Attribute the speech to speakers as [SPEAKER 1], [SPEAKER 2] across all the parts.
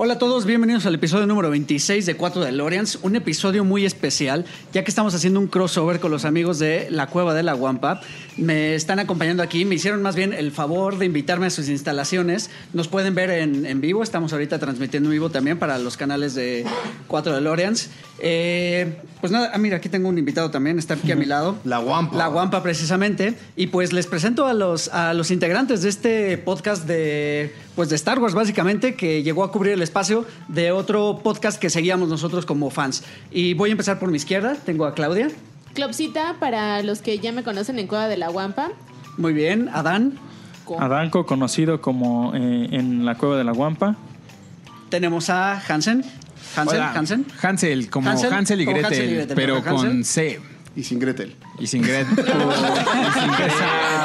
[SPEAKER 1] Hola a todos, bienvenidos al episodio número 26 de 4 de Lorians, un episodio muy especial, ya que estamos haciendo un crossover con los amigos de La Cueva de la Guampa. Me están acompañando aquí, me hicieron más bien el favor de invitarme a sus instalaciones. Nos pueden ver en, en vivo, estamos ahorita transmitiendo en vivo también para los canales de 4 de Lorians. pues nada, ah, mira, aquí tengo un invitado también, está aquí a mi lado.
[SPEAKER 2] La Guampa.
[SPEAKER 1] La Guampa, precisamente. Y pues les presento a los, a los integrantes de este podcast de, pues de Star Wars, básicamente, que llegó a cubrir el espacio de otro podcast que seguíamos nosotros como fans. Y voy a empezar por mi izquierda. Tengo a Claudia.
[SPEAKER 3] Clubcita, para los que ya me conocen en Cueva de la Guampa.
[SPEAKER 1] Muy bien. Adán.
[SPEAKER 4] Adanco, conocido como eh, en la cueva de la Guampa.
[SPEAKER 1] Tenemos a Hansen. Hansen,
[SPEAKER 5] Hola.
[SPEAKER 1] Hansen.
[SPEAKER 5] Hansel, como
[SPEAKER 1] Hansel,
[SPEAKER 5] Hansel, y,
[SPEAKER 1] como
[SPEAKER 5] Gretel,
[SPEAKER 1] Hansel y Gretel,
[SPEAKER 5] pero
[SPEAKER 1] ¿verdad, Hansel?
[SPEAKER 5] con C.
[SPEAKER 2] Y sin Gretel.
[SPEAKER 5] Y sin Gretel.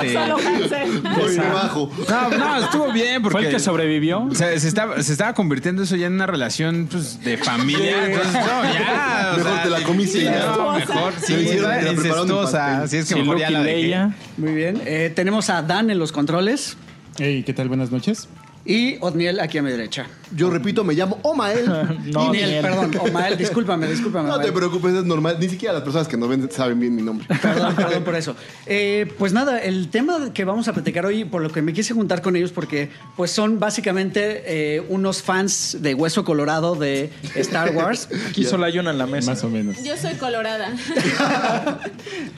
[SPEAKER 5] Y sin Gretel.
[SPEAKER 2] Por debajo.
[SPEAKER 5] No, no, estuvo bien porque...
[SPEAKER 4] ¿Fue el que sobrevivió?
[SPEAKER 5] o sea, se, estaba, se estaba convirtiendo eso ya en una relación pues, de familia. Entonces, no, ya. o
[SPEAKER 2] Mejor
[SPEAKER 5] sea,
[SPEAKER 2] te la comiste
[SPEAKER 5] sí,
[SPEAKER 2] ya.
[SPEAKER 5] no, mejor.
[SPEAKER 2] Te
[SPEAKER 5] Sí,
[SPEAKER 2] hicieron, te la
[SPEAKER 5] era
[SPEAKER 2] prepararon
[SPEAKER 5] incestuosa.
[SPEAKER 2] infantil.
[SPEAKER 5] Así es que
[SPEAKER 4] Si
[SPEAKER 5] mejor ya
[SPEAKER 4] Luke
[SPEAKER 5] la
[SPEAKER 4] y
[SPEAKER 5] dejé.
[SPEAKER 4] Leia.
[SPEAKER 1] Muy bien. Eh, tenemos a Dan en los controles
[SPEAKER 6] Hey, ¿qué tal? Buenas noches.
[SPEAKER 1] y Otniel aquí a mi derecha.
[SPEAKER 2] Yo repito, me llamo Omael.
[SPEAKER 4] No,
[SPEAKER 1] Otniel,
[SPEAKER 4] ni él.
[SPEAKER 1] perdón. Omael, discúlpame, discúlpame.
[SPEAKER 2] No te
[SPEAKER 1] Omael.
[SPEAKER 2] preocupes, es normal. Ni siquiera las personas que nos ven saben bien mi nombre.
[SPEAKER 1] Perdón, perdón por eso. Eh, pues nada, el tema que vamos a platicar hoy, por lo que me quise juntar con ellos, porque pues son básicamente eh, unos fans de hueso colorado de Star Wars.
[SPEAKER 4] Aquí solo hay una en la mesa.
[SPEAKER 6] Más o menos.
[SPEAKER 3] Yo soy colorada.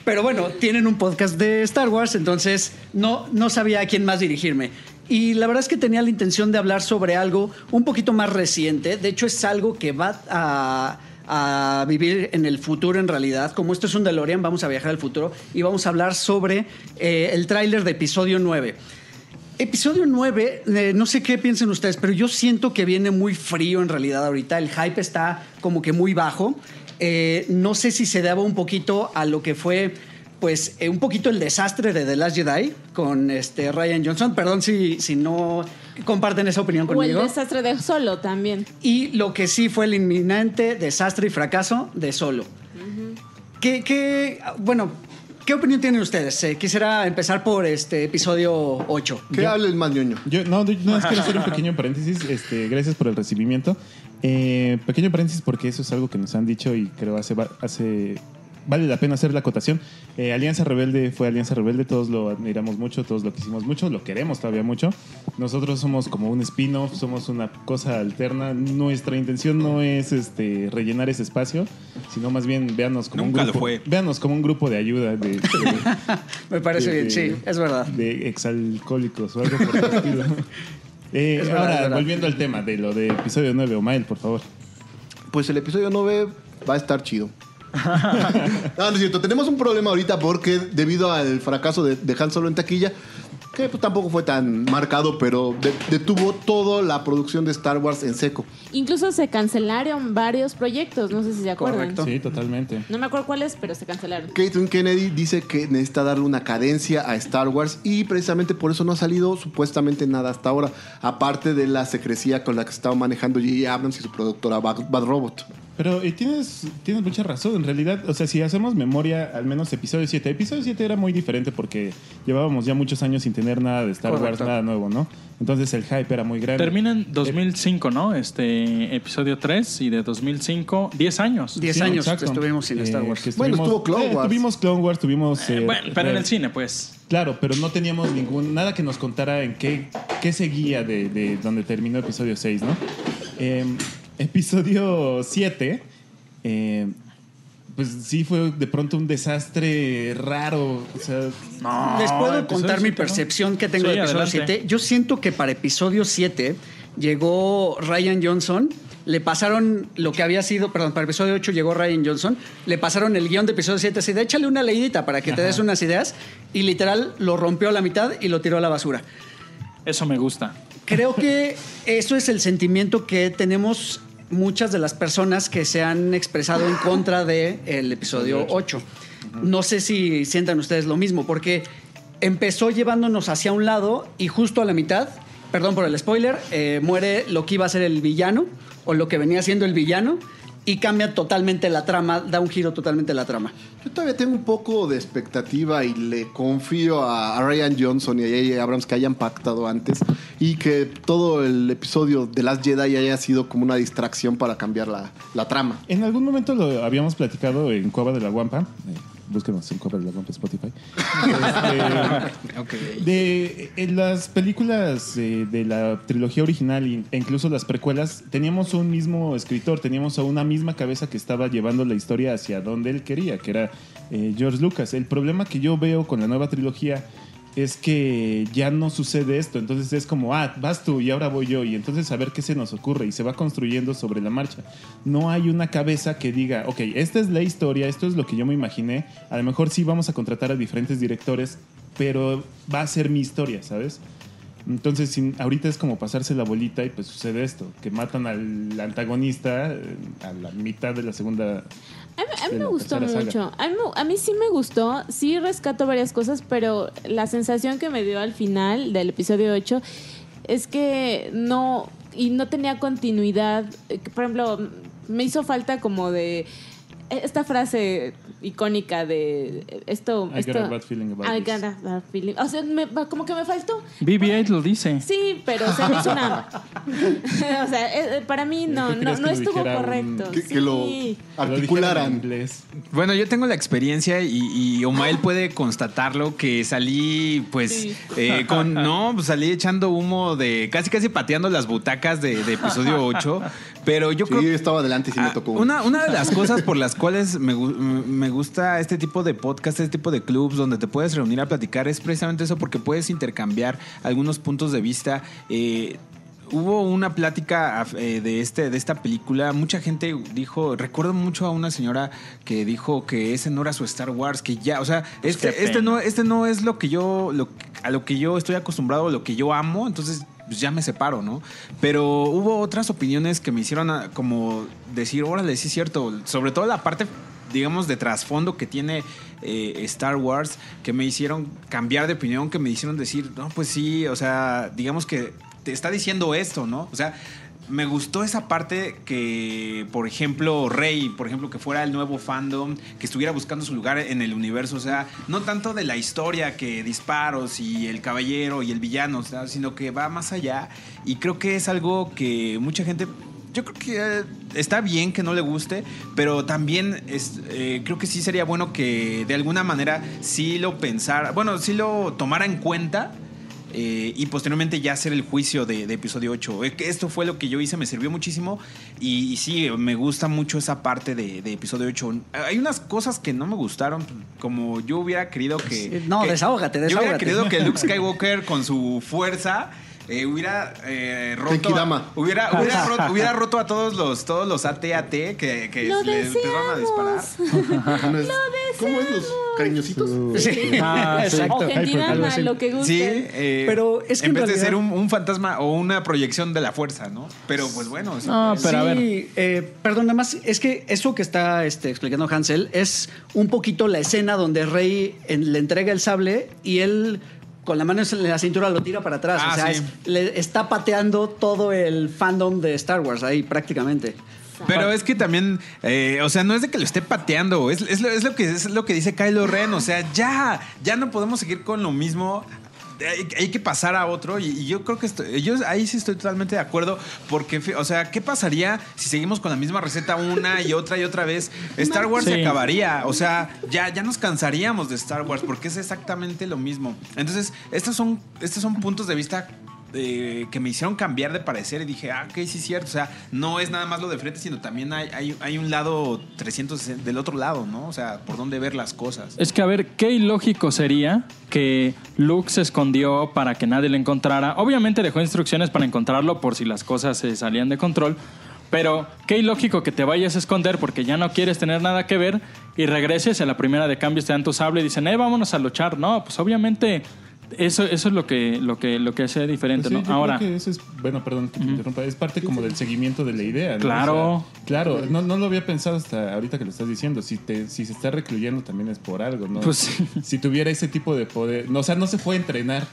[SPEAKER 1] Pero bueno, tienen un podcast de Star Wars, entonces no, no sabía a quién más dirigirme. Y la verdad es que tenía la intención de hablar sobre algo un poquito más reciente. De hecho, es algo que va a, a vivir en el futuro en realidad. Como esto es un DeLorean, vamos a viajar al futuro y vamos a hablar sobre eh, el tráiler de episodio 9. Episodio 9, eh, no sé qué piensen ustedes, pero yo siento que viene muy frío en realidad ahorita. El hype está como que muy bajo. Eh, no sé si se daba un poquito a lo que fue, pues, eh, un poquito el desastre de The Last Jedi con este Ryan Johnson. Perdón si, si no comparten esa opinión
[SPEAKER 3] O el
[SPEAKER 1] conmigo.
[SPEAKER 3] desastre de solo también.
[SPEAKER 1] Y lo que sí fue el inminente desastre y fracaso de Solo. ¿Qué, qué- bueno, ¿qué opinión tienen ustedes? Eh, quisiera empezar por este episodio 8.
[SPEAKER 2] Que hable el más ñoño.
[SPEAKER 6] Yo, no, yo nada más quiero hacer un pequeño paréntesis. Este, gracias por el recibimiento. Eh, pequeño paréntesis porque eso es algo que nos han dicho y creo hace, va- hace vale la pena hacer la acotación. Eh, Alianza Rebelde fue Alianza Rebelde, todos lo admiramos mucho, todos lo quisimos mucho, lo queremos todavía mucho. Nosotros somos como un spin-off, somos una cosa alterna. Nuestra intención no es este, rellenar ese espacio, sino más bien véanos como
[SPEAKER 5] Nunca
[SPEAKER 6] un
[SPEAKER 5] lo
[SPEAKER 6] grupo,
[SPEAKER 5] fue.
[SPEAKER 6] véanos como un grupo de ayuda de- de
[SPEAKER 1] Me parece
[SPEAKER 6] de-
[SPEAKER 1] bien, sí, es verdad.
[SPEAKER 6] De exalcohólicos o algo por el estilo. Eh,
[SPEAKER 1] Es verdad,
[SPEAKER 6] ahora,
[SPEAKER 1] es verdad.
[SPEAKER 6] volviendo al tema de lo de episodio 9, Omael, por favor.
[SPEAKER 2] Pues el episodio 9 va a estar chido. no, no es cierto. Tenemos un problema ahorita porque debido al fracaso de, de Han Solo en taquilla, que pues, tampoco fue tan marcado, pero de- detuvo toda la producción de Star Wars en seco.
[SPEAKER 3] Incluso se cancelaron varios proyectos, no sé si se acuerdan.
[SPEAKER 1] Correcto.
[SPEAKER 6] Sí, totalmente.
[SPEAKER 3] No me acuerdo cuáles, pero se cancelaron.
[SPEAKER 2] Caitlin Kennedy dice que necesita darle una cadencia a Star Wars y precisamente por eso no ha salido supuestamente nada hasta ahora, aparte de la secrecía con la que estaba manejando J.J. Abrams y su productora Bad, Bad Robot.
[SPEAKER 6] Pero eh, tienes, tienes mucha razón, en realidad, o sea, si hacemos memoria, al menos episodio 7, episodio 7 era muy diferente porque llevábamos ya muchos años sin tener nada de Star
[SPEAKER 1] Correcto.
[SPEAKER 6] Wars, nada nuevo, ¿no? Entonces el hype era muy grande. Eh,
[SPEAKER 4] Termina en 2005, ¿no? Este episodio 3 y de 2005, 10 años.
[SPEAKER 1] 10
[SPEAKER 6] Sí,
[SPEAKER 1] años
[SPEAKER 6] exacto.
[SPEAKER 1] estuvimos sin
[SPEAKER 6] Eh,
[SPEAKER 1] Star Wars.
[SPEAKER 6] que
[SPEAKER 2] Bueno,
[SPEAKER 6] estuvimos-
[SPEAKER 2] estuvo Clone
[SPEAKER 6] eh,
[SPEAKER 2] Wars.
[SPEAKER 6] Tuvimos Clone Wars, tuvimos... eh,
[SPEAKER 4] Bueno, pero en
[SPEAKER 6] eh,
[SPEAKER 4] el cine, pues.
[SPEAKER 6] Claro, pero no teníamos ningún nada que nos contara en qué, qué seguía de, de donde terminó episodio 6, ¿no? Eh, episodio 7, eh, pues sí fue de pronto un desastre raro. O sea,
[SPEAKER 1] Les puedo
[SPEAKER 4] episodio
[SPEAKER 1] contar mi
[SPEAKER 4] siete, ¿no?
[SPEAKER 1] percepción que tengo
[SPEAKER 4] Sí,
[SPEAKER 1] de episodio
[SPEAKER 4] adelante.
[SPEAKER 1] 7. Yo siento que para episodio 7 llegó Ryan Johnson, le pasaron lo que había sido, perdón, para episodio 8 llegó Ryan Johnson, le pasaron el guión de episodio 7, así de échale una leidita para que te des unas ideas, y literal lo rompió a la mitad y lo tiró a la basura.
[SPEAKER 4] Eso me gusta.
[SPEAKER 1] Creo que eso es el sentimiento que tenemos muchas de las personas que se han expresado en contra del el episodio 8. No sé si sientan ustedes lo mismo, porque empezó llevándonos hacia un lado y justo a la mitad, perdón por el spoiler, eh, muere lo que iba a ser el villano o lo que venía siendo el villano y cambia totalmente la trama, da un giro totalmente la trama.
[SPEAKER 2] Yo todavía tengo un poco de expectativa y le confío a, a Ryan Johnson y a J.J. Abrams que hayan pactado antes y que todo el episodio de Last Jedi haya sido como una distracción para cambiar la, la trama.
[SPEAKER 6] En algún momento lo habíamos platicado en Cueva de la Guampa. Eh, Búsquenos en Cueva de la Guampa Spotify. Este, de en las películas eh, de la trilogía original in- e incluso las precuelas, teníamos un mismo escritor, teníamos a una misma cabeza que estaba llevando la historia hacia donde él quería, que era eh, George Lucas. El problema que yo veo con la nueva trilogía es que ya no sucede esto. Entonces es como, ah, vas tú y ahora voy yo. Y entonces a ver qué se nos ocurre. Y se va construyendo sobre la marcha. No hay una cabeza que diga, ok, esta es la historia, esto es lo que yo me imaginé. A lo mejor sí vamos a contratar a diferentes directores, pero va a ser mi historia, ¿sabes? Entonces sin- ahorita es como pasarse la bolita y pues sucede esto, que matan al antagonista eh, a la mitad de la segunda...
[SPEAKER 3] A mí, a mí
[SPEAKER 6] de
[SPEAKER 3] me
[SPEAKER 6] la
[SPEAKER 3] gustó
[SPEAKER 6] tercera
[SPEAKER 3] mucho. A mí, me- a mí sí me gustó. Sí rescato varias cosas, pero la sensación que me dio al final del episodio 8 es que no. Y no tenía continuidad. Eh, que, Por ejemplo, me hizo falta como de. e, Esta frase icónica de eh, esto.
[SPEAKER 6] I got
[SPEAKER 3] esto-
[SPEAKER 6] a bad feeling about
[SPEAKER 3] I
[SPEAKER 6] this.
[SPEAKER 3] got a bad feeling. O sea, me- como que me faltó.
[SPEAKER 4] BB-8 lo dice.
[SPEAKER 3] Sí, pero se me hizo una. o sea, eh, eh, para mí no,
[SPEAKER 6] ¿Qué
[SPEAKER 3] no,
[SPEAKER 6] crees
[SPEAKER 3] no
[SPEAKER 6] que lo
[SPEAKER 3] estuvo
[SPEAKER 6] dijera un-
[SPEAKER 3] correcto.
[SPEAKER 2] Que, que lo
[SPEAKER 3] Sí.
[SPEAKER 6] Lo dijeron en
[SPEAKER 2] articularan.
[SPEAKER 6] inglés.
[SPEAKER 5] Bueno, yo tengo la experiencia y, y Omael puede constatarlo que salí, pues,
[SPEAKER 3] Sí.
[SPEAKER 5] eh, con, no, pues, salí echando humo de casi, casi pateando las butacas de, de episodio 8. Pero yo
[SPEAKER 2] Sí,
[SPEAKER 5] creo
[SPEAKER 2] yo estaba adelante y sí me
[SPEAKER 5] Ah,
[SPEAKER 2] tocó. uno.
[SPEAKER 5] Una, una de las cosas por las cuales me, gu- m- me gusta este tipo de podcast, este tipo de clubs donde te puedes reunir a platicar es precisamente eso porque puedes intercambiar algunos puntos de vista. Eh, Hubo una plática af- eh, de, este, de esta película. Mucha gente dijo, recuerdo mucho a una señora que dijo que ese no era su Star Wars, que ya, o sea, este,
[SPEAKER 4] qué
[SPEAKER 5] este,
[SPEAKER 4] pena.
[SPEAKER 5] no, este no es lo que yo, lo, que- a lo que yo estoy acostumbrado, lo que yo amo, entonces pues ya me separo, ¿no? Pero hubo otras opiniones que me hicieron ah, como decir, órale, sí es cierto, sobre todo la parte, digamos, de trasfondo que tiene eh, Star Wars, que me hicieron cambiar de opinión, que me hicieron decir, no, pues sí, o sea, digamos que te está diciendo esto, ¿no? O sea, me gustó esa parte que, por ejemplo, Rey, por ejemplo, que fuera el nuevo fandom, que estuviera buscando su lugar en el universo. O sea, no tanto de la historia que disparos y el caballero y el villano, o sea, sino que va más allá. Y creo que es algo que mucha gente. Yo creo que eh, está bien que no le guste, pero también es, eh, creo que sí sería bueno que de alguna manera sí lo pensara, bueno, sí lo tomara en cuenta eh, y posteriormente ya hacer el juicio de, de episodio 8. Eh, que Esto fue lo que yo hice, me sirvió muchísimo y, y sí, me gusta mucho esa parte de, de episodio 8. Hay unas cosas que no me gustaron, como yo hubiera querido que...
[SPEAKER 1] Sí, no,
[SPEAKER 5] que-
[SPEAKER 1] desahógate,
[SPEAKER 5] Yo hubiera
[SPEAKER 1] desahógate.
[SPEAKER 5] querido que Luke Skywalker con su fuerza... eh, hubiera eh, roto
[SPEAKER 2] Genkidama.
[SPEAKER 5] a, hubiera, hubiera, roto, hubiera roto a todos los todos los AT-AT que, que
[SPEAKER 3] Lo
[SPEAKER 5] le empezaron a disparar.
[SPEAKER 3] deseamos.
[SPEAKER 2] Uno es- ¿Cómo es los cariñositos?
[SPEAKER 1] Sí,
[SPEAKER 4] Ah, sí.
[SPEAKER 1] exacto.
[SPEAKER 3] O
[SPEAKER 1] Algo
[SPEAKER 3] Gentilama,
[SPEAKER 1] así.
[SPEAKER 3] lo que guste.
[SPEAKER 5] Sí, eh,
[SPEAKER 1] Pero es que
[SPEAKER 5] en
[SPEAKER 1] en
[SPEAKER 5] vez de
[SPEAKER 1] realidad-
[SPEAKER 5] ser un, un fantasma o una proyección de la fuerza, ¿no? Pero pues bueno, sí.
[SPEAKER 4] No, pero a ver.
[SPEAKER 1] Sí, eh, perdón, nada más es que eso que está este, explicando Hansel es un poquito la escena donde Rey en- le entrega el sable y él con la mano en la cintura lo tira para atrás.
[SPEAKER 5] Ah,
[SPEAKER 1] o sea,
[SPEAKER 5] sí.
[SPEAKER 1] es- le está pateando todo el fandom de Star Wars ahí prácticamente.
[SPEAKER 5] Pero es que también, eh, o sea, no es de que lo esté pateando, es, es, lo, es lo que, es lo que dice Kylo Ren, o sea, ya, ya no podemos seguir con lo mismo. Hay, hay que pasar a otro y, y yo creo que estoy- yo ahí sí estoy totalmente de acuerdo porque, fi- o sea, ¿qué pasaría si seguimos con la misma receta una y otra y otra vez? Star Wars se
[SPEAKER 4] Sí.
[SPEAKER 5] acabaría, o sea, ya, ya nos cansaríamos de Star Wars porque es exactamente lo mismo. Entonces, estos son, estos son puntos de vista eh, que me hicieron cambiar de parecer y dije, ah, ok, sí es cierto. O sea, no es nada más lo de frente, sino también hay, hay, hay un lado 360 del otro lado, ¿no? O sea, por dónde ver las cosas.
[SPEAKER 4] Es que a ver, qué ilógico sería que Luke se escondió para que nadie le encontrara. Obviamente dejó instrucciones para encontrarlo por si las cosas se salían de control. Pero qué ilógico que te vayas a esconder porque ya no quieres tener nada que ver y regreses a la primera de cambios te dan tu sable y dicen, eh, vámonos a luchar. No, pues obviamente Eso, eso es lo que, lo que, lo que hace diferente,
[SPEAKER 6] Pues Sí, yo
[SPEAKER 4] ¿no? Ahora,
[SPEAKER 6] creo que eso es, bueno, perdón que te interrumpa, es parte como del seguimiento de la idea. ¿no?
[SPEAKER 4] Claro.
[SPEAKER 6] O sea, claro, no, no lo había pensado hasta ahorita que lo estás diciendo. Si, te, si se está recluyendo también es por algo, ¿no?
[SPEAKER 4] Pues sí.
[SPEAKER 6] Si tuviera ese tipo de poder, no, o sea, no se fue a entrenar.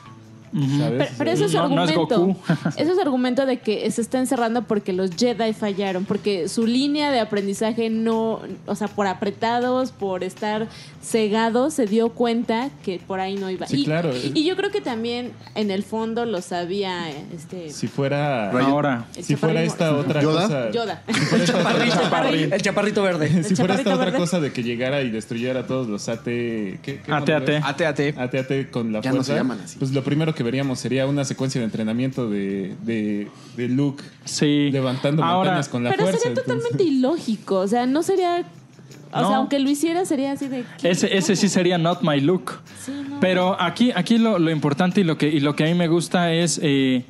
[SPEAKER 6] ¿sabes?
[SPEAKER 3] Pero, pero eso es
[SPEAKER 4] No, no es
[SPEAKER 3] argumento.
[SPEAKER 4] Goku.
[SPEAKER 3] eso es argumento de que se está encerrando porque los Jedi fallaron, porque su línea de aprendizaje no, o sea, por apretados, por estar cegados, se dio cuenta que por ahí no iba.
[SPEAKER 6] Sí,
[SPEAKER 3] y,
[SPEAKER 6] claro.
[SPEAKER 3] y yo creo que también en el fondo lo sabía este
[SPEAKER 6] Si fuera...
[SPEAKER 4] ahora.
[SPEAKER 3] el
[SPEAKER 6] Si fuera
[SPEAKER 3] Chaparrín
[SPEAKER 6] esta
[SPEAKER 3] Morrison.
[SPEAKER 6] otra
[SPEAKER 2] ¿Yoda?
[SPEAKER 6] cosa...
[SPEAKER 3] Yoda.
[SPEAKER 6] Si fuera esta otra-
[SPEAKER 1] El chaparrito, el chaparrito verde.
[SPEAKER 6] si fuera esta
[SPEAKER 3] chaparrito
[SPEAKER 6] otra
[SPEAKER 3] verde.
[SPEAKER 6] cosa de que llegara y destruyera a todos los AT... ¿qué, qué
[SPEAKER 4] AT-AT.
[SPEAKER 6] nombre es?
[SPEAKER 5] AT-AT.
[SPEAKER 6] AT-AT con la
[SPEAKER 2] Ya no
[SPEAKER 6] fuerza,
[SPEAKER 2] se llaman así.
[SPEAKER 6] pues lo primero que veríamos sería una secuencia de entrenamiento de, de, de Luke
[SPEAKER 4] Sí.
[SPEAKER 6] levantando
[SPEAKER 4] ahora,
[SPEAKER 6] montañas con la
[SPEAKER 3] Pero
[SPEAKER 6] fuerza.
[SPEAKER 3] sería
[SPEAKER 6] entonces-
[SPEAKER 3] totalmente ilógico, o sea, no sería o
[SPEAKER 4] No.
[SPEAKER 3] sea, aunque lo hiciera sería así de ¿qué?
[SPEAKER 4] Ese, ese sí
[SPEAKER 3] ¿Cómo?
[SPEAKER 4] sería not my look.
[SPEAKER 3] Sí, no.
[SPEAKER 4] Pero aquí, aquí lo, lo importante y lo, que, y lo que a mí me gusta es, eh,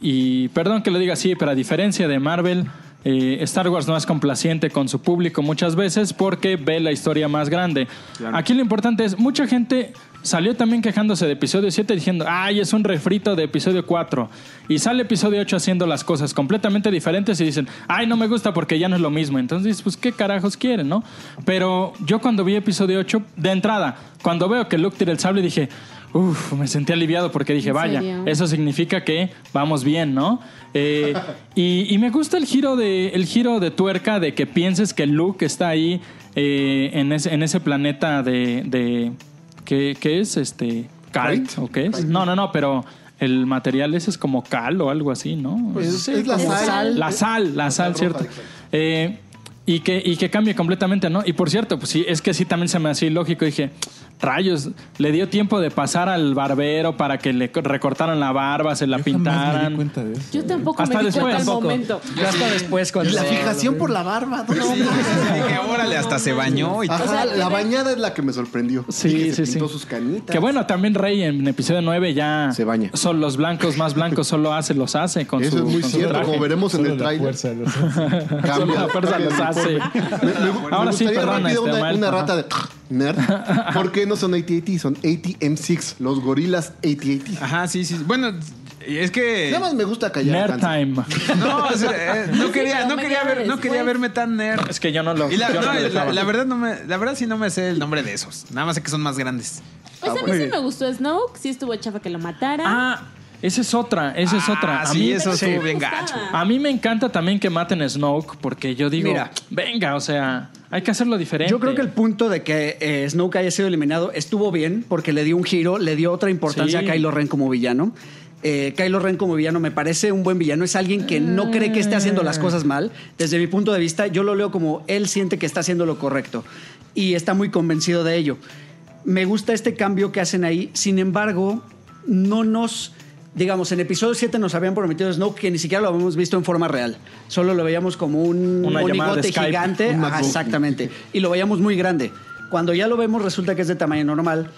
[SPEAKER 4] y perdón que lo diga así, pero a diferencia de Marvel, eh, Star Wars no es complaciente con su público muchas veces porque ve la historia más grande. Aquí lo importante es, mucha gente salió también quejándose de episodio 7 diciendo, ay, es un refrito de episodio 4. Y sale episodio 8 haciendo las cosas completamente diferentes y dicen, ay, no me gusta porque ya no es lo mismo. Entonces, pues, ¿qué carajos quieren, no? Pero yo cuando vi episodio 8, de entrada, cuando veo que Luke tira el sable, dije, uff, me sentí aliviado porque dije,
[SPEAKER 3] ¿En
[SPEAKER 4] vaya,
[SPEAKER 3] serio?
[SPEAKER 4] eso significa que vamos bien, ¿no? Eh, y, y me gusta el giro, de, el giro de tuerca de que pienses que Luke está ahí eh, en, ese, en ese planeta de... de ¿qué, qué es? Este, ¿Cal? ¿O qué es? No, no, no, pero el material ese es como cal o algo así, ¿no?
[SPEAKER 2] Pues es la
[SPEAKER 3] como
[SPEAKER 2] sal.
[SPEAKER 3] sal.
[SPEAKER 4] La sal, la sal,
[SPEAKER 2] Eh, roja,
[SPEAKER 4] cierto.
[SPEAKER 2] exacto.
[SPEAKER 4] Eh, y, que, y que cambie completamente, ¿no? Y por cierto, pues sí, es que sí también se me hacía ilógico. Dije, rayos, le dio tiempo de pasar al barbero para que le co- recortaran la barba, se la
[SPEAKER 6] Yo jamás me di
[SPEAKER 4] pintaran.
[SPEAKER 6] cuenta de eso.
[SPEAKER 3] Yo tampoco
[SPEAKER 4] Hasta
[SPEAKER 3] me di
[SPEAKER 4] después.
[SPEAKER 3] cuenta al
[SPEAKER 4] Tampoco.
[SPEAKER 3] momento.
[SPEAKER 1] Ya hasta después cuando...
[SPEAKER 2] La fijación por la barba. ¿no?
[SPEAKER 5] Dije, órale, hasta se bañó y
[SPEAKER 2] Ajá,
[SPEAKER 5] todo.
[SPEAKER 2] la bañada es la que me sorprendió.
[SPEAKER 4] Sí,
[SPEAKER 2] Y que se
[SPEAKER 4] sí,
[SPEAKER 2] pintó
[SPEAKER 4] sí.
[SPEAKER 2] sus canitas.
[SPEAKER 4] Que bueno, también Rey en episodio 9 ya.
[SPEAKER 2] Se baña.
[SPEAKER 4] Son los blancos más blancos, solo hace, los hace con
[SPEAKER 2] Eso
[SPEAKER 4] su.
[SPEAKER 2] es muy
[SPEAKER 4] con su
[SPEAKER 2] cierto,
[SPEAKER 4] traje.
[SPEAKER 2] como veremos en
[SPEAKER 6] Solo
[SPEAKER 2] el
[SPEAKER 6] la
[SPEAKER 2] trailer.
[SPEAKER 6] fuerza los hace.
[SPEAKER 4] Solo la fuerza
[SPEAKER 2] cambia
[SPEAKER 4] los
[SPEAKER 2] de
[SPEAKER 4] hace.
[SPEAKER 2] Me, me gu-
[SPEAKER 4] Ahora
[SPEAKER 2] me
[SPEAKER 4] sí,
[SPEAKER 2] gustaría
[SPEAKER 4] perdona,
[SPEAKER 2] rápido
[SPEAKER 4] este,
[SPEAKER 2] una,
[SPEAKER 4] Omar.
[SPEAKER 2] una rata de nerd. Porque no son AT-AT, son ATM6, los gorilas AT-AT.
[SPEAKER 5] Ajá, sí, sí. Bueno, es que.
[SPEAKER 2] Nada más me gusta callar.
[SPEAKER 4] Nerd
[SPEAKER 2] tanto.
[SPEAKER 4] time.
[SPEAKER 5] No, o sea, eh, no quería,
[SPEAKER 3] pero
[SPEAKER 5] no
[SPEAKER 3] media
[SPEAKER 5] quería
[SPEAKER 3] hora
[SPEAKER 5] ver, no quería
[SPEAKER 3] después.
[SPEAKER 5] verme tan nerd.
[SPEAKER 4] Es que yo no lo.
[SPEAKER 5] Y la,
[SPEAKER 4] yo no
[SPEAKER 5] no,
[SPEAKER 4] lo
[SPEAKER 5] la-
[SPEAKER 4] dejaba.
[SPEAKER 5] la verdad no me, la verdad sí no me sé el nombre de esos. Nada más sé que son más grandes.
[SPEAKER 3] Pues
[SPEAKER 2] Ah,
[SPEAKER 3] a mí
[SPEAKER 2] bueno.
[SPEAKER 3] sí me gustó Snoke, sí estuvo chafa que lo matara.
[SPEAKER 4] Ah, esa es otra, esa es otra.
[SPEAKER 5] Ah,
[SPEAKER 4] A
[SPEAKER 5] sí,
[SPEAKER 4] mí-
[SPEAKER 5] eso
[SPEAKER 4] sí.
[SPEAKER 5] estuvo bien
[SPEAKER 3] Gustaba.
[SPEAKER 5] gacho.
[SPEAKER 4] A mí me encanta también que maten a Snoke porque yo digo,
[SPEAKER 1] Mira.
[SPEAKER 4] venga, o sea, hay que hacerlo diferente.
[SPEAKER 1] Yo creo que el punto de que eh, Snoke haya sido eliminado estuvo bien porque le dio un giro, le dio otra importancia
[SPEAKER 4] Sí.
[SPEAKER 1] a Kylo Ren como villano. Eh, Kylo Ren como villano me parece un buen villano. Es alguien que no cree que esté haciendo las cosas mal. Desde mi punto de vista, yo lo leo como él siente que está haciendo lo correcto y está muy convencido de ello. Me gusta este cambio que hacen ahí. Sin embargo, no nos... Digamos, en episodio 7 nos habían prometido a Snoke que ni siquiera lo habíamos visto en forma real. Solo lo veíamos como un
[SPEAKER 4] Una llamada de
[SPEAKER 1] monigote
[SPEAKER 4] Skype.
[SPEAKER 1] gigante.
[SPEAKER 2] Un
[SPEAKER 1] Ajá,
[SPEAKER 2] MacBook.
[SPEAKER 1] exactamente. Y lo veíamos muy grande. Cuando ya lo vemos resulta que es de tamaño normal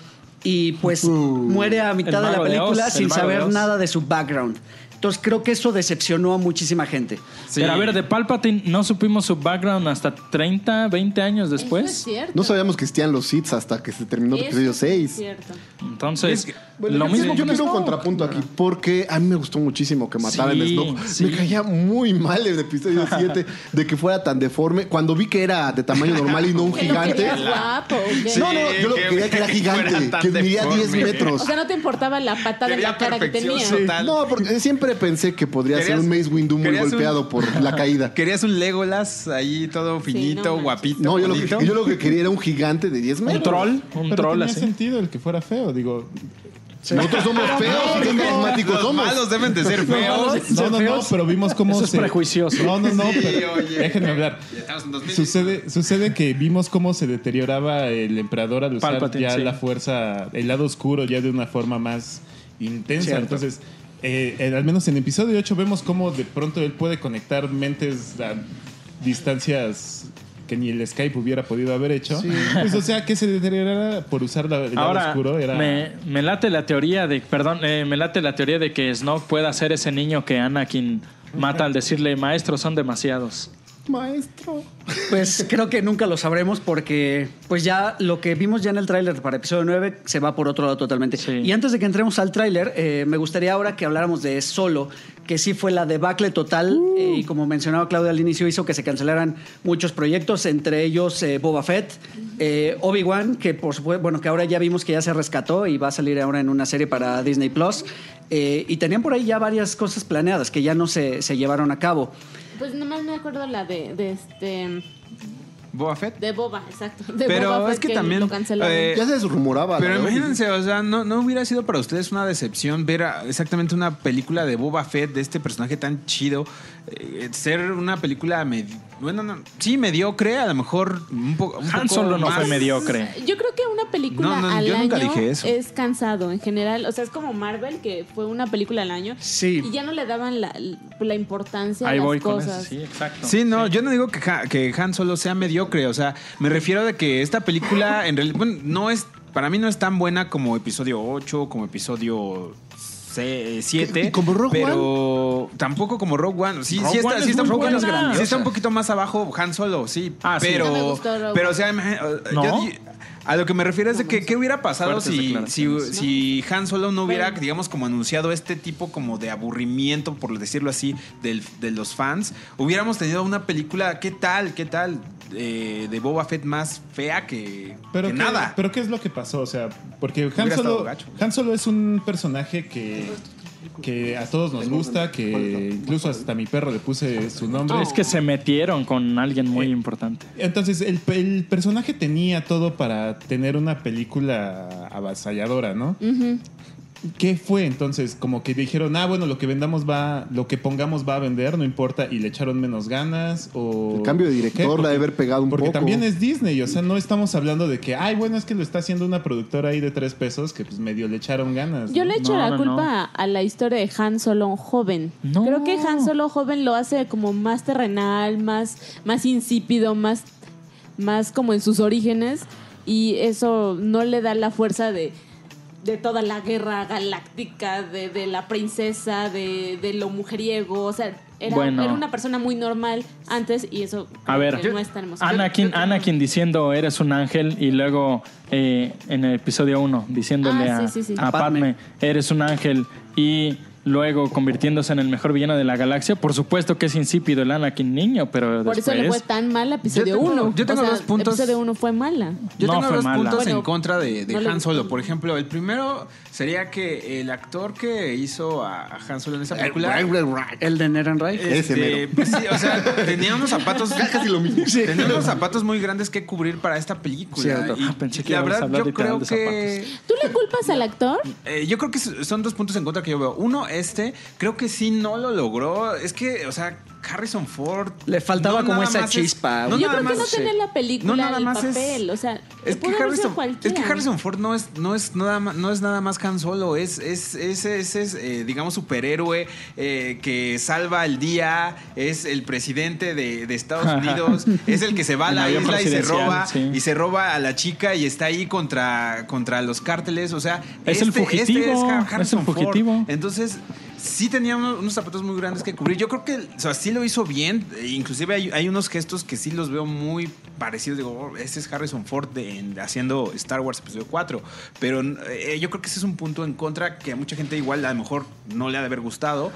[SPEAKER 1] y pues muere a mitad de la
[SPEAKER 4] Uh, Mago de
[SPEAKER 1] película
[SPEAKER 4] Oz, el
[SPEAKER 1] sin
[SPEAKER 4] Mago de
[SPEAKER 1] saber
[SPEAKER 4] Oz.
[SPEAKER 1] nada de su background. Entonces creo que eso decepcionó a muchísima gente.
[SPEAKER 4] Sí. Pero a ver, de Palpatine no supimos su background hasta 30, 20 años después.
[SPEAKER 3] Eso es cierto.
[SPEAKER 2] No sabíamos que existían los Sith hasta que se terminó el
[SPEAKER 3] Eso
[SPEAKER 2] episodio
[SPEAKER 3] es
[SPEAKER 2] 6.
[SPEAKER 3] cierto.
[SPEAKER 4] Entonces,
[SPEAKER 5] Es que-
[SPEAKER 2] Bueno,
[SPEAKER 4] lo
[SPEAKER 2] yo
[SPEAKER 4] mismo.
[SPEAKER 2] quiero- Yo
[SPEAKER 4] con
[SPEAKER 2] quiero un
[SPEAKER 4] Snoke.
[SPEAKER 2] contrapunto aquí, porque a mí me gustó muchísimo que mataran
[SPEAKER 4] Sí,
[SPEAKER 2] a Snoke.
[SPEAKER 4] sí.
[SPEAKER 2] Me caía muy mal el episodio 7 de que fuera tan deforme. Cuando vi que era de tamaño normal y no un
[SPEAKER 3] Que lo
[SPEAKER 2] gigante.
[SPEAKER 3] querías guapo. ¿o qué?
[SPEAKER 5] Sí.
[SPEAKER 2] No, no, yo lo
[SPEAKER 5] que-
[SPEAKER 2] que quería que era
[SPEAKER 5] que fuera
[SPEAKER 2] gigante,
[SPEAKER 5] tan
[SPEAKER 2] que medía
[SPEAKER 5] deforme.
[SPEAKER 2] 10 metros.
[SPEAKER 3] O sea, no te importaba la patada en la
[SPEAKER 5] Quería
[SPEAKER 3] cara que
[SPEAKER 5] perfección,
[SPEAKER 3] tenía.
[SPEAKER 5] sí.
[SPEAKER 2] Total. No, porque siempre pensé que podría ser
[SPEAKER 5] Querías-
[SPEAKER 2] un Mace Windu muy
[SPEAKER 5] querías un-
[SPEAKER 2] golpeado por la caída.
[SPEAKER 5] Querías un Legolas ahí todo finito,
[SPEAKER 3] no manches.
[SPEAKER 5] guapito.
[SPEAKER 2] No, yo lo, que,
[SPEAKER 5] bonito.
[SPEAKER 2] yo lo que quería era un gigante de 10
[SPEAKER 4] Un
[SPEAKER 2] metros.
[SPEAKER 4] troll, un
[SPEAKER 6] Pero
[SPEAKER 4] troll
[SPEAKER 6] tenía
[SPEAKER 4] así.
[SPEAKER 6] sentido el que fuera feo, digo.
[SPEAKER 2] Nosotros somos feos, qué carismáticos
[SPEAKER 5] Los
[SPEAKER 2] somos.
[SPEAKER 5] malos deben de ser feos.
[SPEAKER 6] No, no, no,
[SPEAKER 1] feos.
[SPEAKER 6] pero vimos cómo
[SPEAKER 4] Eso es
[SPEAKER 6] se-
[SPEAKER 4] prejuicioso.
[SPEAKER 6] No, no, no,
[SPEAKER 5] Sí,
[SPEAKER 6] pero-
[SPEAKER 5] oye.
[SPEAKER 6] déjenme hablar.
[SPEAKER 5] Estamos en 2000.
[SPEAKER 6] Sucede, sucede que vimos cómo se deterioraba el emperador al usar
[SPEAKER 4] Palpatine,
[SPEAKER 6] ya
[SPEAKER 4] sí.
[SPEAKER 6] la fuerza, el lado oscuro ya de una forma más intensa.
[SPEAKER 1] Cierto.
[SPEAKER 6] Entonces, eh, eh, al menos en episodio 8 vemos cómo de pronto él puede conectar mentes a distancias que ni el Skype hubiera podido haber hecho. Pues, o sea, que se deteriorara por usar la- el lado
[SPEAKER 4] Ahora,
[SPEAKER 6] oscuro era...
[SPEAKER 4] me, me late la teoría de, perdón, eh, me late la teoría de que Snoke pueda ser ese niño que Anakin mata al decirle, maestros son demasiados.
[SPEAKER 2] Maestro.
[SPEAKER 1] Pues creo que nunca lo sabremos porque pues ya lo que vimos ya en el tráiler para episodio 9 se va por otro lado totalmente.
[SPEAKER 4] Sí.
[SPEAKER 1] Y antes de que entremos al tráiler, eh, me gustaría ahora que habláramos de Solo, que sí fue la debacle total eh, y como mencionaba Claudia al inicio hizo que se cancelaran muchos proyectos, entre ellos eh, Boba Fett, eh, Obi-Wan, que por supuesto, bueno, que ahora ya vimos que ya se rescató y va a salir ahora en una serie para Disney Plus. Eh, y tenían por ahí ya varias cosas planeadas que ya no se, se llevaron a cabo.
[SPEAKER 3] Pues nomás me acuerdo la de, de este
[SPEAKER 5] Boba Fett.
[SPEAKER 3] de Boba, exacto. De
[SPEAKER 5] Pero
[SPEAKER 3] Boba
[SPEAKER 5] es
[SPEAKER 3] Fett
[SPEAKER 5] que también,
[SPEAKER 3] lo Pues, cancelaron.
[SPEAKER 5] eh,
[SPEAKER 2] Ya se rumoraba.
[SPEAKER 5] Pero imagínense, o sea, no, no hubiera sido para ustedes una decepción ver a- exactamente una película de Boba Fett, de este personaje tan chido, eh, ser una película, medi- bueno, no, sí, mediocre, a lo mejor un, poco un
[SPEAKER 4] Han
[SPEAKER 5] poco
[SPEAKER 4] Solo no
[SPEAKER 5] más-
[SPEAKER 4] fue mediocre.
[SPEAKER 3] Yo creo que una película
[SPEAKER 5] No, no,
[SPEAKER 3] al
[SPEAKER 5] yo nunca
[SPEAKER 3] año
[SPEAKER 5] dije eso.
[SPEAKER 3] es cansado en general. O sea, es como Marvel, que fue una película al año.
[SPEAKER 1] Sí.
[SPEAKER 3] Y ya no le daban la, la importancia
[SPEAKER 4] Ahí
[SPEAKER 3] a las
[SPEAKER 4] voy con
[SPEAKER 3] cosas.
[SPEAKER 4] eso. Sí, exacto.
[SPEAKER 5] Sí, no, yo no digo que, Ha- que Han Solo sea mediocre, o sea, me refiero de que esta película en realidad, bueno, no es, para mí no es tan buena como episodio 8, como episodio se- 7.
[SPEAKER 2] ¿Y como Rogue
[SPEAKER 5] pero tampoco como Rogue One. Sí,
[SPEAKER 4] Rogue
[SPEAKER 5] sí está,
[SPEAKER 4] One es
[SPEAKER 5] sí está un
[SPEAKER 4] muy
[SPEAKER 5] poquito,
[SPEAKER 4] buena.
[SPEAKER 5] sí está un poquito más abajo Han Solo, sí.
[SPEAKER 4] Ah, sí.
[SPEAKER 5] pero,
[SPEAKER 3] No me gustó Rogue
[SPEAKER 5] pero o
[SPEAKER 3] One.
[SPEAKER 5] sea, imagina-
[SPEAKER 4] ¿No?
[SPEAKER 5] yo di- a lo que me refiero es de que qué hubiera pasado
[SPEAKER 4] Fuertes
[SPEAKER 5] si, si,
[SPEAKER 4] declaraciones.
[SPEAKER 5] si Han Solo no hubiera,
[SPEAKER 3] Bueno.
[SPEAKER 5] digamos, como anunciado este tipo como de aburrimiento, por decirlo así, del- de los fans, hubiéramos tenido una película, ¿qué tal? ¿Qué tal? Eh, de Boba Fett más fea que,
[SPEAKER 6] Pero
[SPEAKER 5] que
[SPEAKER 6] qué,
[SPEAKER 5] nada.
[SPEAKER 6] Pero ¿qué es lo que pasó? O sea, porque Han
[SPEAKER 5] Hubiera estado
[SPEAKER 6] Solo,
[SPEAKER 5] gacho.
[SPEAKER 6] Han Solo es un personaje que, que a todos nos gusta, que incluso hasta a mi perro le puse su nombre.
[SPEAKER 4] Es que se metieron con alguien muy
[SPEAKER 6] Eh,
[SPEAKER 4] importante.
[SPEAKER 6] Entonces, el, el personaje tenía todo para tener una película avasalladora, ¿no?
[SPEAKER 3] Ujú.
[SPEAKER 6] ¿Qué fue entonces? Como que dijeron, ah, bueno, lo que vendamos va, lo que pongamos va a vender, no importa, y le echaron menos ganas o...
[SPEAKER 2] El cambio de
[SPEAKER 6] ¿Qué?
[SPEAKER 2] director
[SPEAKER 6] Porque-
[SPEAKER 2] la de haber pegado un
[SPEAKER 6] Porque
[SPEAKER 2] poco.
[SPEAKER 6] también es Disney, o sea, no estamos hablando de que, ay, bueno, es que lo está haciendo una productora ahí de tres pesos que pues medio le echaron ganas.
[SPEAKER 3] Yo
[SPEAKER 6] ¿no?
[SPEAKER 3] le echo
[SPEAKER 4] pues, No,
[SPEAKER 3] la
[SPEAKER 4] no,
[SPEAKER 3] culpa
[SPEAKER 4] no.
[SPEAKER 3] a- a la historia de Han Solo joven.
[SPEAKER 4] No.
[SPEAKER 3] Creo que Han Solo joven lo hace como más terrenal, más, más insípido, más, más como en sus orígenes. Y eso no le da la fuerza de, de toda la guerra galáctica, de, de la princesa, de, de lo mujeriego. O sea, era,
[SPEAKER 4] Bueno.
[SPEAKER 3] era una persona muy normal antes y eso
[SPEAKER 4] A
[SPEAKER 3] creo
[SPEAKER 4] ver,
[SPEAKER 3] que Pues no es tan emocionante.
[SPEAKER 4] Anakin,
[SPEAKER 5] ah,
[SPEAKER 4] Anakin diciendo eres un ángel y luego eh, en el episodio 1 diciéndole
[SPEAKER 3] Ah,
[SPEAKER 4] a,
[SPEAKER 3] sí, sí, sí.
[SPEAKER 4] a Padme, eres un ángel y luego convirtiéndose en el mejor villano de la galaxia. Por supuesto que es insípido el Anakin niño, pero
[SPEAKER 3] Por
[SPEAKER 4] después...
[SPEAKER 3] eso le fue tan mal a episodio
[SPEAKER 5] Yo tengo-
[SPEAKER 3] 1.
[SPEAKER 5] yo tengo dos puntos.
[SPEAKER 3] Episodio 1 fue mala.
[SPEAKER 5] Yo
[SPEAKER 4] No
[SPEAKER 5] tengo
[SPEAKER 4] fue
[SPEAKER 5] dos
[SPEAKER 4] mala.
[SPEAKER 5] puntos en
[SPEAKER 3] Bueno,
[SPEAKER 5] contra de, de
[SPEAKER 3] no le
[SPEAKER 5] Han
[SPEAKER 3] gustó.
[SPEAKER 5] Solo. Por ejemplo, el primero sería que el actor que hizo a, a Han Solo en esa película.
[SPEAKER 1] El de Nerenray.
[SPEAKER 2] Ese mero.
[SPEAKER 5] pues sí, o sea, tenía unos zapatos.
[SPEAKER 2] Casi lo mismo.
[SPEAKER 5] Tenía unos zapatos muy grandes que cubrir para esta película.
[SPEAKER 4] Cierto.
[SPEAKER 5] Y
[SPEAKER 4] Ah, pensé que
[SPEAKER 5] la
[SPEAKER 4] íbamos a
[SPEAKER 5] verdad,
[SPEAKER 4] hablar
[SPEAKER 5] yo creo
[SPEAKER 4] literal de
[SPEAKER 5] que.
[SPEAKER 3] ¿Tú le culpas al actor?
[SPEAKER 5] Eh, yo creo que s- son dos puntos en contra que yo veo. Uno, este, creo que sí no lo logró. Es que, o sea, Harrison Ford.
[SPEAKER 1] Le faltaba como
[SPEAKER 5] nada
[SPEAKER 1] esa
[SPEAKER 5] más
[SPEAKER 1] chispa.
[SPEAKER 3] Yo
[SPEAKER 5] nada
[SPEAKER 3] creo que
[SPEAKER 5] más- eh,
[SPEAKER 3] no tenía la película,
[SPEAKER 5] No, nada
[SPEAKER 3] el
[SPEAKER 5] más es-
[SPEAKER 3] papel, o sea,
[SPEAKER 5] Es que,
[SPEAKER 3] pudo haber sido
[SPEAKER 5] Harrison, es
[SPEAKER 3] cualquiera.
[SPEAKER 5] que Harrison Ford no es, no es nada más, no es nada más Han Solo, es, es, es, es- es, eh, digamos, superhéroe eh, que salva el día, es el presidente de, de Estados Unidos, es el que se va a
[SPEAKER 4] En
[SPEAKER 5] la
[SPEAKER 4] avión
[SPEAKER 5] isla y se
[SPEAKER 4] presidencial,
[SPEAKER 5] roba,
[SPEAKER 4] sí.
[SPEAKER 5] y se roba a la chica y está ahí contra, contra los cárteles. O sea,
[SPEAKER 4] Es el fugitivo,
[SPEAKER 5] este Ha-
[SPEAKER 4] es el
[SPEAKER 5] Harrison Ford.
[SPEAKER 4] fugitivo.
[SPEAKER 5] Entonces, sí tenía unos, unos zapatos muy grandes que cubrir. Yo creo que, o sea, sí lo hizo bien. Eh, Inclusive hay, hay unos gestos que sí los veo muy parecidos. Digo, oh, este es Harrison Ford de- en- haciendo Star Wars Episodio 4. Pero eh, yo creo que ese es un punto en contra que a mucha gente igual a lo mejor no le ha de haber gustado.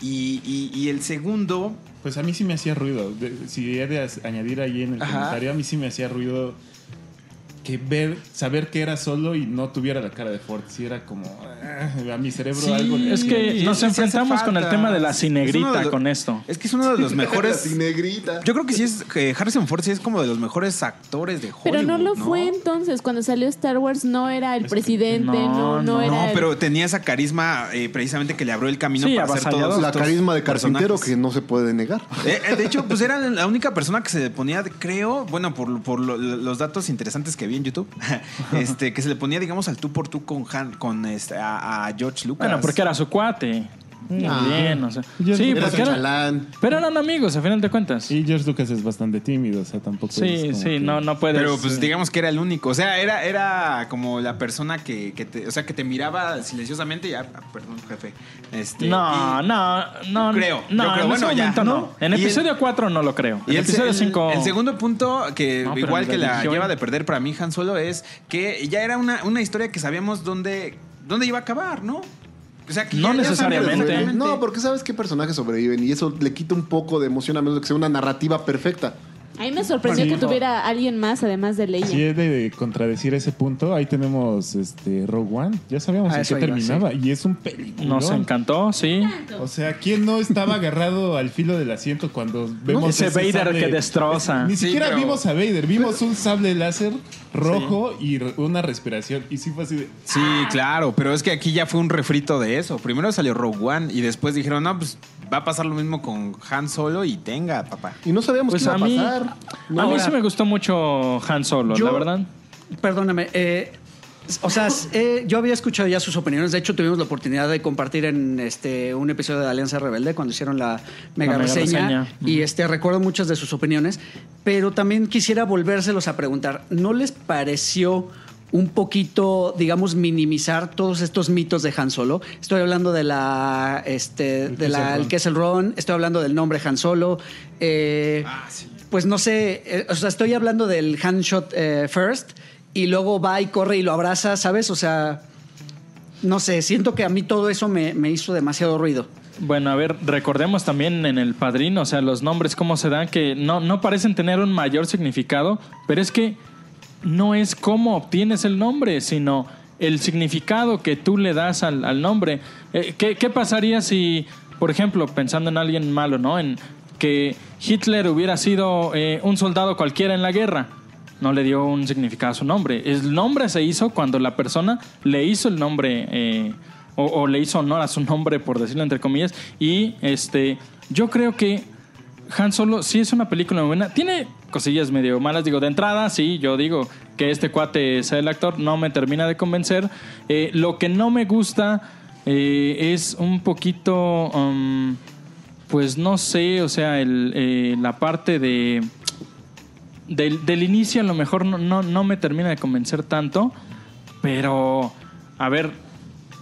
[SPEAKER 5] Y, y- y el segundo...
[SPEAKER 6] Pues a mí sí me hacía ruido. De- si he de as- añadir ahí en el
[SPEAKER 5] Ajá.
[SPEAKER 6] comentario, a mí sí me hacía ruido que ver, saber que era solo y no tuviera la cara de Ford. Sí era como ah, a mi cerebro
[SPEAKER 4] Sí,
[SPEAKER 6] algo. le-
[SPEAKER 4] es que
[SPEAKER 5] Sí,
[SPEAKER 4] Eh, nos
[SPEAKER 5] sí hace
[SPEAKER 4] enfrentamos
[SPEAKER 5] falta.
[SPEAKER 4] con el tema de la
[SPEAKER 5] Es uno de
[SPEAKER 4] cinegrita
[SPEAKER 5] los-
[SPEAKER 4] con esto.
[SPEAKER 5] Es que es uno de los mejores...
[SPEAKER 2] Así negrita.
[SPEAKER 5] Yo creo que sí es que Harrison Ford sí es como de los mejores actores de Hollywood.
[SPEAKER 3] Pero no lo fue entonces, cuando salió Star Wars no era el presidente,
[SPEAKER 4] no,
[SPEAKER 3] no, no,
[SPEAKER 4] no.
[SPEAKER 3] era
[SPEAKER 5] No,
[SPEAKER 3] el-
[SPEAKER 5] pero tenía esa carisma eh, precisamente que le abrió el camino
[SPEAKER 4] Sí,
[SPEAKER 5] para hacer
[SPEAKER 4] avasallador.
[SPEAKER 5] todos
[SPEAKER 2] la
[SPEAKER 5] estos
[SPEAKER 2] carisma de carpintero
[SPEAKER 5] personajes.
[SPEAKER 2] que no se puede negar.
[SPEAKER 5] Eh, eh, de hecho, pues era la única persona que se le ponía, creo, bueno, por, por lo- los datos interesantes que vi en YouTube, este, que se le ponía, digamos, al tú por tú con Han, con este, a, a George Lucas.
[SPEAKER 4] Bueno, porque era su cuate. Muy Bien, o sea.
[SPEAKER 6] Ah. Yo-
[SPEAKER 4] Sí,
[SPEAKER 6] Era
[SPEAKER 2] Eras
[SPEAKER 4] porque
[SPEAKER 2] un
[SPEAKER 4] era-
[SPEAKER 2] chalán.
[SPEAKER 4] pero eran amigos, a final de cuentas.
[SPEAKER 6] Y George Lucas es bastante tímido, o sea, tampoco es
[SPEAKER 4] Sí,
[SPEAKER 6] pues, como
[SPEAKER 4] sí,
[SPEAKER 6] que-
[SPEAKER 4] no, no puedes. eh,
[SPEAKER 5] Pero
[SPEAKER 2] eh.
[SPEAKER 5] pues digamos que era el único. O sea, era, era como la persona que, que te, o sea, que te miraba silenciosamente y ya, ah, perdón, jefe. Este,
[SPEAKER 4] No,
[SPEAKER 5] y-
[SPEAKER 4] no, no. No,
[SPEAKER 5] Creo, yo creo.
[SPEAKER 4] en
[SPEAKER 5] Bueno,
[SPEAKER 4] ese
[SPEAKER 5] ya,
[SPEAKER 4] momento no.
[SPEAKER 5] ¿no?
[SPEAKER 4] En
[SPEAKER 5] Y el-
[SPEAKER 4] episodio 4 no lo creo. En
[SPEAKER 5] Y el, se-
[SPEAKER 4] episodio
[SPEAKER 5] el-
[SPEAKER 4] 5.
[SPEAKER 5] el segundo punto, que
[SPEAKER 4] No, pero
[SPEAKER 5] igual que la
[SPEAKER 4] religión.
[SPEAKER 5] lleva de perder para mí Han Solo, es que ya era una, una historia que sabíamos dónde, dónde iba a acabar, ¿no? O sea, que
[SPEAKER 4] No
[SPEAKER 5] ya- ya sabíamos
[SPEAKER 4] necesariamente.
[SPEAKER 5] exactamente.
[SPEAKER 2] No, porque sabes qué personajes sobreviven y eso le quita un poco de emoción a menos que sea una narrativa perfecta.
[SPEAKER 3] A mí me sorprendió
[SPEAKER 6] Sí.
[SPEAKER 3] que tuviera alguien más además de Leia.
[SPEAKER 6] Si es de, de contradecir ese punto, ahí tenemos este Rogue One. Ya sabíamos
[SPEAKER 1] Ah,
[SPEAKER 6] en
[SPEAKER 1] eso
[SPEAKER 6] qué
[SPEAKER 1] iba,
[SPEAKER 6] terminaba. Y es un peligro.
[SPEAKER 4] Nos encantó, sí.
[SPEAKER 5] Mm.
[SPEAKER 6] O sea, ¿quién no estaba agarrado al filo del asiento cuando vemos
[SPEAKER 4] Ese Vader
[SPEAKER 6] sable?
[SPEAKER 4] que destroza.
[SPEAKER 6] Ni
[SPEAKER 5] Sí,
[SPEAKER 6] siquiera
[SPEAKER 5] pero-
[SPEAKER 6] vimos a Vader, vimos un sable láser rojo y re- una respiración. Y sí fue así de.
[SPEAKER 5] Sí, claro, pero es que aquí ya fue un refrito de eso. Primero salió Rogue One y después dijeron, no, pues va a pasar lo mismo con Han Solo y tenga, papá.
[SPEAKER 2] Y no sabíamos
[SPEAKER 4] Pues
[SPEAKER 2] qué
[SPEAKER 4] a
[SPEAKER 2] iba a
[SPEAKER 4] mí,
[SPEAKER 2] pasar.
[SPEAKER 4] a mí
[SPEAKER 1] Ahora-
[SPEAKER 4] sí me gustó mucho Han Solo,
[SPEAKER 1] Yo-
[SPEAKER 4] la verdad.
[SPEAKER 1] Perdóname. eh, o sea, s- eh, yo había escuchado ya sus opiniones. De hecho, tuvimos la oportunidad de compartir en este un episodio de Alianza Rebelde cuando hicieron la mega,
[SPEAKER 4] La mega
[SPEAKER 1] reseña.
[SPEAKER 4] reseña.
[SPEAKER 1] Y este recuerdo muchas de sus opiniones. Pero también quisiera volvérselos a preguntar. ¿No les pareció un poquito, digamos, minimizar todos estos mitos de Han Solo? Estoy hablando de la, este, de la, el que es el Ron. Estoy hablando del nombre Han Solo. eh, pues no sé, eh, o sea, estoy hablando del handshot eh, first y luego va y corre y lo abraza, ¿sabes? O sea, no sé, siento que a mí todo eso me, me hizo demasiado ruido.
[SPEAKER 4] Bueno, a ver, recordemos también en El Padrino, o sea, los nombres, cómo se dan, que no, no parecen tener un mayor significado, pero es que no es cómo obtienes el nombre, sino el significado que tú le das al, al nombre. Eh, ¿qué, qué pasaría si, por ejemplo, pensando en alguien malo, ¿no? En que Hitler hubiera sido eh, un soldado cualquiera en la guerra. No le dio un significado a su nombre. El nombre se hizo cuando la persona le hizo el nombre. eh, o, o le hizo honor a su nombre, por decirlo entre comillas. Y este, yo creo que Han Solo sí es una película muy buena. Tiene cosillas medio malas. Digo, de entrada, sí, yo digo que este cuate sea el actor. No me termina de convencer. Eh, lo que no me gusta eh, es un poquito. um, pues no sé, o sea, el, eh, la parte de del, del inicio a lo mejor no, no, no me termina de convencer tanto, pero a ver,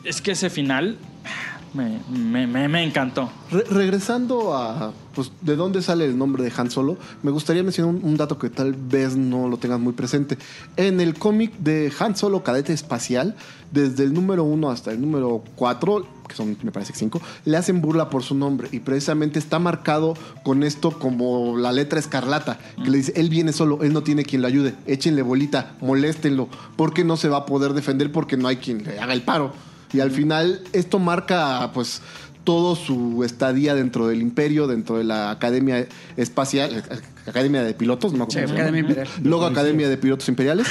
[SPEAKER 4] es que ese final me, me- me- me encantó.
[SPEAKER 2] Re- regresando a pues, de dónde sale el nombre de Han Solo, me gustaría mencionar un, un dato que tal vez no lo tengas muy presente. En el cómic de Han Solo Cadete Espacial, desde el número 1 hasta el número 4, que son me parece 5, le hacen burla por su nombre y precisamente está marcado con esto como la letra escarlata, que le dice, él viene solo, él no tiene quien lo ayude, échenle bolita, moléstenlo, porque no se va a poder defender porque no hay quien le haga el paro. Y al final esto marca pues todo su estadía dentro del imperio, dentro de la Academia Espacial, eh, Academia de Pilotos, no me
[SPEAKER 1] Sí,
[SPEAKER 2] acuerdo. cómo se llama.
[SPEAKER 1] Academia Imperial.
[SPEAKER 2] Luego Academia de Pilotos Imperiales.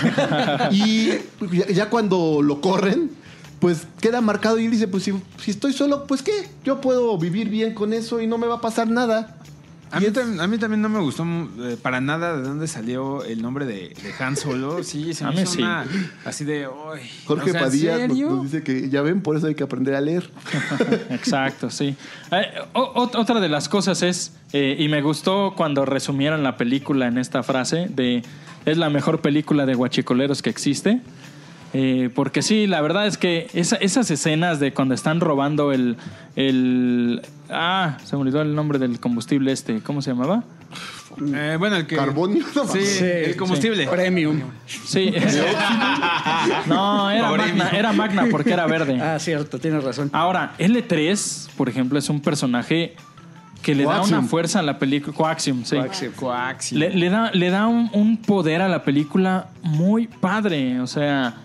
[SPEAKER 2] y ya, ya cuando lo corren, pues queda marcado y él dice, pues si, si estoy solo, pues qué, yo puedo vivir bien con eso y no me va a pasar nada.
[SPEAKER 5] A mí, tam- a mí también no me gustó eh, para nada de dónde salió el nombre de, de Han Solo. Sí, se
[SPEAKER 4] A
[SPEAKER 5] me
[SPEAKER 4] mí
[SPEAKER 5] hizo
[SPEAKER 4] sí.
[SPEAKER 5] una- así de... "Ay,
[SPEAKER 2] Jorge
[SPEAKER 5] o sea,
[SPEAKER 2] Padilla nos,
[SPEAKER 5] ¿serio?".
[SPEAKER 2] nos dice que ya ven, por eso hay que aprender a leer.
[SPEAKER 4] Exacto, sí. Eh, o- ot- otra de las cosas es, eh, y me gustó cuando resumieron la película en esta frase de es la mejor película de guachicoleros que existe. Eh, porque sí, la verdad es que esa- esas escenas de cuando están robando el, el... Ah, se me olvidó el nombre del combustible este, ¿cómo se llamaba?
[SPEAKER 5] Eh, bueno, el que...
[SPEAKER 2] Carbonio.
[SPEAKER 5] Sí, el combustible.
[SPEAKER 1] Premium.
[SPEAKER 4] Sí. no, era
[SPEAKER 5] Pobre
[SPEAKER 4] magna,
[SPEAKER 5] mío.
[SPEAKER 4] era magna porque era verde.
[SPEAKER 1] Ah, cierto, tienes razón.
[SPEAKER 4] Ahora, L3, por ejemplo, es un personaje que le da
[SPEAKER 2] Coaxium.
[SPEAKER 4] una fuerza a la película. Coaxium, sí.
[SPEAKER 5] Coaxi.
[SPEAKER 4] Le, le da, le da un, un poder a la película muy padre. O sea,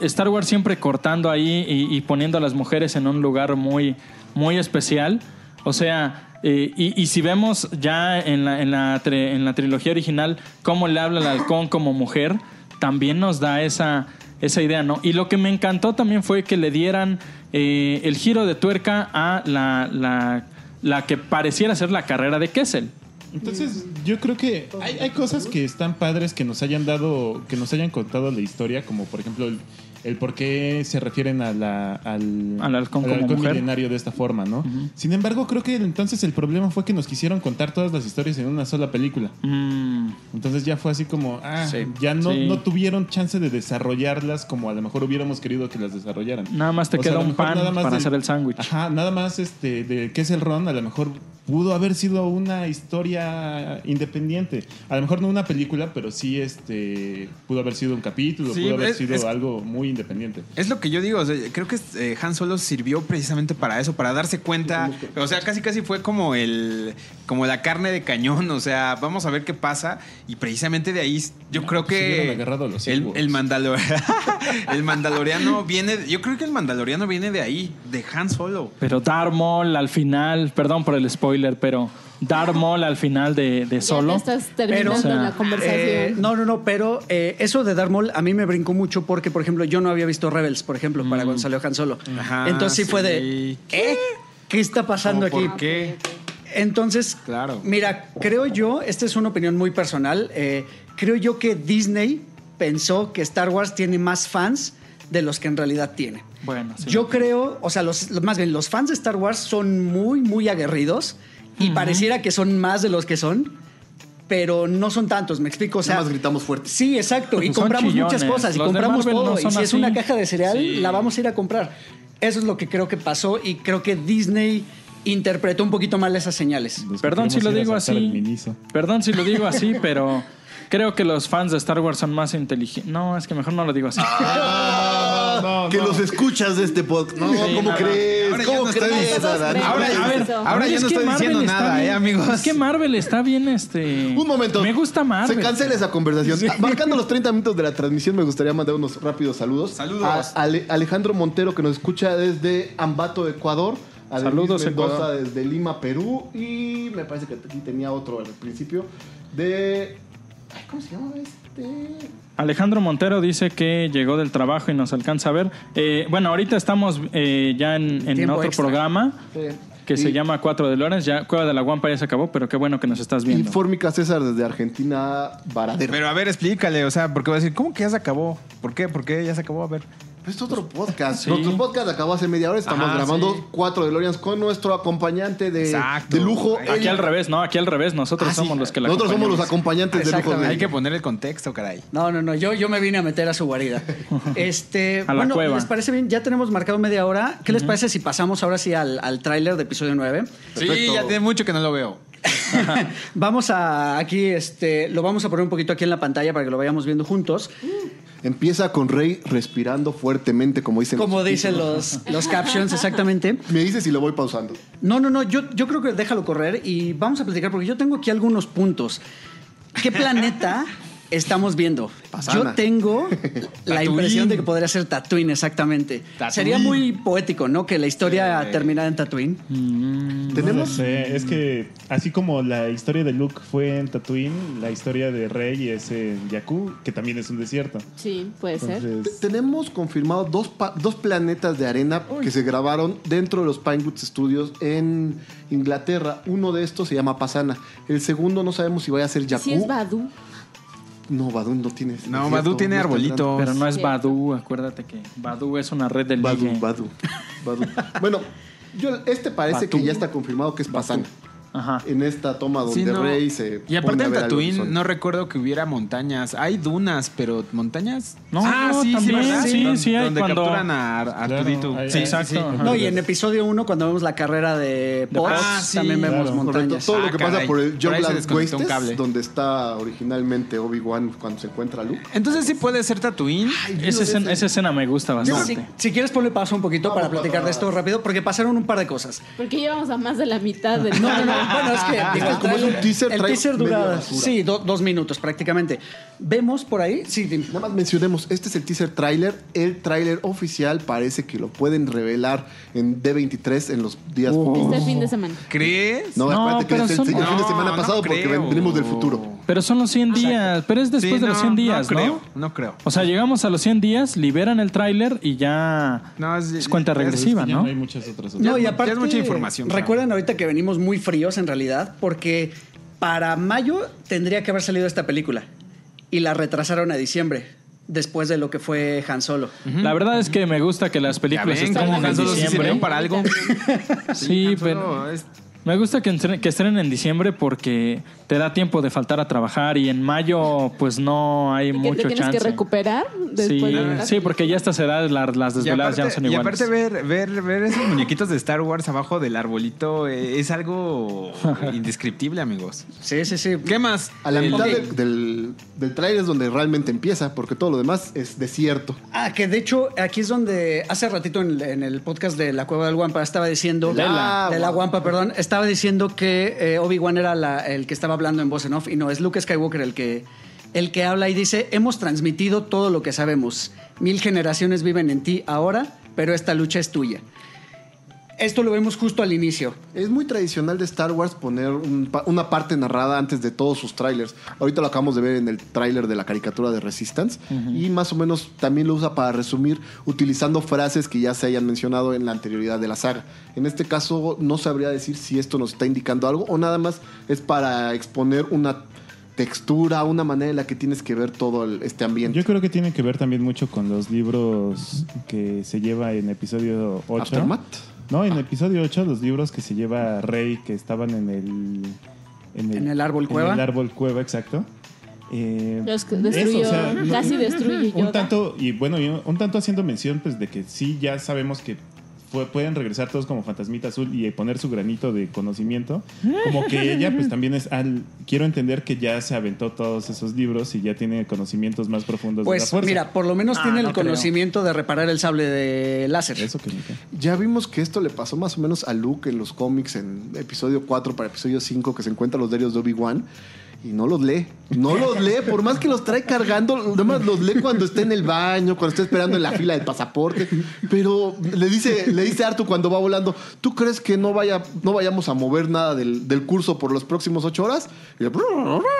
[SPEAKER 4] Star Wars siempre cortando ahí y, y poniendo a las mujeres en un lugar muy, muy especial. O sea, eh, y, y si vemos ya en la, en, la tri- en la trilogía original cómo le habla el halcón como mujer, también nos da esa, esa idea, ¿no? Y lo que me encantó también fue que le dieran eh, el giro de tuerca a la, la- la que pareciera ser la carrera de Kessel.
[SPEAKER 6] Entonces, yo creo que hay, hay cosas que están padres que nos hayan dado, que nos hayan contado la historia, como por ejemplo el, el por qué se refieren a la- al,
[SPEAKER 4] Al halcón como mujer.
[SPEAKER 6] milenario de esta forma, ¿no? Sin embargo, creo que entonces el problema fue que nos quisieron contar todas las historias en una sola película.
[SPEAKER 4] Mm,
[SPEAKER 6] Entonces ya fue así como, ah,
[SPEAKER 4] Sí.
[SPEAKER 6] ya no,
[SPEAKER 4] Sí.
[SPEAKER 6] no tuvieron chance de desarrollarlas como a lo mejor hubiéramos querido que las desarrollaran.
[SPEAKER 4] Nada más te
[SPEAKER 6] O sea,
[SPEAKER 4] queda
[SPEAKER 6] a lo
[SPEAKER 4] un
[SPEAKER 6] mejor
[SPEAKER 4] pan
[SPEAKER 6] nada más
[SPEAKER 4] para
[SPEAKER 6] del-
[SPEAKER 4] hacer el sándwich.
[SPEAKER 6] Ajá, nada más este de qué es el ron, a lo mejor pudo haber sido una historia independiente. A lo mejor no una película, pero sí este pudo haber sido un capítulo,
[SPEAKER 5] Sí,
[SPEAKER 6] pudo haber
[SPEAKER 5] es-
[SPEAKER 6] sido
[SPEAKER 5] es-
[SPEAKER 6] algo muy independiente.
[SPEAKER 5] Es lo que yo digo, o sea, creo que eh, Han Solo sirvió precisamente para eso, para darse cuenta, o sea, casi casi fue como el como la carne de cañón, o sea, vamos a ver qué pasa y precisamente de ahí yo creo
[SPEAKER 6] se hubieran
[SPEAKER 5] que
[SPEAKER 6] agarrado los
[SPEAKER 5] el,
[SPEAKER 6] Ewoks.
[SPEAKER 5] el Mandalor- el mandaloriano viene, yo creo que el mandaloriano viene de ahí, de Han Solo.
[SPEAKER 4] Pero Darth Maul al final, perdón por el spoiler, pero Darth Maul al final de, de Solo.
[SPEAKER 3] Ya te estás terminando
[SPEAKER 4] Pero, o sea,
[SPEAKER 3] la conversación.
[SPEAKER 1] Eh, no, no, no, pero eh, eso de Darth Maul a mí me brincó mucho porque, por ejemplo, yo no había visto Rebels, por ejemplo, para Gonzalo Han Solo.
[SPEAKER 5] Mm. Ajá,
[SPEAKER 1] Entonces sí, fue de,
[SPEAKER 5] sí.
[SPEAKER 1] ¿qué? ¿Qué está pasando
[SPEAKER 5] ¿O
[SPEAKER 1] aquí?
[SPEAKER 5] ¿Por qué?
[SPEAKER 1] Entonces,
[SPEAKER 5] Claro.
[SPEAKER 1] mira, creo yo, esta es una opinión muy personal, eh, creo yo que Disney pensó que Star Wars tiene más fans de los que en realidad tiene.
[SPEAKER 4] Bueno, sí.
[SPEAKER 1] Yo creo, o sea, los, más bien, los fans de Star Wars son muy, muy aguerridos y pareciera que son más de los que son, pero no son tantos, me explico. O sea,
[SPEAKER 2] Nada más gritamos fuerte.
[SPEAKER 1] Sí, exacto. Y
[SPEAKER 4] Pues Son
[SPEAKER 1] compramos muchas
[SPEAKER 4] chillones.
[SPEAKER 1] cosas y
[SPEAKER 4] Los de
[SPEAKER 1] compramos
[SPEAKER 4] Marvel
[SPEAKER 1] todo.
[SPEAKER 4] no
[SPEAKER 1] y si
[SPEAKER 4] son
[SPEAKER 1] es una
[SPEAKER 4] así.
[SPEAKER 1] caja de cereal,
[SPEAKER 4] Sí.
[SPEAKER 1] la vamos a ir a comprar. Eso es lo que creo que pasó y creo que Disney interpretó un poquito mal esas señales.
[SPEAKER 6] Los que
[SPEAKER 4] Perdón si lo
[SPEAKER 6] queremos ir a
[SPEAKER 4] digo
[SPEAKER 6] saltar el
[SPEAKER 4] así.
[SPEAKER 6] Miniso.
[SPEAKER 4] Perdón si lo digo así, pero creo que los fans de Star Wars son más inteligentes. No, es que mejor no lo digo así.
[SPEAKER 2] Ah,
[SPEAKER 6] no,
[SPEAKER 2] que
[SPEAKER 6] no.
[SPEAKER 2] los escuchas de este podcast. No, ¿cómo
[SPEAKER 4] no,
[SPEAKER 2] crees?
[SPEAKER 5] Ahora ya
[SPEAKER 2] ¿Cómo
[SPEAKER 5] no estoy
[SPEAKER 2] crees,
[SPEAKER 5] diciendo-
[SPEAKER 2] Adán?
[SPEAKER 3] Ahora-
[SPEAKER 5] Ahora, a ver,
[SPEAKER 3] Eso.
[SPEAKER 5] ahora
[SPEAKER 4] Oye,
[SPEAKER 5] ya
[SPEAKER 4] es
[SPEAKER 5] no
[SPEAKER 4] que
[SPEAKER 5] estoy
[SPEAKER 4] Marvel
[SPEAKER 5] diciendo
[SPEAKER 4] está
[SPEAKER 5] nada,
[SPEAKER 4] bien-
[SPEAKER 5] eh, amigos.
[SPEAKER 4] Es que Marvel está bien, este.
[SPEAKER 2] Un momento.
[SPEAKER 4] Me gusta Marvel.
[SPEAKER 2] Se cancela esa conversación. Ah, Marcando los 30 minutos de la transmisión, me gustaría mandar unos rápidos saludos.
[SPEAKER 5] Saludos.
[SPEAKER 2] A Ale- Alejandro Montero, que nos escucha desde Ambato, Ecuador. A Denise
[SPEAKER 4] Saludos,
[SPEAKER 2] Mendoza,
[SPEAKER 4] Ecuador.
[SPEAKER 2] desde Lima, Perú. Y me parece que aquí tenía otro al principio. De. ay, ¿Cómo se llama este?
[SPEAKER 4] Alejandro Montero dice que llegó del trabajo y nos alcanza a ver. Eh, bueno, ahorita estamos eh, ya en, en
[SPEAKER 1] Tiempo
[SPEAKER 4] otro
[SPEAKER 1] extra.
[SPEAKER 4] programa
[SPEAKER 2] Sí.
[SPEAKER 4] que se
[SPEAKER 2] Y-
[SPEAKER 4] llama Cuatro de Lorenz. Ya Cueva de la Guampa ya se acabó, pero qué bueno que nos estás
[SPEAKER 2] Y
[SPEAKER 4] viendo.
[SPEAKER 2] Fórmica César, desde Argentina, Varadero.
[SPEAKER 5] Pero a ver, explícale, o sea, porque va a decir, ¿cómo que ya se acabó? ¿Por qué? ¿Por qué ya se acabó? A ver.
[SPEAKER 2] Pues Es otro podcast.
[SPEAKER 4] Sí.
[SPEAKER 2] Nuestro podcast acabó hace media hora. Estamos
[SPEAKER 5] Ajá,
[SPEAKER 2] grabando
[SPEAKER 5] sí.
[SPEAKER 2] cuatro de Lorians con nuestro acompañante de,
[SPEAKER 5] Exacto.
[SPEAKER 2] de lujo.
[SPEAKER 5] Aquí
[SPEAKER 4] Aquí
[SPEAKER 2] Eric.
[SPEAKER 4] al revés, no, aquí al revés. Nosotros
[SPEAKER 2] Ah, sí.
[SPEAKER 4] somos los que la
[SPEAKER 2] Nosotros somos los
[SPEAKER 4] acompañamos.
[SPEAKER 2] acompañantes de lujo. de-
[SPEAKER 5] Hay que poner el contexto, caray.
[SPEAKER 1] No, no, no. Yo, yo me vine a meter a su guarida. Este,
[SPEAKER 4] A la
[SPEAKER 1] bueno,
[SPEAKER 4] cueva.
[SPEAKER 1] ¿les parece bien? Ya tenemos marcado media hora. ¿Qué les parece si pasamos ahora sí al, al tráiler de episodio 9?
[SPEAKER 5] Sí,
[SPEAKER 2] Perfecto.
[SPEAKER 5] ya tiene mucho que no lo veo.
[SPEAKER 1] Vamos a aquí, este, lo vamos a poner un poquito aquí en la pantalla para que lo vayamos viendo juntos.
[SPEAKER 2] Empieza con Rey respirando fuertemente, como dicen.
[SPEAKER 1] Como
[SPEAKER 2] los-
[SPEAKER 1] dicen los, los captions, exactamente.
[SPEAKER 2] Me dices si lo voy pausando.
[SPEAKER 1] No, no, no, yo, yo creo que déjalo correr y vamos a platicar porque yo tengo aquí algunos puntos. ¿Qué planeta estamos viendo?
[SPEAKER 2] Pasana.
[SPEAKER 1] Yo tengo la
[SPEAKER 5] Tatooine.
[SPEAKER 1] impresión de que podría ser Tatooine, exactamente.
[SPEAKER 5] Tatooine.
[SPEAKER 1] Sería muy poético, ¿no? Que la historia
[SPEAKER 5] Sí.
[SPEAKER 1] terminara en Tatooine.
[SPEAKER 6] No lo
[SPEAKER 2] Tenemos.
[SPEAKER 6] sé, es que así como la historia de Luke fue en Tatooine, la historia de Rey es en Jakku, que también es un desierto.
[SPEAKER 3] sí, puede ser.
[SPEAKER 2] te-
[SPEAKER 6] Entonces,
[SPEAKER 2] Tenemos confirmado dos, pa- dos planetas de arena que se grabaron dentro de los Pinewoods Studios en Inglaterra. Uno de estos se llama Pasana. El segundo no sabemos si vaya a ser Jakku.
[SPEAKER 3] Si es Badu.
[SPEAKER 2] No, Badu no tiene. es
[SPEAKER 5] No,
[SPEAKER 2] cierto,
[SPEAKER 5] Badu tiene
[SPEAKER 2] no está grande.
[SPEAKER 5] arbolitos.
[SPEAKER 4] Pero no es
[SPEAKER 3] Cierto.
[SPEAKER 4] Badu, acuérdate que Badu es una red de
[SPEAKER 2] Badu,
[SPEAKER 4] ligue.
[SPEAKER 2] Badu, Badu. Bueno, yo, este parece que ya está confirmado que es Pasana.
[SPEAKER 4] Ajá.
[SPEAKER 2] En esta toma donde
[SPEAKER 5] Sí, no.
[SPEAKER 2] Rey se.
[SPEAKER 5] Y
[SPEAKER 2] pone
[SPEAKER 5] aparte
[SPEAKER 2] a
[SPEAKER 5] en
[SPEAKER 2] ver al
[SPEAKER 5] Tatooine
[SPEAKER 2] horizonte.
[SPEAKER 5] no recuerdo que hubiera montañas. Hay dunas, pero montañas. Ah,
[SPEAKER 4] No, no, también,
[SPEAKER 5] ¿verdad?
[SPEAKER 4] sí,
[SPEAKER 5] Don-
[SPEAKER 4] sí hay
[SPEAKER 5] Donde
[SPEAKER 4] cuando-
[SPEAKER 5] capturan a Ar-
[SPEAKER 6] Claro,
[SPEAKER 5] Arturito.
[SPEAKER 6] hay-
[SPEAKER 4] Sí,
[SPEAKER 6] hay-
[SPEAKER 4] exacto.
[SPEAKER 6] sí,
[SPEAKER 4] Ajá.
[SPEAKER 1] No, y en episodio 1, cuando vemos la carrera de Pods,
[SPEAKER 5] Ah, sí,
[SPEAKER 1] también vemos
[SPEAKER 6] claro.
[SPEAKER 2] Correcto,
[SPEAKER 1] montañas.
[SPEAKER 2] todo
[SPEAKER 5] Ah,
[SPEAKER 2] lo que pasa
[SPEAKER 5] caray.
[SPEAKER 2] por el
[SPEAKER 5] Por ahí se
[SPEAKER 2] Jungle
[SPEAKER 5] desconectó un
[SPEAKER 2] Wastes,
[SPEAKER 5] cable.
[SPEAKER 2] donde está originalmente Obi-Wan cuando se encuentra a Luke.
[SPEAKER 5] Entonces sí puede ser Tatooine.
[SPEAKER 4] Esa escena, esa escena me gusta
[SPEAKER 1] No,
[SPEAKER 4] bastante.
[SPEAKER 1] si, si quieres ponle pausa un poquito
[SPEAKER 2] Vamos,
[SPEAKER 1] para platicar de esto rápido, porque pasaron un par de cosas.
[SPEAKER 3] Porque llevamos a más de la mitad del
[SPEAKER 1] No, no, no. Bueno, es que digo, el
[SPEAKER 2] Como es un
[SPEAKER 1] tráiler-
[SPEAKER 2] teaser,
[SPEAKER 1] el
[SPEAKER 2] trae
[SPEAKER 1] teaser
[SPEAKER 2] media
[SPEAKER 1] dura
[SPEAKER 2] basura.
[SPEAKER 1] sí, do- dos minutos prácticamente. Vemos por ahí, sí, dime.
[SPEAKER 2] Nada más mencionemos, este es el teaser trailer. El tráiler oficial parece que lo pueden revelar en D23 en los días
[SPEAKER 5] Oh.
[SPEAKER 3] Este fin de semana.
[SPEAKER 5] ¿Crees?
[SPEAKER 2] No,
[SPEAKER 4] No,
[SPEAKER 2] acuérdate que
[SPEAKER 4] pero
[SPEAKER 2] es el
[SPEAKER 4] son-
[SPEAKER 2] fin de semana
[SPEAKER 5] No, no
[SPEAKER 2] pasado porque
[SPEAKER 5] creo.
[SPEAKER 2] venimos del futuro.
[SPEAKER 4] Pero son los 100 días, pero es después
[SPEAKER 5] Sí,
[SPEAKER 4] de los
[SPEAKER 5] no,
[SPEAKER 4] 100 días, ¿no?
[SPEAKER 5] creo, no creo.
[SPEAKER 4] O sea, llegamos a los 100 días, liberan el tráiler y ya
[SPEAKER 5] No, es-
[SPEAKER 4] es, cuenta
[SPEAKER 5] es-
[SPEAKER 4] regresiva,
[SPEAKER 6] ya
[SPEAKER 4] ¿no?
[SPEAKER 6] hay muchas otras.
[SPEAKER 5] Ya
[SPEAKER 1] No, y
[SPEAKER 5] es mu- ya
[SPEAKER 1] aparte,
[SPEAKER 5] es mucha información, claro.
[SPEAKER 1] Recuerden ahorita que venimos muy fríos en realidad, porque para mayo tendría que haber salido esta película y la retrasaron a diciembre. después de lo que fue Han Solo.
[SPEAKER 4] La verdad es que me gusta que las
[SPEAKER 5] Ya
[SPEAKER 4] películas
[SPEAKER 5] ven
[SPEAKER 4] estén
[SPEAKER 5] cómo
[SPEAKER 4] en
[SPEAKER 5] Han Solo sí
[SPEAKER 4] diciembre.
[SPEAKER 5] sirvió para algo.
[SPEAKER 4] Sí,
[SPEAKER 5] Han Solo este
[SPEAKER 4] pero-
[SPEAKER 5] es-
[SPEAKER 4] Me gusta que, entre- que estrenen en diciembre porque te da tiempo de faltar a trabajar y en mayo pues no
[SPEAKER 3] Que
[SPEAKER 4] hay
[SPEAKER 3] te
[SPEAKER 4] mucho
[SPEAKER 3] tienes
[SPEAKER 4] chance.
[SPEAKER 3] que recuperar
[SPEAKER 4] sí,
[SPEAKER 3] después de
[SPEAKER 4] sí, porque ya a estas edades la- las
[SPEAKER 5] Y
[SPEAKER 4] desveladas
[SPEAKER 5] aparte,
[SPEAKER 4] ya no son
[SPEAKER 5] y
[SPEAKER 4] iguales.
[SPEAKER 5] aparte ver, ver, ver esos muñequitos de Star Wars abajo del arbolito eh, es algo indescriptible, amigos.
[SPEAKER 1] Sí, sí, sí.
[SPEAKER 5] ¿Qué más?
[SPEAKER 2] A la
[SPEAKER 5] El-
[SPEAKER 2] mitad de- del, del trailer es donde realmente empieza, porque todo lo demás es desierto.
[SPEAKER 1] Ah, que de hecho aquí es donde hace ratito en, el- en el podcast de La Cueva del Guampa estaba diciendo... Ah,
[SPEAKER 2] De la-
[SPEAKER 1] de la Guampa, perdón. Estaba diciendo que eh, Obi-Wan era la- el que estaba hablando en voz en off y no, es Luke Skywalker el que, el que habla y dice, hemos transmitido todo lo que sabemos. Mil generaciones viven en ti ahora, pero esta lucha es tuya. Esto lo vemos justo al inicio.
[SPEAKER 2] Es muy tradicional de Star Wars poner un pa- una parte narrada antes de todos sus trailers. Ahorita lo acabamos de ver en el tráiler de la caricatura de Resistance. Y más o menos también lo usa para resumir utilizando frases que ya se hayan mencionado en la anterioridad de la saga. En este caso no sabría decir si esto nos está indicando algo o nada más es para exponer una textura, una manera en la que tienes que ver todo el- este ambiente.
[SPEAKER 6] Yo creo que tiene que ver también mucho con los libros que se lleva en episodio 8.
[SPEAKER 2] Aftermath.
[SPEAKER 6] No, en episodio 8 los libros que se lleva Rey que estaban en el...
[SPEAKER 1] En el árbol cueva.
[SPEAKER 6] En el árbol cueva, exacto. Eh,
[SPEAKER 3] Los que
[SPEAKER 6] eso,
[SPEAKER 3] destruyó,
[SPEAKER 6] o sea, no-
[SPEAKER 3] casi destruye Yoda.
[SPEAKER 6] un tanto y bueno y un, un tanto haciendo mención pues de que sí ya sabemos que fue- pueden regresar todos como fantasmita azul y poner su granito de conocimiento como que ella pues también es al quiero entender que ya se aventó todos esos libros y ya tiene conocimientos más profundos de la
[SPEAKER 1] Pues
[SPEAKER 6] fuerza
[SPEAKER 1] mira, por lo menos
[SPEAKER 4] Ah,
[SPEAKER 1] tiene
[SPEAKER 4] no
[SPEAKER 1] el
[SPEAKER 4] creo.
[SPEAKER 1] conocimiento de reparar el sable de láser.
[SPEAKER 6] eso que ni qué.
[SPEAKER 2] Ya vimos que esto le pasó más o menos a Luke en los cómics en episodio 4 para episodio 5 que se encuentra los diarios de Obi-Wan y no los lee. No los lee, por más que los trae cargando, nada más los lee cuando está en el baño, cuando está esperando en la fila del pasaporte, pero le dice le dice Artu cuando va volando, ¿tú crees que no vaya no vayamos a mover nada del, del curso por los próximos 8 horas? Y yo,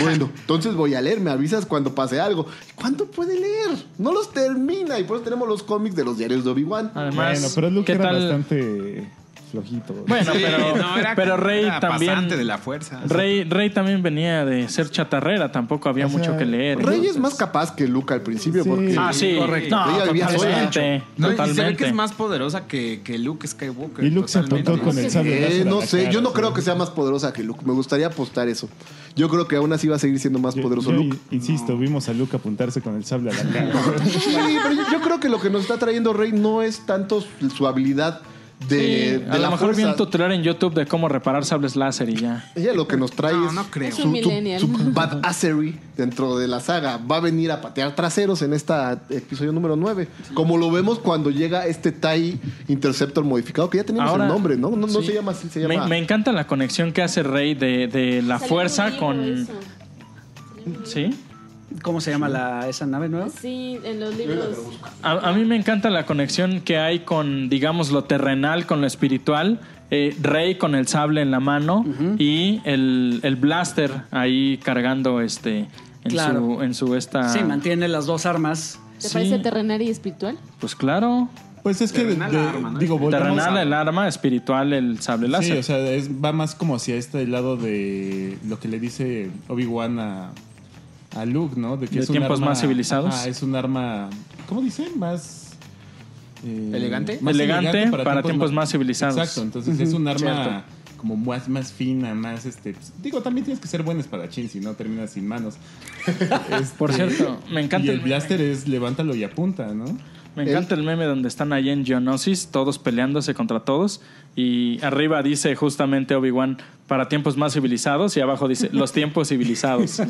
[SPEAKER 2] bueno, entonces voy a leer, me avisas cuando pase algo. ¿Cuánto puede leer? No los termina y por eso tenemos los cómics de los diarios de Obi-Wan.
[SPEAKER 4] Además,
[SPEAKER 6] bueno pero Luke
[SPEAKER 4] ¿qué
[SPEAKER 6] era
[SPEAKER 4] tal?
[SPEAKER 6] bastante flojito
[SPEAKER 4] Bueno,
[SPEAKER 5] Sí,
[SPEAKER 4] pero,
[SPEAKER 5] no, era-
[SPEAKER 4] pero Rey
[SPEAKER 5] era
[SPEAKER 4] también.
[SPEAKER 5] pasante de la fuerza.
[SPEAKER 4] Rey, Rey también venía de ser chatarrera, tampoco había
[SPEAKER 6] O sea,
[SPEAKER 4] mucho que leer.
[SPEAKER 2] Rey es más capaz que Luca al principio
[SPEAKER 6] Sí.
[SPEAKER 2] porque eh,
[SPEAKER 4] Ah, sí,
[SPEAKER 5] Correcto.
[SPEAKER 4] No,
[SPEAKER 2] Ella vivía sola.
[SPEAKER 4] totalmente.
[SPEAKER 5] No, y se ve
[SPEAKER 4] totalmente.
[SPEAKER 5] que es más poderosa que, que Luke Skywalker.
[SPEAKER 6] y Luke se
[SPEAKER 5] totalmente.
[SPEAKER 6] apuntó con el sable
[SPEAKER 2] Eh,
[SPEAKER 6] láser a
[SPEAKER 2] no
[SPEAKER 6] la
[SPEAKER 2] sé,
[SPEAKER 6] cara,
[SPEAKER 2] yo no
[SPEAKER 6] o
[SPEAKER 2] creo
[SPEAKER 6] sea.
[SPEAKER 2] que sea más poderosa que Luke. Me gustaría apostar eso. Yo creo que aún así va a seguir siendo más
[SPEAKER 6] Yo-
[SPEAKER 2] poderoso
[SPEAKER 6] yo
[SPEAKER 2] Luke.
[SPEAKER 6] insisto vimos a Luke apuntarse con el sable a la cara
[SPEAKER 2] Sí, pero yo- yo creo que lo que nos está trayendo Rey no es tanto su- su habilidad de,
[SPEAKER 4] Sí,
[SPEAKER 2] de
[SPEAKER 4] a lo
[SPEAKER 2] la
[SPEAKER 4] mejor vi un
[SPEAKER 2] fuerza.
[SPEAKER 4] tutorial en YouTube de cómo reparar sables láser y ya.
[SPEAKER 2] Ella lo que nos trae
[SPEAKER 5] No,
[SPEAKER 2] es
[SPEAKER 5] no creo.
[SPEAKER 3] Es
[SPEAKER 2] su,
[SPEAKER 3] un
[SPEAKER 2] su-
[SPEAKER 3] millennial.
[SPEAKER 2] su badassery dentro de la saga. Va a venir a patear traseros en este episodio número 9. Como lo vemos cuando llega este TIE Interceptor modificado, que ya teníamos
[SPEAKER 4] Ahora-
[SPEAKER 2] el nombre, ¿no? No, no
[SPEAKER 4] sí.
[SPEAKER 2] se llama así, se
[SPEAKER 4] Me-
[SPEAKER 2] llama...
[SPEAKER 4] Me, encanta la conexión que hace Rey de, de la
[SPEAKER 3] Salió un
[SPEAKER 4] fuerza
[SPEAKER 3] libro
[SPEAKER 4] con.
[SPEAKER 3] eso.
[SPEAKER 4] ¿Sí?
[SPEAKER 1] ¿Cómo se llama la, esa nave nueva?
[SPEAKER 3] Sí, en los libros.
[SPEAKER 4] A, a mí me encanta la conexión que hay con, digamos, lo terrenal con lo espiritual. Eh, Rey con el sable en la mano y el, el blaster ahí cargando este en
[SPEAKER 1] Claro.
[SPEAKER 4] su en su esta.
[SPEAKER 1] Sí, mantiene las dos armas.
[SPEAKER 3] ¿Te
[SPEAKER 4] Sí,
[SPEAKER 3] parece terrenal y espiritual?
[SPEAKER 4] Pues claro.
[SPEAKER 6] Pues es que, de-
[SPEAKER 5] Terrenal
[SPEAKER 6] de-
[SPEAKER 5] la arma, ¿no?
[SPEAKER 6] digo, volvemos
[SPEAKER 4] Terrenal
[SPEAKER 6] a-
[SPEAKER 4] el arma, espiritual el sable
[SPEAKER 6] Sí,
[SPEAKER 4] láser.
[SPEAKER 6] o sea, es- va más como hacia este lado de lo que le dice Obi-Wan a, a Luke, ¿no?
[SPEAKER 4] De
[SPEAKER 6] es un
[SPEAKER 4] tiempos más civilizados.
[SPEAKER 6] Ah, es un arma, ¿cómo dice? Más... eh,
[SPEAKER 5] ¿Elegante?
[SPEAKER 4] Elegante para tiempos más civilizados.
[SPEAKER 6] Exacto, entonces es un arma como más, más fina, más este... pues, digo, también tienes que ser buen espadachín si no terminas sin manos. Este,
[SPEAKER 4] Por cierto, me encanta
[SPEAKER 6] Y
[SPEAKER 4] el
[SPEAKER 6] el
[SPEAKER 4] meme.
[SPEAKER 6] blaster es levántalo y apunta, ¿no?
[SPEAKER 4] Me encanta el meme donde están ahí en Geonosis, todos peleándose contra todos. Y arriba dice justamente Obi-Wan para tiempos más civilizados. Y abajo dice los tiempos civilizados.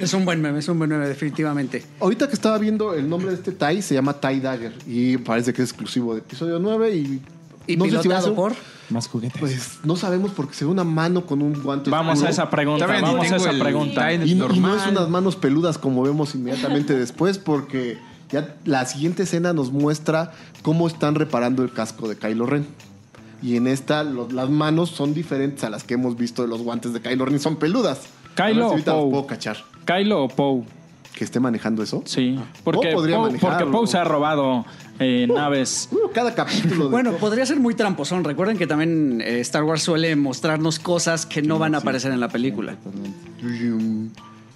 [SPEAKER 1] Es un buen meme, es un buen meme, definitivamente.
[SPEAKER 2] Ahorita que estaba viendo el nombre de este TIE, se llama TIE Dagger y parece que es exclusivo de episodio 9 y...
[SPEAKER 1] Y
[SPEAKER 2] no sé si va a
[SPEAKER 1] pilotado
[SPEAKER 2] ser-
[SPEAKER 1] por...
[SPEAKER 6] Más juguetes.
[SPEAKER 2] Pues no sabemos porque se ve una mano con un guante
[SPEAKER 4] Vamos a
[SPEAKER 2] oscuro.
[SPEAKER 4] esa pregunta.
[SPEAKER 5] Todavía ni
[SPEAKER 4] Vamos a
[SPEAKER 5] tengo
[SPEAKER 4] esa
[SPEAKER 5] el
[SPEAKER 4] pregunta.
[SPEAKER 5] time
[SPEAKER 2] Y, y no
[SPEAKER 5] normal.
[SPEAKER 2] es unas manos peludas como vemos inmediatamente después porque ya la siguiente escena nos muestra cómo están reparando el casco de Kylo Ren. Y en esta lo- las manos son diferentes a las que hemos visto de los guantes de Kylo Ren y son peludas.
[SPEAKER 4] Kylo
[SPEAKER 2] A ver si ahorita
[SPEAKER 4] o
[SPEAKER 2] los
[SPEAKER 4] Poe.
[SPEAKER 2] puedo cachar.
[SPEAKER 4] Kylo o Poe.
[SPEAKER 2] Que esté manejando eso.
[SPEAKER 6] Ah,
[SPEAKER 4] Sí. Porque
[SPEAKER 2] Poe podría
[SPEAKER 4] Poe,
[SPEAKER 2] manejarlo.
[SPEAKER 4] porque Poe se ha robado eh, naves.
[SPEAKER 2] Cada capítulo de
[SPEAKER 1] Bueno, podría ser muy tramposón. Recuerden que también eh, Star Wars suele mostrarnos cosas que no van a aparecer en la película.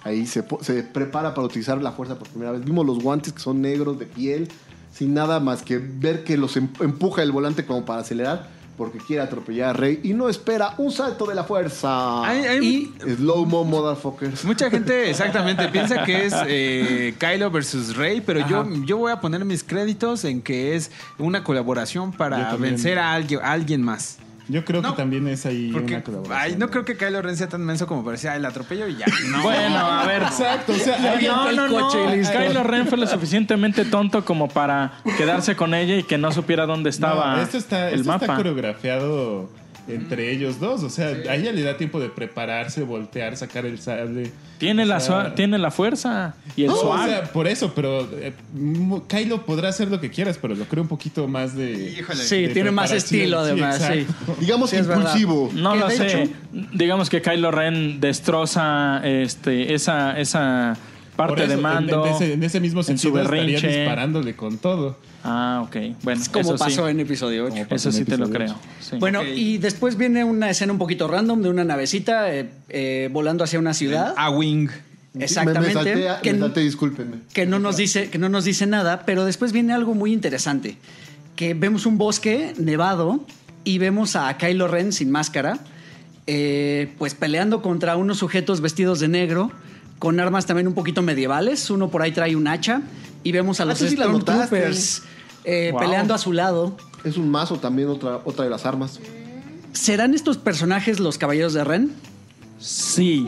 [SPEAKER 2] Ahí se, po- se prepara para utilizar la fuerza por primera vez. Vimos los guantes que son negros de piel, sin nada más que ver que los em- empuja el volante como para acelerar, porque quiere atropellar a Rey y no espera un salto de la fuerza.
[SPEAKER 5] Ay, ay,
[SPEAKER 2] y slow mo motherfuckers.
[SPEAKER 5] Mucha gente exactamente piensa que es eh, Kylo versus Rey, pero yo, yo voy a poner mis créditos en que es una colaboración
[SPEAKER 6] Yo
[SPEAKER 5] para
[SPEAKER 6] también.
[SPEAKER 5] vencer a alguien, a alguien más.
[SPEAKER 6] Yo creo
[SPEAKER 5] No,
[SPEAKER 6] que también es ahí
[SPEAKER 5] Porque
[SPEAKER 6] una colaboración.
[SPEAKER 5] ay, no creo que Kylo Ren sea tan menso como parecía, ay, el atropello y ya. No.
[SPEAKER 4] Bueno, a ver.
[SPEAKER 6] Exacto, o sea, alguien-
[SPEAKER 4] No, no, no. Kylo Ren fue lo suficientemente tonto como para quedarse con ella y que no supiera dónde estaba
[SPEAKER 6] No, esto está,
[SPEAKER 4] el
[SPEAKER 6] esto
[SPEAKER 4] mapa.
[SPEAKER 6] está coreografiado entre ellos dos. O sea, a ella le da tiempo de prepararse, voltear, sacar el sable.
[SPEAKER 4] tiene,
[SPEAKER 6] O
[SPEAKER 4] la
[SPEAKER 6] sea,
[SPEAKER 4] sua- tiene la fuerza y el
[SPEAKER 6] No, o
[SPEAKER 4] swag.
[SPEAKER 6] sea, por eso, pero eh, mo- Kylo podrá hacer lo que quieras, pero lo creo un poquito más de.
[SPEAKER 5] Híjole.
[SPEAKER 1] Sí,
[SPEAKER 6] de
[SPEAKER 1] tiene más
[SPEAKER 6] preparación.
[SPEAKER 1] estilo
[SPEAKER 6] Sí,
[SPEAKER 1] además, sí.
[SPEAKER 6] exacto.
[SPEAKER 2] Digamos
[SPEAKER 1] Sí, es verdad.
[SPEAKER 2] impulsivo.
[SPEAKER 4] No
[SPEAKER 1] Que
[SPEAKER 4] lo
[SPEAKER 1] de
[SPEAKER 4] sé.
[SPEAKER 1] hecho-
[SPEAKER 4] Digamos que Kylo Ren destroza este, esa, esa
[SPEAKER 6] Por
[SPEAKER 4] parte
[SPEAKER 6] eso,
[SPEAKER 4] de
[SPEAKER 6] en-
[SPEAKER 4] mando.
[SPEAKER 6] En, ese, en ese mismo
[SPEAKER 4] en su
[SPEAKER 6] sentido estaría
[SPEAKER 4] berrinche.
[SPEAKER 6] disparándole con todo.
[SPEAKER 4] Ah, ok. Bueno,
[SPEAKER 1] Es como
[SPEAKER 4] eso
[SPEAKER 1] pasó
[SPEAKER 4] sí.
[SPEAKER 1] en episodio 8.
[SPEAKER 6] pasó
[SPEAKER 4] Eso
[SPEAKER 6] en
[SPEAKER 4] sí te lo
[SPEAKER 6] episodio
[SPEAKER 4] creo.
[SPEAKER 6] ocho.
[SPEAKER 4] sí.
[SPEAKER 1] Bueno,
[SPEAKER 5] Ok.
[SPEAKER 1] y después viene una escena un poquito random de una navecita eh, eh, volando hacia una ciudad.
[SPEAKER 5] A Wing.
[SPEAKER 1] Exactamente.
[SPEAKER 2] Me, me salté, me
[SPEAKER 1] que,
[SPEAKER 2] salté, discúlpenme.
[SPEAKER 1] que no nos dice, que no nos dice nada, pero después viene algo muy interesante. Que vemos un bosque nevado y vemos a Kylo Ren sin máscara, eh, pues peleando contra unos sujetos vestidos de negro, con armas también un poquito medievales. Uno por ahí trae un hacha y vemos a
[SPEAKER 2] Ah,
[SPEAKER 1] los
[SPEAKER 2] tú sí la
[SPEAKER 1] Stormtroopers eh,
[SPEAKER 4] Wow.
[SPEAKER 1] peleando a su lado.
[SPEAKER 2] Es un mazo también, otra, otra de las armas.
[SPEAKER 1] ¿Serán estos personajes los caballeros de Ren?
[SPEAKER 4] Sí.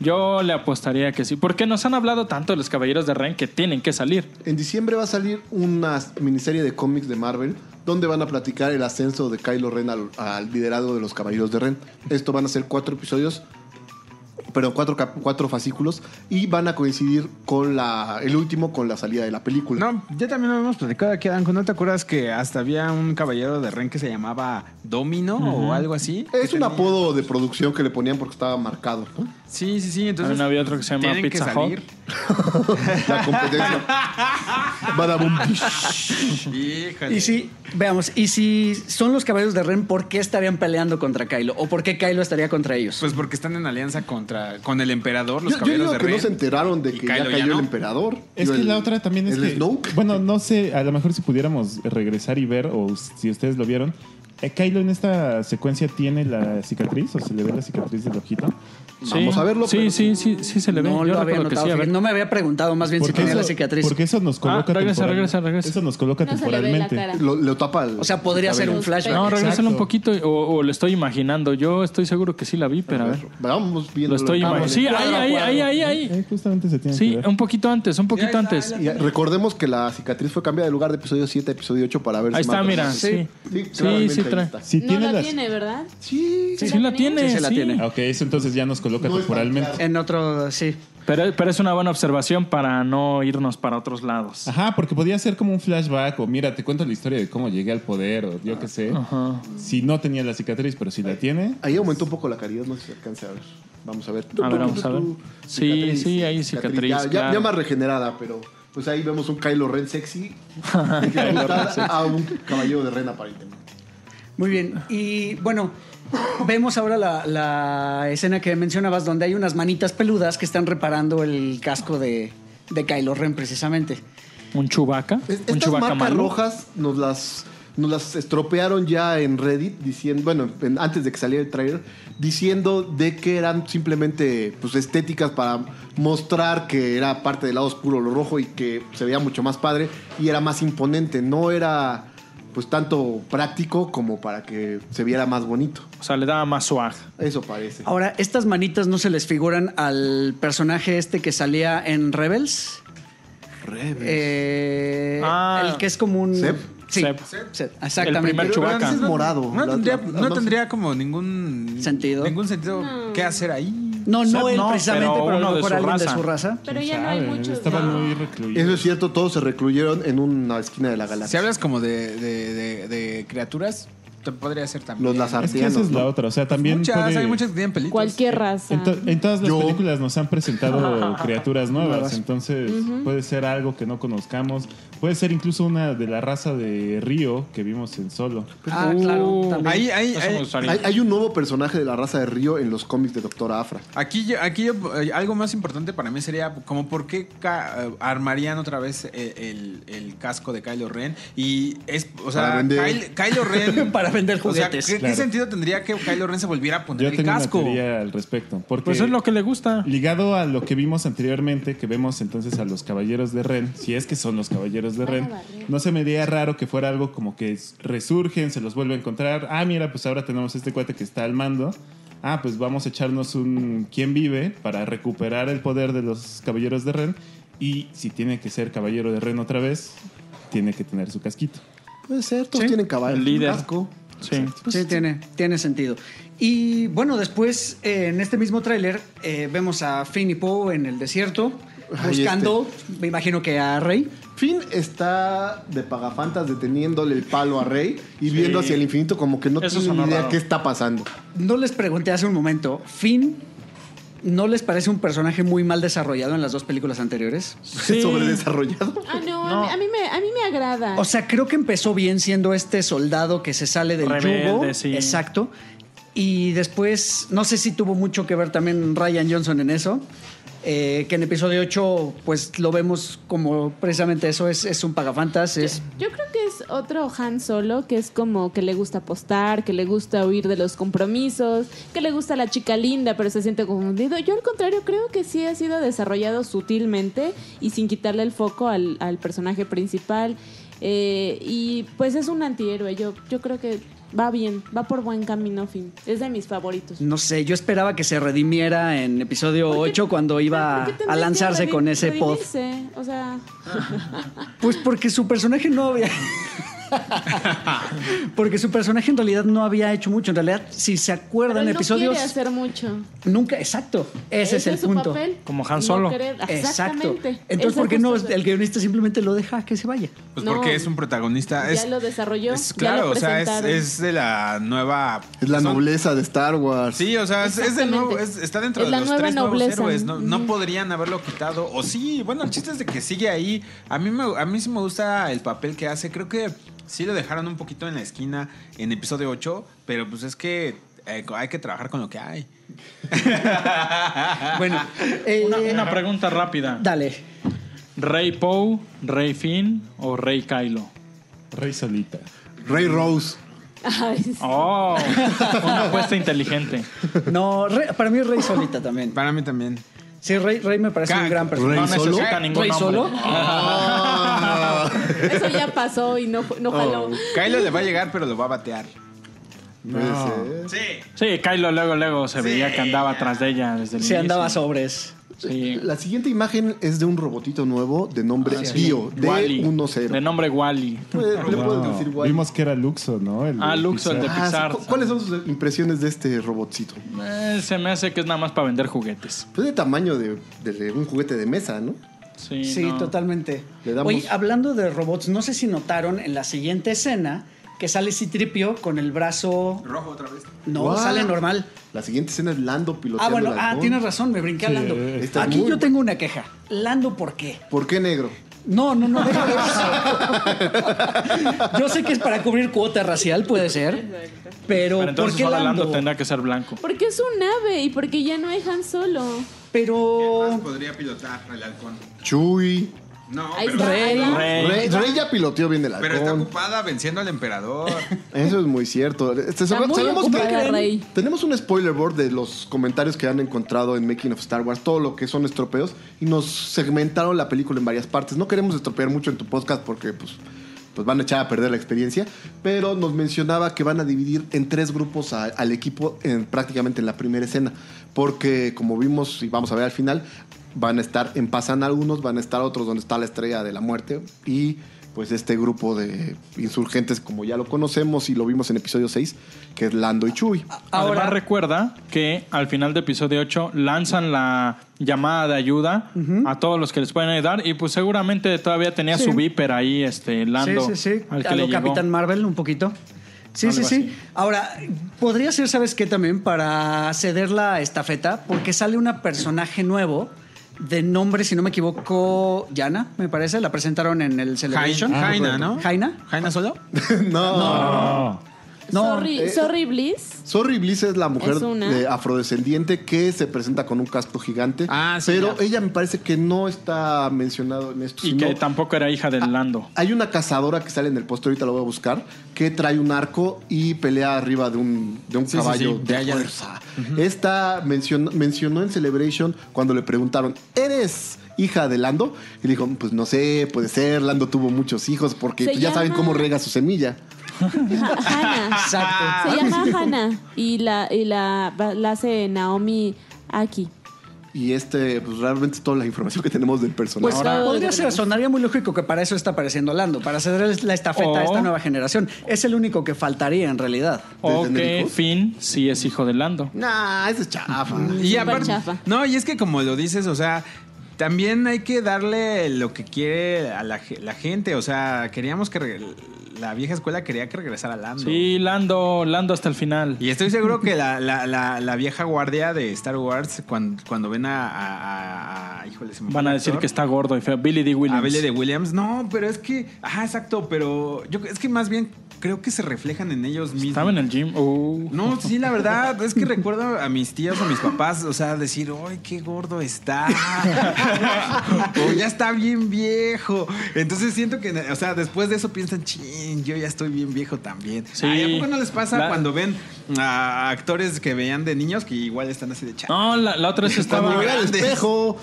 [SPEAKER 4] Yo le apostaría que sí. Porque nos han hablado tanto de los Caballeros de Ren que tienen que salir.
[SPEAKER 2] En diciembre va a salir una miniserie de cómics de Marvel donde van a platicar el ascenso de Kylo Ren al, al liderazgo de los Caballeros de Ren. Esto van a ser cuatro episodios, pero cuatro, cap- cuatro fascículos y van a coincidir con la, el último con la salida de la película.
[SPEAKER 5] No, ya también lo hemos platicado aquí, Danco. ¿No te acuerdas que hasta había un caballero de Ren que se llamaba Domino o algo así?
[SPEAKER 2] Es
[SPEAKER 5] Que
[SPEAKER 2] un
[SPEAKER 5] tenía-
[SPEAKER 2] apodo de producción que le ponían porque estaba marcado. ¿no?
[SPEAKER 5] Sí, sí, sí. Entonces.
[SPEAKER 4] También había otro que se llamaba
[SPEAKER 5] tienen que
[SPEAKER 4] Pizza
[SPEAKER 5] salir.
[SPEAKER 4] Hut.
[SPEAKER 2] La competencia. Badabum.
[SPEAKER 5] Híjole.
[SPEAKER 1] Y si, veamos, y si son los caballeros de Ren, ¿por qué estarían peleando contra Kylo? ¿O por qué Kylo estaría contra ellos?
[SPEAKER 5] Pues porque están en alianza contra con el emperador, los
[SPEAKER 2] Yo, yo
[SPEAKER 5] caballeros
[SPEAKER 2] digo
[SPEAKER 5] de
[SPEAKER 2] que no
[SPEAKER 5] Ren.
[SPEAKER 2] se enteraron de
[SPEAKER 5] Y
[SPEAKER 2] que
[SPEAKER 5] Kylo
[SPEAKER 2] ya
[SPEAKER 5] ya
[SPEAKER 2] cayó
[SPEAKER 5] no.
[SPEAKER 2] el emperador.
[SPEAKER 6] Es
[SPEAKER 2] Digo,
[SPEAKER 6] que
[SPEAKER 2] el-
[SPEAKER 6] la otra también es
[SPEAKER 2] el
[SPEAKER 6] que,
[SPEAKER 2] Snoke.
[SPEAKER 6] bueno, no sé, a lo mejor si pudiéramos regresar y ver, o si ustedes lo vieron, eh, Kylo en esta secuencia tiene la cicatriz, o se le ve la cicatriz del ojito.
[SPEAKER 2] Vamos
[SPEAKER 4] Sí.
[SPEAKER 2] a verlo.
[SPEAKER 4] Sí,
[SPEAKER 2] pero-
[SPEAKER 4] sí, sí, sí se le ve.
[SPEAKER 1] no
[SPEAKER 4] Yo
[SPEAKER 1] lo había
[SPEAKER 4] recuerdo que sí.
[SPEAKER 1] notado.
[SPEAKER 4] a ver.
[SPEAKER 1] fíjate. no me había preguntado más bien si tenía la cicatriz.
[SPEAKER 6] porque eso nos coloca
[SPEAKER 4] Ah, regresa,
[SPEAKER 6] temporal-
[SPEAKER 4] regresa, regresa.
[SPEAKER 6] Eso nos coloca
[SPEAKER 3] No se le ve la
[SPEAKER 6] temporalmente.
[SPEAKER 3] cara.
[SPEAKER 2] Lo, lo tapa el-
[SPEAKER 1] O sea, podría
[SPEAKER 2] el
[SPEAKER 1] ser un
[SPEAKER 2] cabello.
[SPEAKER 1] flashback.
[SPEAKER 4] No, regrésalo un
[SPEAKER 6] Exacto.
[SPEAKER 4] poquito o, o lo estoy imaginando. Yo estoy seguro que sí la vi, pero a ver.
[SPEAKER 2] Vamos viendo.
[SPEAKER 4] Lo estoy
[SPEAKER 1] Ah,
[SPEAKER 4] imaginando. Sí, ahí, ahí, ahí, ahí, ahí.
[SPEAKER 6] Eh, justamente se tiene
[SPEAKER 4] Sí,
[SPEAKER 6] que ver.
[SPEAKER 4] un poquito antes, un poquito antes.
[SPEAKER 2] Y recordemos que la cicatriz fue cambiada de lugar de episodio 7 a episodio 8 para ver
[SPEAKER 4] Ahí
[SPEAKER 2] si
[SPEAKER 4] está,
[SPEAKER 2] mata.
[SPEAKER 4] mira,
[SPEAKER 2] Sí,
[SPEAKER 4] sí. Sí,
[SPEAKER 2] claramente
[SPEAKER 4] sí
[SPEAKER 2] ahí
[SPEAKER 4] trae.
[SPEAKER 2] está.
[SPEAKER 6] Si
[SPEAKER 3] no
[SPEAKER 6] tiene
[SPEAKER 3] la
[SPEAKER 6] las-
[SPEAKER 3] tiene, ¿verdad?
[SPEAKER 2] Sí.
[SPEAKER 4] Sí, la tiene,
[SPEAKER 1] Sí, sí la
[SPEAKER 4] sí.
[SPEAKER 1] tiene.
[SPEAKER 6] Ah, Ok, eso entonces ya nos coloca
[SPEAKER 2] No está
[SPEAKER 6] temporalmente.
[SPEAKER 1] En otro, sí.
[SPEAKER 4] Pero, pero es una buena observación para no irnos para otros lados.
[SPEAKER 6] Ajá, porque podía ser como un flashback o mira, te cuento la historia de cómo llegué al poder o yo qué sé. Si no tenía la cicatriz, pero si la tiene.
[SPEAKER 2] Ahí aumentó un poco la calidad, no sé si se alcance a ver. Vamos a ver.
[SPEAKER 4] A ver, vamos a ver. Sí, sí, ahí cicatriz,
[SPEAKER 2] Ya- ya-
[SPEAKER 4] claro.
[SPEAKER 2] Ya, más regenerada, pero pues ahí vemos un Kylo Ren sexy. que junta a un caballero de Ren aparentemente.
[SPEAKER 1] Muy bien. Y bueno, vemos ahora la, la escena que mencionabas donde hay unas manitas peludas que están reparando el casco de, de Kylo Ren precisamente.
[SPEAKER 4] Un chubaca,
[SPEAKER 2] Es-
[SPEAKER 4] un
[SPEAKER 2] estas
[SPEAKER 4] chubaca
[SPEAKER 2] marcas
[SPEAKER 4] malo.
[SPEAKER 2] rojas nos las nos las estropearon ya en Reddit diciendo, bueno, en- antes de que saliera el trailer, diciendo de que eran simplemente pues estéticas para mostrar que era parte del lado oscuro lo rojo y que se veía mucho más padre y era más imponente, no era pues tanto práctico como para que se viera más bonito.
[SPEAKER 4] O sea, le daba más swag.
[SPEAKER 2] Eso parece.
[SPEAKER 5] Ah,
[SPEAKER 1] Ahora, ¿estas manitas no se les figuran al personaje este que salía en Rebels? Eh,
[SPEAKER 4] Ah.
[SPEAKER 1] el que es como un.
[SPEAKER 2] Seb.
[SPEAKER 1] Sí,
[SPEAKER 4] Seb.
[SPEAKER 1] Seb, Exactamente.
[SPEAKER 4] El primer
[SPEAKER 2] Pero
[SPEAKER 4] Chewbacca.
[SPEAKER 2] ese es morado.
[SPEAKER 5] No
[SPEAKER 2] La-
[SPEAKER 5] tendría,
[SPEAKER 2] la-
[SPEAKER 5] no
[SPEAKER 2] la-
[SPEAKER 5] tendría como ningún
[SPEAKER 1] Sentido.
[SPEAKER 5] Ningún sentido qué hacer ahí.
[SPEAKER 1] No, no
[SPEAKER 4] Seb
[SPEAKER 1] él
[SPEAKER 4] no,
[SPEAKER 1] precisamente,
[SPEAKER 4] pero
[SPEAKER 1] pero, a lo
[SPEAKER 4] uno de
[SPEAKER 1] mejor
[SPEAKER 4] su
[SPEAKER 1] alguien de
[SPEAKER 4] raza.
[SPEAKER 1] su raza.
[SPEAKER 3] Pero
[SPEAKER 6] ¿Quién
[SPEAKER 3] ya no hay
[SPEAKER 6] sabe?
[SPEAKER 3] muchos.
[SPEAKER 6] ah, Estaba
[SPEAKER 3] ¿no?
[SPEAKER 6] muy recluido.
[SPEAKER 2] Eso es cierto, todos se recluyeron en una esquina de la
[SPEAKER 5] Si
[SPEAKER 2] galaxia.
[SPEAKER 5] hablas como de, de- de- de criaturas, te podría ser también.
[SPEAKER 2] Los
[SPEAKER 6] Es que
[SPEAKER 2] lazartianos.
[SPEAKER 6] esa es la
[SPEAKER 2] ¿no?
[SPEAKER 6] otra. O sea, también
[SPEAKER 5] muchas,
[SPEAKER 6] puede-
[SPEAKER 5] hay muchas que tienen pelitos.
[SPEAKER 3] Cualquier raza.
[SPEAKER 6] En, to- en todas las
[SPEAKER 2] Yo.
[SPEAKER 6] películas nos han presentado eh, criaturas nuevas,
[SPEAKER 1] Nuevas.
[SPEAKER 6] entonces puede ser algo que no conozcamos, puede ser incluso una de la raza de Río que vimos en Solo.
[SPEAKER 1] Ah, claro. También.
[SPEAKER 5] Ahí, ahí,
[SPEAKER 4] Eso
[SPEAKER 5] ahí-
[SPEAKER 4] me gustaría.
[SPEAKER 2] Hay, hay un nuevo personaje de la raza de Río en los cómics de Doctor Afra.
[SPEAKER 5] Aquí, yo- aquí yo, eh, algo más importante para mí sería como por qué ca- eh, armarían otra vez eh, el, el- el casco de Kylo Ren y es, o sea,
[SPEAKER 2] Para vender.
[SPEAKER 5] Kyle- Kylo Ren
[SPEAKER 1] Para vender
[SPEAKER 5] o sea,
[SPEAKER 1] juguetes,
[SPEAKER 5] ¿qué, qué
[SPEAKER 6] claro.
[SPEAKER 5] sentido tendría que Kylo Ren se volviera a poner
[SPEAKER 6] Yo
[SPEAKER 5] el
[SPEAKER 6] tengo
[SPEAKER 5] casco?
[SPEAKER 6] una teoría al respecto, porque
[SPEAKER 4] Pues es lo que le gusta.
[SPEAKER 6] ligado a lo que vimos anteriormente, que vemos entonces a los caballeros de Ren, si es que son los caballeros de Ren, no se me haría raro que fuera algo como que s- resurgen, se los vuelve a encontrar, ah, mira, pues ahora tenemos este cuate que está al mando. Ah, pues vamos a echarnos un quién vive para recuperar el poder de los caballeros de Ren. Y si tiene que ser caballero de Ren otra vez, tiene que tener su casquito.
[SPEAKER 2] Puede ser, todos
[SPEAKER 1] Sí.
[SPEAKER 2] tienen caballo.
[SPEAKER 4] El líder.
[SPEAKER 2] casco.
[SPEAKER 4] Sí.
[SPEAKER 1] Pues
[SPEAKER 2] Pues,
[SPEAKER 1] sí, tiene, tiene sentido. Y bueno, después eh, en este mismo tráiler eh, vemos a Finn y Poe en el desierto
[SPEAKER 2] Ay,
[SPEAKER 1] buscando, me imagino que a Rey.
[SPEAKER 2] Finn está de pagafantas deteniéndole el palo a Rey y viendo hacia el infinito como que no
[SPEAKER 4] Eso
[SPEAKER 2] tiene
[SPEAKER 4] sonó
[SPEAKER 2] ni idea
[SPEAKER 4] raro.
[SPEAKER 2] qué está pasando.
[SPEAKER 1] No les pregunté hace un momento, Finn. ¿No les parece un personaje muy mal desarrollado en las dos películas anteriores?
[SPEAKER 4] Sí.
[SPEAKER 2] Sobredesarrollado.
[SPEAKER 3] Ah, no, A, mí, a, mí me, a mí me agrada.
[SPEAKER 1] O sea, creo que empezó bien siendo este soldado que se sale del
[SPEAKER 4] Rebelde,
[SPEAKER 1] yugo.
[SPEAKER 4] sí.
[SPEAKER 1] Exacto. Y después, no sé si tuvo mucho que ver también Ryan Johnson en eso. eh, que en episodio 8, pues lo vemos como precisamente eso: es, es un pagafantas,
[SPEAKER 3] Yo-
[SPEAKER 1] es
[SPEAKER 3] Pues, Yo creo que es otro Han Solo, que es como que le gusta apostar, que le gusta huir de los compromisos, que le gusta la chica linda, pero se siente confundido. Yo al contrario creo que sí ha sido desarrollado sutilmente y sin quitarle el foco al, al personaje principal. Eh, y pues es un antihéroe, yo, yo creo que va bien, va por buen camino, fin. Es de mis favoritos.
[SPEAKER 1] No sé, yo esperaba que se redimiera en episodio
[SPEAKER 3] ¿Por qué-
[SPEAKER 1] 8 cuando iba
[SPEAKER 3] ¿Por qué tendría
[SPEAKER 1] a
[SPEAKER 3] que
[SPEAKER 1] lanzarse
[SPEAKER 3] redi-
[SPEAKER 1] con ese pod.
[SPEAKER 3] redimirse? O sea,
[SPEAKER 1] Pues porque su personaje no había. porque su personaje en realidad no había hecho mucho. En realidad, si se
[SPEAKER 3] pero
[SPEAKER 1] acuerdan,
[SPEAKER 3] él no
[SPEAKER 1] episodios.
[SPEAKER 3] quiere hacer mucho.
[SPEAKER 1] Nunca, exacto. Ese es el
[SPEAKER 3] su
[SPEAKER 1] punto.
[SPEAKER 3] papel.
[SPEAKER 4] Como Han
[SPEAKER 3] No
[SPEAKER 4] Solo.
[SPEAKER 3] querer-
[SPEAKER 1] Exacto.
[SPEAKER 3] Exactamente.
[SPEAKER 1] Entonces,
[SPEAKER 3] Esa
[SPEAKER 1] ¿por qué no
[SPEAKER 3] justo-
[SPEAKER 1] el guionista simplemente lo deja que se vaya?
[SPEAKER 5] Pues
[SPEAKER 3] No.
[SPEAKER 5] porque es un protagonista.
[SPEAKER 3] Ya
[SPEAKER 5] es,
[SPEAKER 3] lo desarrolló.
[SPEAKER 5] es-
[SPEAKER 3] ya
[SPEAKER 5] claro,
[SPEAKER 3] lo
[SPEAKER 5] o sea, es,
[SPEAKER 3] presentaron.
[SPEAKER 5] es de la nueva.
[SPEAKER 2] Es la
[SPEAKER 5] son-
[SPEAKER 2] nobleza de Star Wars.
[SPEAKER 5] Sí, o sea, es, es de nuevo,
[SPEAKER 3] Exactamente.
[SPEAKER 5] es- está dentro
[SPEAKER 3] Es
[SPEAKER 5] de
[SPEAKER 3] la
[SPEAKER 5] los
[SPEAKER 3] nueva
[SPEAKER 5] tres
[SPEAKER 3] nobleza.
[SPEAKER 5] nuevos héroes. No, No
[SPEAKER 3] Ujú.
[SPEAKER 5] podrían haberlo quitado. O sí, bueno, el chiste es de que sigue ahí. A mí, me, a mí sí me gusta el papel que hace. Creo que sí lo dejaron un poquito en la esquina en episodio 8, pero pues es que eh, hay que trabajar con lo que hay.
[SPEAKER 1] Bueno, eh,
[SPEAKER 4] Una, una pregunta rápida.
[SPEAKER 1] dale.
[SPEAKER 4] ¿Rey Poe, Rey Finn o Rey Kylo?
[SPEAKER 6] Rey solita.
[SPEAKER 2] Rey Rose.
[SPEAKER 3] Ay, sí.
[SPEAKER 4] Oh, una apuesta inteligente.
[SPEAKER 1] No, Rey- para mí Rey solita también.
[SPEAKER 5] Para mí también.
[SPEAKER 1] Sí, Rey, Rey me parece
[SPEAKER 5] Ca-
[SPEAKER 1] un gran personaje.
[SPEAKER 4] no
[SPEAKER 2] Rey solo.
[SPEAKER 4] necesita ningún
[SPEAKER 1] Rey
[SPEAKER 4] nombre.
[SPEAKER 1] solo.
[SPEAKER 2] Ah.
[SPEAKER 3] Eso ya pasó y no, no jaló.
[SPEAKER 1] Oh.
[SPEAKER 5] Kylo le va a llegar, pero lo va a batear.
[SPEAKER 2] Puede ser.
[SPEAKER 5] Sí.
[SPEAKER 4] Sí, Kylo luego, luego se veía que andaba tras de ella desde el
[SPEAKER 1] Se andaba
[SPEAKER 4] inicio.
[SPEAKER 1] sobres.
[SPEAKER 4] Sí.
[SPEAKER 2] La siguiente imagen es de un robotito nuevo de nombre Dio,
[SPEAKER 4] Ah, Wall-E.
[SPEAKER 2] D10.
[SPEAKER 4] De nombre Wally.
[SPEAKER 2] Puede- Le
[SPEAKER 6] No,
[SPEAKER 2] puedes decir guay.
[SPEAKER 6] vimos que era Luxo, ¿no? El
[SPEAKER 4] Ah, Luxo, el de-
[SPEAKER 6] Pixar.
[SPEAKER 2] Ah, sí.
[SPEAKER 4] Pixar.
[SPEAKER 2] ¿Cu- ¿Cuáles son sus impresiones de este robotcito?
[SPEAKER 4] Eh, se me hace que es nada más para vender juguetes.
[SPEAKER 2] Pues de tamaño de, de- de un juguete de mesa, ¿no?
[SPEAKER 4] Sí,
[SPEAKER 1] Sí,
[SPEAKER 4] no.
[SPEAKER 1] totalmente.
[SPEAKER 2] Le damos-
[SPEAKER 1] Oye, hablando de robots, no sé si notaron en la siguiente escena que sale Citripio con el brazo.
[SPEAKER 5] Rojo otra vez.
[SPEAKER 1] No,
[SPEAKER 2] Guau.
[SPEAKER 1] sale normal.
[SPEAKER 2] La siguiente escena es Lando piloteando.
[SPEAKER 1] Ah, bueno,
[SPEAKER 2] el
[SPEAKER 1] ah,
[SPEAKER 2] halcón.
[SPEAKER 1] tienes razón, me brinqué a
[SPEAKER 6] Sí,
[SPEAKER 1] Lando.
[SPEAKER 2] está
[SPEAKER 1] Aquí
[SPEAKER 2] muy
[SPEAKER 1] yo
[SPEAKER 2] bu-
[SPEAKER 1] tengo una queja. Lando, ¿por qué?
[SPEAKER 2] ¿Por qué negro?
[SPEAKER 1] No, no, no, déjame eso. Yo sé que es para cubrir cuota racial, puede ser. Pero,
[SPEAKER 4] Pero
[SPEAKER 1] ¿por
[SPEAKER 4] entonces
[SPEAKER 1] qué
[SPEAKER 4] ahora
[SPEAKER 1] Lando?
[SPEAKER 4] Lando tendrá que ser blanco.
[SPEAKER 3] Porque es un ave y porque ya no hay Han Solo. Oh.
[SPEAKER 1] Pero.
[SPEAKER 5] Podría pilotar el halcón.
[SPEAKER 2] Chuy.
[SPEAKER 5] No,
[SPEAKER 3] Ahí está. ahí va.
[SPEAKER 4] Rey.
[SPEAKER 2] Rey, Rey ya piloteó bien el
[SPEAKER 5] Pero está
[SPEAKER 2] halcón.
[SPEAKER 5] ocupada venciendo al emperador.
[SPEAKER 2] Eso es muy cierto. Este,
[SPEAKER 3] Está muy ocupada,
[SPEAKER 2] creen?
[SPEAKER 3] Rey.
[SPEAKER 2] Tenemos un spoiler board de los comentarios que han encontrado en Making of Star Wars, todo lo que son estropeos, y nos segmentaron la película en varias partes. No queremos estropear mucho en tu podcast porque pues, pues van a echar a perder la experiencia, pero nos mencionaba que van a dividir en tres grupos a- al equipo en, prácticamente en la primera escena, porque como vimos y vamos a ver al final, van a estar en Pasan algunos, van a estar otros donde está la estrella de la muerte y pues este grupo de insurgentes como ya lo conocemos y lo vimos en episodio 6, que es Lando y Chuy.
[SPEAKER 4] Ahora
[SPEAKER 1] Ahora.
[SPEAKER 4] recuerda que al final de episodio 8 lanzan la llamada de ayuda a todos los que les pueden ayudar y pues seguramente todavía tenía
[SPEAKER 1] Sí.
[SPEAKER 4] su viper ahí este Lando
[SPEAKER 1] sí, sí, sí.
[SPEAKER 4] al que
[SPEAKER 1] a
[SPEAKER 4] le
[SPEAKER 1] lo
[SPEAKER 4] llegó.
[SPEAKER 1] Capitán Marvel, un poquito. Sí, sí,
[SPEAKER 5] Algo
[SPEAKER 1] sí.
[SPEAKER 5] así.
[SPEAKER 1] Ahora, podría ser, ¿sabes qué? También para ceder la estafeta, porque sale una personaje nuevo de nombre, si no me equivoco, Yana, me parece. La presentaron en el Celebration.
[SPEAKER 6] Ah,
[SPEAKER 5] Jaina, ¿no?
[SPEAKER 1] Jaina.
[SPEAKER 5] ¿Jaina solo?
[SPEAKER 2] no.
[SPEAKER 6] No.
[SPEAKER 1] No,
[SPEAKER 3] sorry,
[SPEAKER 2] eh.
[SPEAKER 3] sorry, Bliss.
[SPEAKER 2] Sorry Bliss es la mujer
[SPEAKER 3] Es una.
[SPEAKER 2] de afrodescendiente que se presenta con un casco gigante.
[SPEAKER 5] Ah, sí,
[SPEAKER 2] pero
[SPEAKER 5] ya.
[SPEAKER 2] ella me parece que no está mencionado en esto.
[SPEAKER 4] Y
[SPEAKER 2] sino-
[SPEAKER 4] que tampoco era hija del Lando.
[SPEAKER 2] Hay una cazadora que sale en el postre, ahorita lo voy a buscar, que trae un arco y pelea arriba de un, de un
[SPEAKER 5] Sí, sí,
[SPEAKER 2] caballo
[SPEAKER 5] sí, de
[SPEAKER 2] de
[SPEAKER 5] allá.
[SPEAKER 2] fuerza. Esta mencionó, mencionó en Celebration cuando le preguntaron, ¿eres hija de Lando? Y le dijo, pues no sé, puede ser, Lando tuvo muchos hijos porque
[SPEAKER 3] Se
[SPEAKER 2] pues, ya saben
[SPEAKER 3] llama-
[SPEAKER 2] cómo rega su semilla.
[SPEAKER 3] Ja-
[SPEAKER 4] Ah,
[SPEAKER 3] Hannah.
[SPEAKER 1] exacto.
[SPEAKER 3] Se llama Hannah y la, y la, la hace Naomi Aki.
[SPEAKER 2] Y este, pues realmente es toda la información que tenemos del personaje.
[SPEAKER 1] Pues
[SPEAKER 3] Ahora-
[SPEAKER 1] podría ser, sonaría muy lógico que para eso está apareciendo Lando, para ceder la estafeta a esta
[SPEAKER 4] O-
[SPEAKER 1] nueva generación. Es el único que faltaría en realidad.
[SPEAKER 4] O
[SPEAKER 2] ¿Desde
[SPEAKER 4] que
[SPEAKER 2] Nericus?
[SPEAKER 4] Finn sí es hijo de Lando.
[SPEAKER 2] Nah, eso es chafa.
[SPEAKER 5] Y
[SPEAKER 3] Súper
[SPEAKER 5] aparte,
[SPEAKER 3] chafa.
[SPEAKER 5] no, y es que como lo dices, o sea, también hay que darle lo que quiere a la, ge- la gente. O sea, queríamos que reg- la vieja escuela quería que regresara Lando.
[SPEAKER 4] Sí, Lando, Lando hasta el final.
[SPEAKER 5] Y estoy seguro que la, la- la- la vieja guardia de Star Wars, cuando, cuando ven a, a- a- a- híjole, se me fue
[SPEAKER 4] Van a
[SPEAKER 5] el
[SPEAKER 4] decir
[SPEAKER 5] actor.
[SPEAKER 4] que está gordo y feo. Billy D. Williams.
[SPEAKER 5] A Billy de Williams. No, pero es que. Ajá, exacto. Pero yo es que más bien creo que se reflejan en ellos mismos.
[SPEAKER 4] Estaba en el gym. Uh.
[SPEAKER 5] No, sí, la verdad, es que recuerdo a mis tías o mis papás, o sea, decir, ¡ay, qué gordo está! o ya está bien viejo. Entonces siento que, o sea, después de eso piensan, ching, yo ya estoy bien viejo también.
[SPEAKER 4] Sí.
[SPEAKER 5] Ay, ¿A poco no les pasa
[SPEAKER 4] La-
[SPEAKER 5] cuando ven a actores que veían de niños que igual están así de chat?
[SPEAKER 4] No, la, la otra vez
[SPEAKER 2] Cuando
[SPEAKER 4] estaba.
[SPEAKER 2] mira al
[SPEAKER 5] grandes.
[SPEAKER 2] espejo.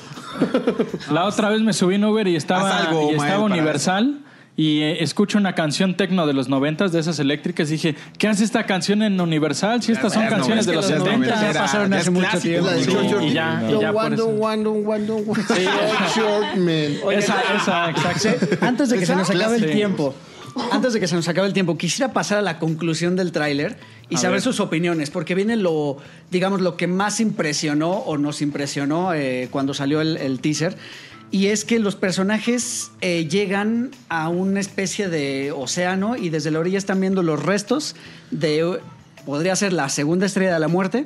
[SPEAKER 4] La otra vez me subí en Uber y estaba,
[SPEAKER 5] Ah, Haz algo,
[SPEAKER 4] y estaba
[SPEAKER 5] Mael, para-
[SPEAKER 4] Universal. Y eh, escucho una canción tecno de los noventas, de esas eléctricas, y dije, ¿qué hace esta canción en Universal? Si estas son
[SPEAKER 5] Ya, no,
[SPEAKER 4] canciones
[SPEAKER 5] es
[SPEAKER 4] de
[SPEAKER 5] que
[SPEAKER 4] los
[SPEAKER 5] los
[SPEAKER 4] 70.
[SPEAKER 5] noventas
[SPEAKER 1] Ya
[SPEAKER 5] era-
[SPEAKER 1] pasaron
[SPEAKER 5] ya
[SPEAKER 1] hace
[SPEAKER 5] es
[SPEAKER 1] mucho
[SPEAKER 5] clásico,
[SPEAKER 1] tiempo.
[SPEAKER 2] La de
[SPEAKER 4] Sí,
[SPEAKER 2] Short Short
[SPEAKER 4] y ya, y ya por eso.
[SPEAKER 2] Short Man.
[SPEAKER 4] Esa, esa,
[SPEAKER 1] Sí,
[SPEAKER 4] exacto.
[SPEAKER 1] antes de que se nos acabe el
[SPEAKER 4] Sí.
[SPEAKER 1] tiempo, antes de que se nos acabe el tiempo, quisiera pasar a la conclusión del tráiler y saber sus opiniones, porque viene lo, digamos, lo que más impresionó o nos impresionó eh, cuando salió el, el teaser. Y es que los personajes eh, llegan a una especie de océano y desde la orilla están viendo los restos de, eh, podría ser la segunda estrella de la muerte.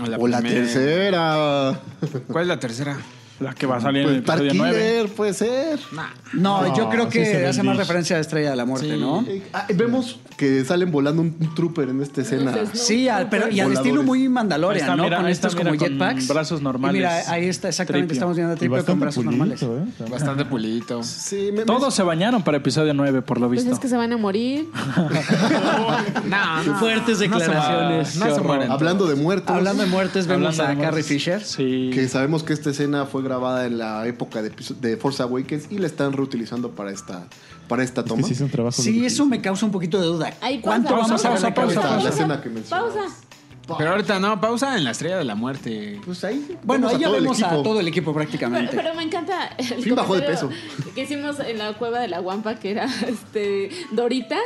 [SPEAKER 2] O la
[SPEAKER 5] primera.
[SPEAKER 2] tercera.
[SPEAKER 5] ¿Cuál es la tercera?
[SPEAKER 4] La que va a salir en el
[SPEAKER 2] Pues Dark
[SPEAKER 4] episodio
[SPEAKER 6] eh,
[SPEAKER 4] 9.
[SPEAKER 2] Killer, puede ser.
[SPEAKER 1] No,
[SPEAKER 6] No,
[SPEAKER 1] yo creo
[SPEAKER 6] sí se
[SPEAKER 1] que
[SPEAKER 6] ve
[SPEAKER 1] hace
[SPEAKER 6] el
[SPEAKER 1] más
[SPEAKER 6] dish.
[SPEAKER 1] referencia a estrella de la muerte,
[SPEAKER 4] Sí.
[SPEAKER 1] ¿no?
[SPEAKER 2] Eh, ah, vemos que salen volando un un trooper en esta escena.
[SPEAKER 3] Entonces,
[SPEAKER 1] Sí, al- pero y al
[SPEAKER 2] Voladores.
[SPEAKER 1] estilo muy Mandalorian,
[SPEAKER 4] Ahí está,
[SPEAKER 1] ¿no?
[SPEAKER 4] mira,
[SPEAKER 1] con
[SPEAKER 4] ahí
[SPEAKER 1] estos
[SPEAKER 4] está,
[SPEAKER 1] como
[SPEAKER 4] mira, con
[SPEAKER 1] jetpacks.
[SPEAKER 4] brazos
[SPEAKER 1] Y
[SPEAKER 4] normales.
[SPEAKER 1] mira, ahí está, exactamente.
[SPEAKER 4] Tripio.
[SPEAKER 1] Estamos viendo a
[SPEAKER 6] Y
[SPEAKER 1] Tripio con
[SPEAKER 6] bastante
[SPEAKER 1] brazos normales.
[SPEAKER 6] pulidito, ¿eh?
[SPEAKER 5] Bastante pulito.
[SPEAKER 2] Sí, me- me-
[SPEAKER 4] Todos se bañaron para episodio 9, por lo
[SPEAKER 3] Pues
[SPEAKER 4] visto.
[SPEAKER 3] es que se van a morir.
[SPEAKER 5] No, no.
[SPEAKER 1] Fuertes declaraciones.
[SPEAKER 4] No se
[SPEAKER 1] Qué horror.
[SPEAKER 4] mueren.
[SPEAKER 2] Hablando de muertos,
[SPEAKER 1] Hablando de muertes, vemos
[SPEAKER 4] Hablando de
[SPEAKER 1] a
[SPEAKER 4] muertes.
[SPEAKER 1] Carrie Fisher.
[SPEAKER 4] Sí.
[SPEAKER 2] que sabemos que esta escena fue grabada en la época de, episo- de Force Awakens y la están reutilizando para esta, para esta
[SPEAKER 6] Es que
[SPEAKER 2] toma.
[SPEAKER 6] sí es un trabajo.
[SPEAKER 1] Sí,
[SPEAKER 6] difícil.
[SPEAKER 1] eso me causa un poquito de duda.
[SPEAKER 3] Ahí
[SPEAKER 1] ¿Cuánto
[SPEAKER 3] pausa,
[SPEAKER 1] vamos a
[SPEAKER 4] pausa,
[SPEAKER 1] ver la
[SPEAKER 4] pausa,
[SPEAKER 1] cabeza?
[SPEAKER 2] pausa.
[SPEAKER 3] pausa,
[SPEAKER 2] la escena que mencionabas.
[SPEAKER 3] pausa.
[SPEAKER 5] Pero ahorita no, pausa en la estrella de la muerte.
[SPEAKER 2] Pues ahí.
[SPEAKER 1] Bueno,
[SPEAKER 2] vemos
[SPEAKER 1] ahí ya
[SPEAKER 2] todo el
[SPEAKER 1] vemos a
[SPEAKER 2] equipo.
[SPEAKER 1] todo el equipo
[SPEAKER 3] Pero,
[SPEAKER 1] prácticamente.
[SPEAKER 3] pero me encanta el
[SPEAKER 2] Fin bajó de
[SPEAKER 3] comentario que hicimos en la cueva de la guampa que era este Dorita.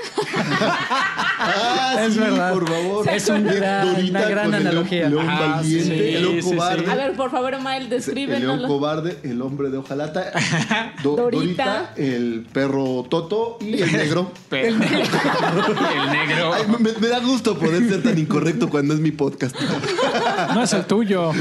[SPEAKER 2] Ah,
[SPEAKER 1] Es
[SPEAKER 2] sí,
[SPEAKER 1] verdad.
[SPEAKER 2] Por favor.
[SPEAKER 1] Es un
[SPEAKER 2] De
[SPEAKER 1] gran-
[SPEAKER 2] Dorita
[SPEAKER 1] una gran
[SPEAKER 2] con el
[SPEAKER 1] analogía.
[SPEAKER 2] león
[SPEAKER 4] Ah,
[SPEAKER 2] valiente,
[SPEAKER 4] sí,
[SPEAKER 2] el león
[SPEAKER 4] sí, sí.
[SPEAKER 2] cobarde.
[SPEAKER 3] A ver, por favor, Mael,
[SPEAKER 2] El león
[SPEAKER 3] descríbenoslo.
[SPEAKER 2] cobarde, el hombre de hojalata, Do- Dorita.
[SPEAKER 3] Dorita.
[SPEAKER 2] el perro Toto y el negro.
[SPEAKER 5] El negro. El negro.
[SPEAKER 2] Ay, me, me da gusto poder ser tan incorrecto cuando es mi podcast.
[SPEAKER 4] No es el tuyo.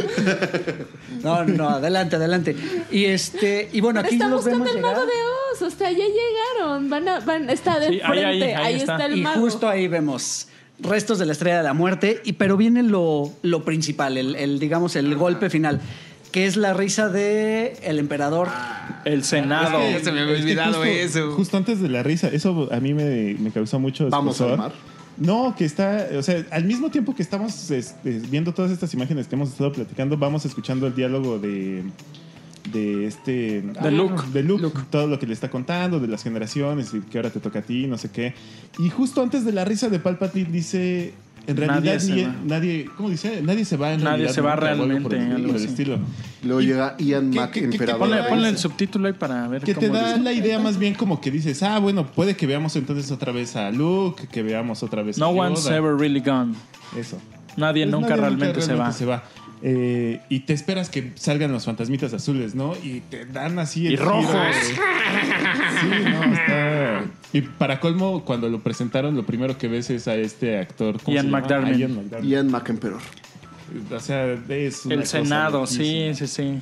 [SPEAKER 1] No, no, adelante, adelante. Y este, y bueno,
[SPEAKER 3] Pero
[SPEAKER 1] aquí
[SPEAKER 3] está
[SPEAKER 1] los
[SPEAKER 3] buscando
[SPEAKER 1] vemos
[SPEAKER 3] el
[SPEAKER 1] llegar.
[SPEAKER 3] mago de Oz, o sea, ya llegaron, van a, van, está de
[SPEAKER 4] Sí, ahí,
[SPEAKER 3] frente,
[SPEAKER 4] ahí,
[SPEAKER 3] ahí,
[SPEAKER 4] ahí
[SPEAKER 3] está.
[SPEAKER 4] está.
[SPEAKER 3] el
[SPEAKER 1] Y
[SPEAKER 3] mago.
[SPEAKER 1] justo ahí vemos restos de la estrella de la muerte, y, pero viene lo, lo principal, el, el, digamos, el golpe final, que es la risa de el emperador.
[SPEAKER 4] El Senado.
[SPEAKER 5] Ya se me había
[SPEAKER 6] Es que
[SPEAKER 5] olvidado
[SPEAKER 6] justo-
[SPEAKER 5] eso.
[SPEAKER 6] Justo antes de la risa, eso a mí me, me causó mucho
[SPEAKER 2] Vamos
[SPEAKER 6] escozor.
[SPEAKER 2] al mar.
[SPEAKER 6] No, que está, o sea, al mismo tiempo que estamos este, viendo todas estas imágenes que hemos estado platicando, vamos escuchando el diálogo de de este
[SPEAKER 4] De Luke.
[SPEAKER 6] de Luke, todo lo que le está contando de las generaciones y que ahora te toca a ti, no sé qué. Y justo antes de la risa de Palpatine dice en
[SPEAKER 4] Nadie
[SPEAKER 6] realidad
[SPEAKER 4] se
[SPEAKER 6] ni-
[SPEAKER 4] va.
[SPEAKER 6] nadie, ¿cómo dice? Nadie se va en
[SPEAKER 4] Nadie
[SPEAKER 6] realidad
[SPEAKER 4] se va
[SPEAKER 6] nunca, o algo por
[SPEAKER 4] realmente,
[SPEAKER 6] el-
[SPEAKER 4] algo
[SPEAKER 6] por el
[SPEAKER 4] así.
[SPEAKER 6] estilo.
[SPEAKER 2] Luego llega Ian
[SPEAKER 6] ¿Qué-
[SPEAKER 2] Mac,
[SPEAKER 6] qué- qué- qué
[SPEAKER 2] emperador.
[SPEAKER 4] Ponle,
[SPEAKER 6] Ahí
[SPEAKER 4] ponle el
[SPEAKER 6] está.
[SPEAKER 4] subtítulo ahí para ver
[SPEAKER 6] Que
[SPEAKER 4] cómo
[SPEAKER 6] te da
[SPEAKER 4] dice.
[SPEAKER 6] la idea más bien como que dices, ah, bueno, puede que veamos entonces otra vez a Luke, que veamos otra vez
[SPEAKER 4] No
[SPEAKER 6] a Yoda.
[SPEAKER 4] one's ever really gone.
[SPEAKER 6] Eso.
[SPEAKER 4] Nadie
[SPEAKER 6] Pues
[SPEAKER 4] nunca
[SPEAKER 6] nadie
[SPEAKER 4] realmente, se va.
[SPEAKER 6] se va. Eh, y te esperas que salgan los fantasmitas azules, ¿no? Y te dan así
[SPEAKER 4] Y
[SPEAKER 6] giro
[SPEAKER 4] rojos.
[SPEAKER 6] de- Sí, no, está... Y para colmo, cuando lo presentaron, lo primero que ves es a este actor... ¿cómo
[SPEAKER 4] Ian
[SPEAKER 6] se llama?
[SPEAKER 4] McDiarmid.
[SPEAKER 6] A Ian McDiarmid.
[SPEAKER 2] Ian McEmperor.
[SPEAKER 6] O sea, es una
[SPEAKER 4] El
[SPEAKER 6] cosa
[SPEAKER 4] Senado, sí,
[SPEAKER 6] loquísima.
[SPEAKER 4] sí, sí.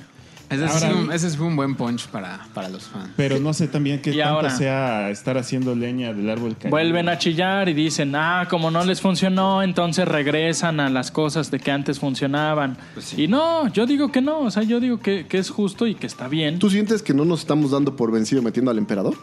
[SPEAKER 5] Ese,
[SPEAKER 6] Ahora-
[SPEAKER 5] sí fue un, ese sí fue un buen punch para, para los fans.
[SPEAKER 6] Pero no sé también qué
[SPEAKER 4] Y
[SPEAKER 6] tanto
[SPEAKER 4] ahora-
[SPEAKER 6] sea estar haciendo leña del árbol caído.
[SPEAKER 4] Vuelven a chillar y dicen, ah, como no les funcionó, entonces regresan a las cosas de que antes funcionaban. Y no, yo digo que no, o sea, yo digo que, que es justo y que está bien.
[SPEAKER 2] ¿Tú sientes que no nos estamos dando por vencido metiendo al emperador?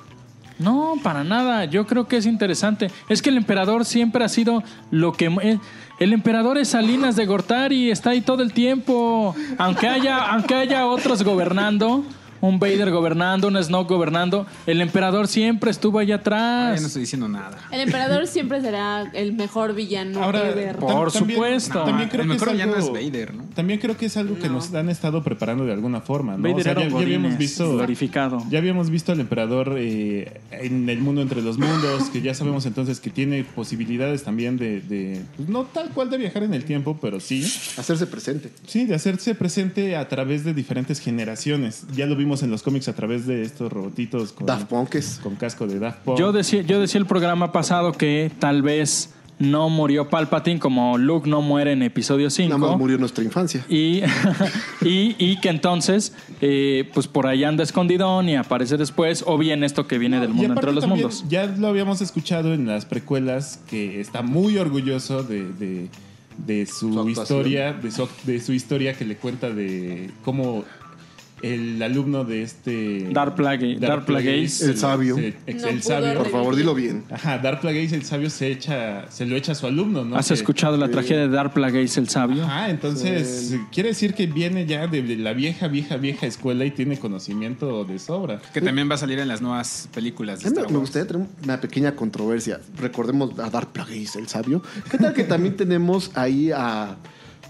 [SPEAKER 4] No, para nada. Yo creo que es interesante. Es que el emperador siempre ha sido lo que... eh, El emperador es Salinas de Gortari, está ahí todo el tiempo. Aunque haya, aunque haya otros gobernando, un Vader gobernando, un Snoke gobernando, el emperador siempre estuvo allá
[SPEAKER 5] Ah,
[SPEAKER 4] atrás.
[SPEAKER 5] ya no estoy diciendo nada.
[SPEAKER 3] El emperador siempre será el mejor villano
[SPEAKER 6] Ahora,
[SPEAKER 3] ever.
[SPEAKER 6] tam-
[SPEAKER 4] Por
[SPEAKER 6] también-
[SPEAKER 4] supuesto.
[SPEAKER 6] también creo
[SPEAKER 5] el
[SPEAKER 6] que
[SPEAKER 5] mejor
[SPEAKER 6] es
[SPEAKER 5] villano
[SPEAKER 6] algo-
[SPEAKER 5] es Vader, ¿no?
[SPEAKER 6] También creo que es algo que nos han estado preparando de alguna forma, ¿no?
[SPEAKER 4] Vader
[SPEAKER 6] O sea,
[SPEAKER 4] era
[SPEAKER 6] ya,
[SPEAKER 4] un
[SPEAKER 6] ya habíamos
[SPEAKER 4] Godínez
[SPEAKER 6] visto
[SPEAKER 4] glorificado.
[SPEAKER 6] Ya habíamos visto al emperador eh, en el mundo entre los mundos, que ya sabemos entonces que tiene posibilidades también de, de- pues, no tal cual de viajar en el tiempo, pero sí,
[SPEAKER 2] Hacerse presente.
[SPEAKER 6] sí, de hacerse presente a través de diferentes generaciones. Ya lo vimos en los cómics a través de estos robotitos con,
[SPEAKER 2] Daft Punkes.
[SPEAKER 6] con casco de Daft Punk.
[SPEAKER 4] Yo decía, yo decía el programa pasado que tal vez no murió Palpatine como Luke no muere en episodio 5.
[SPEAKER 2] Nada más murió nuestra infancia.
[SPEAKER 4] Y, y, y que entonces, eh, pues por ahí anda escondidón y aparece después, o bien esto que viene del
[SPEAKER 6] Y
[SPEAKER 4] mundo
[SPEAKER 6] aparte
[SPEAKER 4] entre los
[SPEAKER 6] también,
[SPEAKER 4] mundos.
[SPEAKER 6] Ya lo habíamos escuchado en las precuelas que está muy orgulloso de, de- de su,
[SPEAKER 2] Su actuación.
[SPEAKER 6] historia, de su, de su historia que le cuenta de cómo el alumno de este
[SPEAKER 4] Dark Plague- Dark Plagueis.
[SPEAKER 6] se-
[SPEAKER 2] El sabio.
[SPEAKER 6] se- ex-
[SPEAKER 3] No
[SPEAKER 6] el
[SPEAKER 3] pudo
[SPEAKER 6] sabio.
[SPEAKER 2] Por favor, dilo bien.
[SPEAKER 6] Ajá, Dark Plagueis el sabio se echa, se lo echa a su alumno, ¿no?
[SPEAKER 4] ¿Has
[SPEAKER 6] Que-
[SPEAKER 4] escuchado la tragedia de Dark Plagueis el Sabio?
[SPEAKER 6] Ah,
[SPEAKER 2] Pues
[SPEAKER 6] entonces quiere decir que viene ya de de la vieja, vieja, vieja escuela y tiene conocimiento de sobra.
[SPEAKER 5] Que también va a salir en las nuevas películas de
[SPEAKER 2] A mí
[SPEAKER 5] Star
[SPEAKER 2] Me, me
[SPEAKER 5] Wars.
[SPEAKER 2] gustaría tener una pequeña controversia. Recordemos a Dark Plagueis, el sabio. ¿Qué tal que también tenemos ahí a,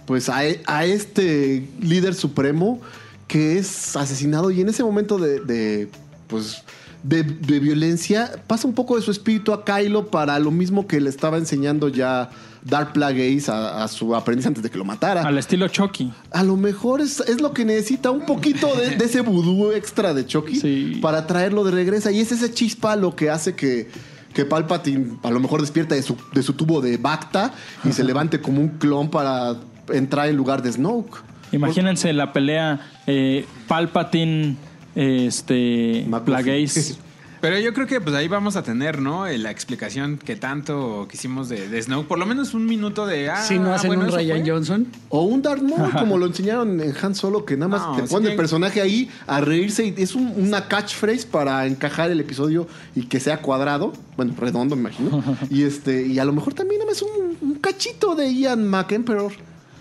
[SPEAKER 2] pues a, e- a este líder supremo que es asesinado y en ese momento de, de, pues de, de violencia pasa un poco de su espíritu a Kylo para lo mismo que le estaba enseñando ya Dark Plagueis a, a su aprendiz antes de que lo matara.
[SPEAKER 4] Al estilo Chucky.
[SPEAKER 2] A lo mejor es, es lo que necesita un poquito de, de ese vudú extra de Chucky
[SPEAKER 4] Sí.
[SPEAKER 2] para traerlo de regresa. Y es esa chispa lo que hace que, que Palpatine a lo mejor despierta de su, de su tubo de Bacta y se levante como un clon para entrar en lugar de Snoke.
[SPEAKER 4] Imagínense la pelea eh, Palpatine, eh, este,
[SPEAKER 2] McGuffin.
[SPEAKER 4] Plagueis.
[SPEAKER 5] Pero yo creo que pues ahí vamos a tener, ¿no? Eh, La explicación que tanto quisimos de, de Snow. Por lo menos un minuto de. Ah,
[SPEAKER 1] si no hacen
[SPEAKER 5] bueno,
[SPEAKER 1] un
[SPEAKER 5] eso
[SPEAKER 1] Ryan
[SPEAKER 5] fue.
[SPEAKER 1] Johnson.
[SPEAKER 2] O un Darth Maul, como lo enseñaron en Han Solo, que nada más
[SPEAKER 5] No,
[SPEAKER 2] te
[SPEAKER 5] sí
[SPEAKER 2] ponen el
[SPEAKER 5] tiene-
[SPEAKER 2] personaje ahí a reírse. Y es un- una catchphrase para encajar el episodio y que sea cuadrado. Bueno, redondo, me imagino. y este y a lo mejor también nada más un, un cachito de Ian McEmperor.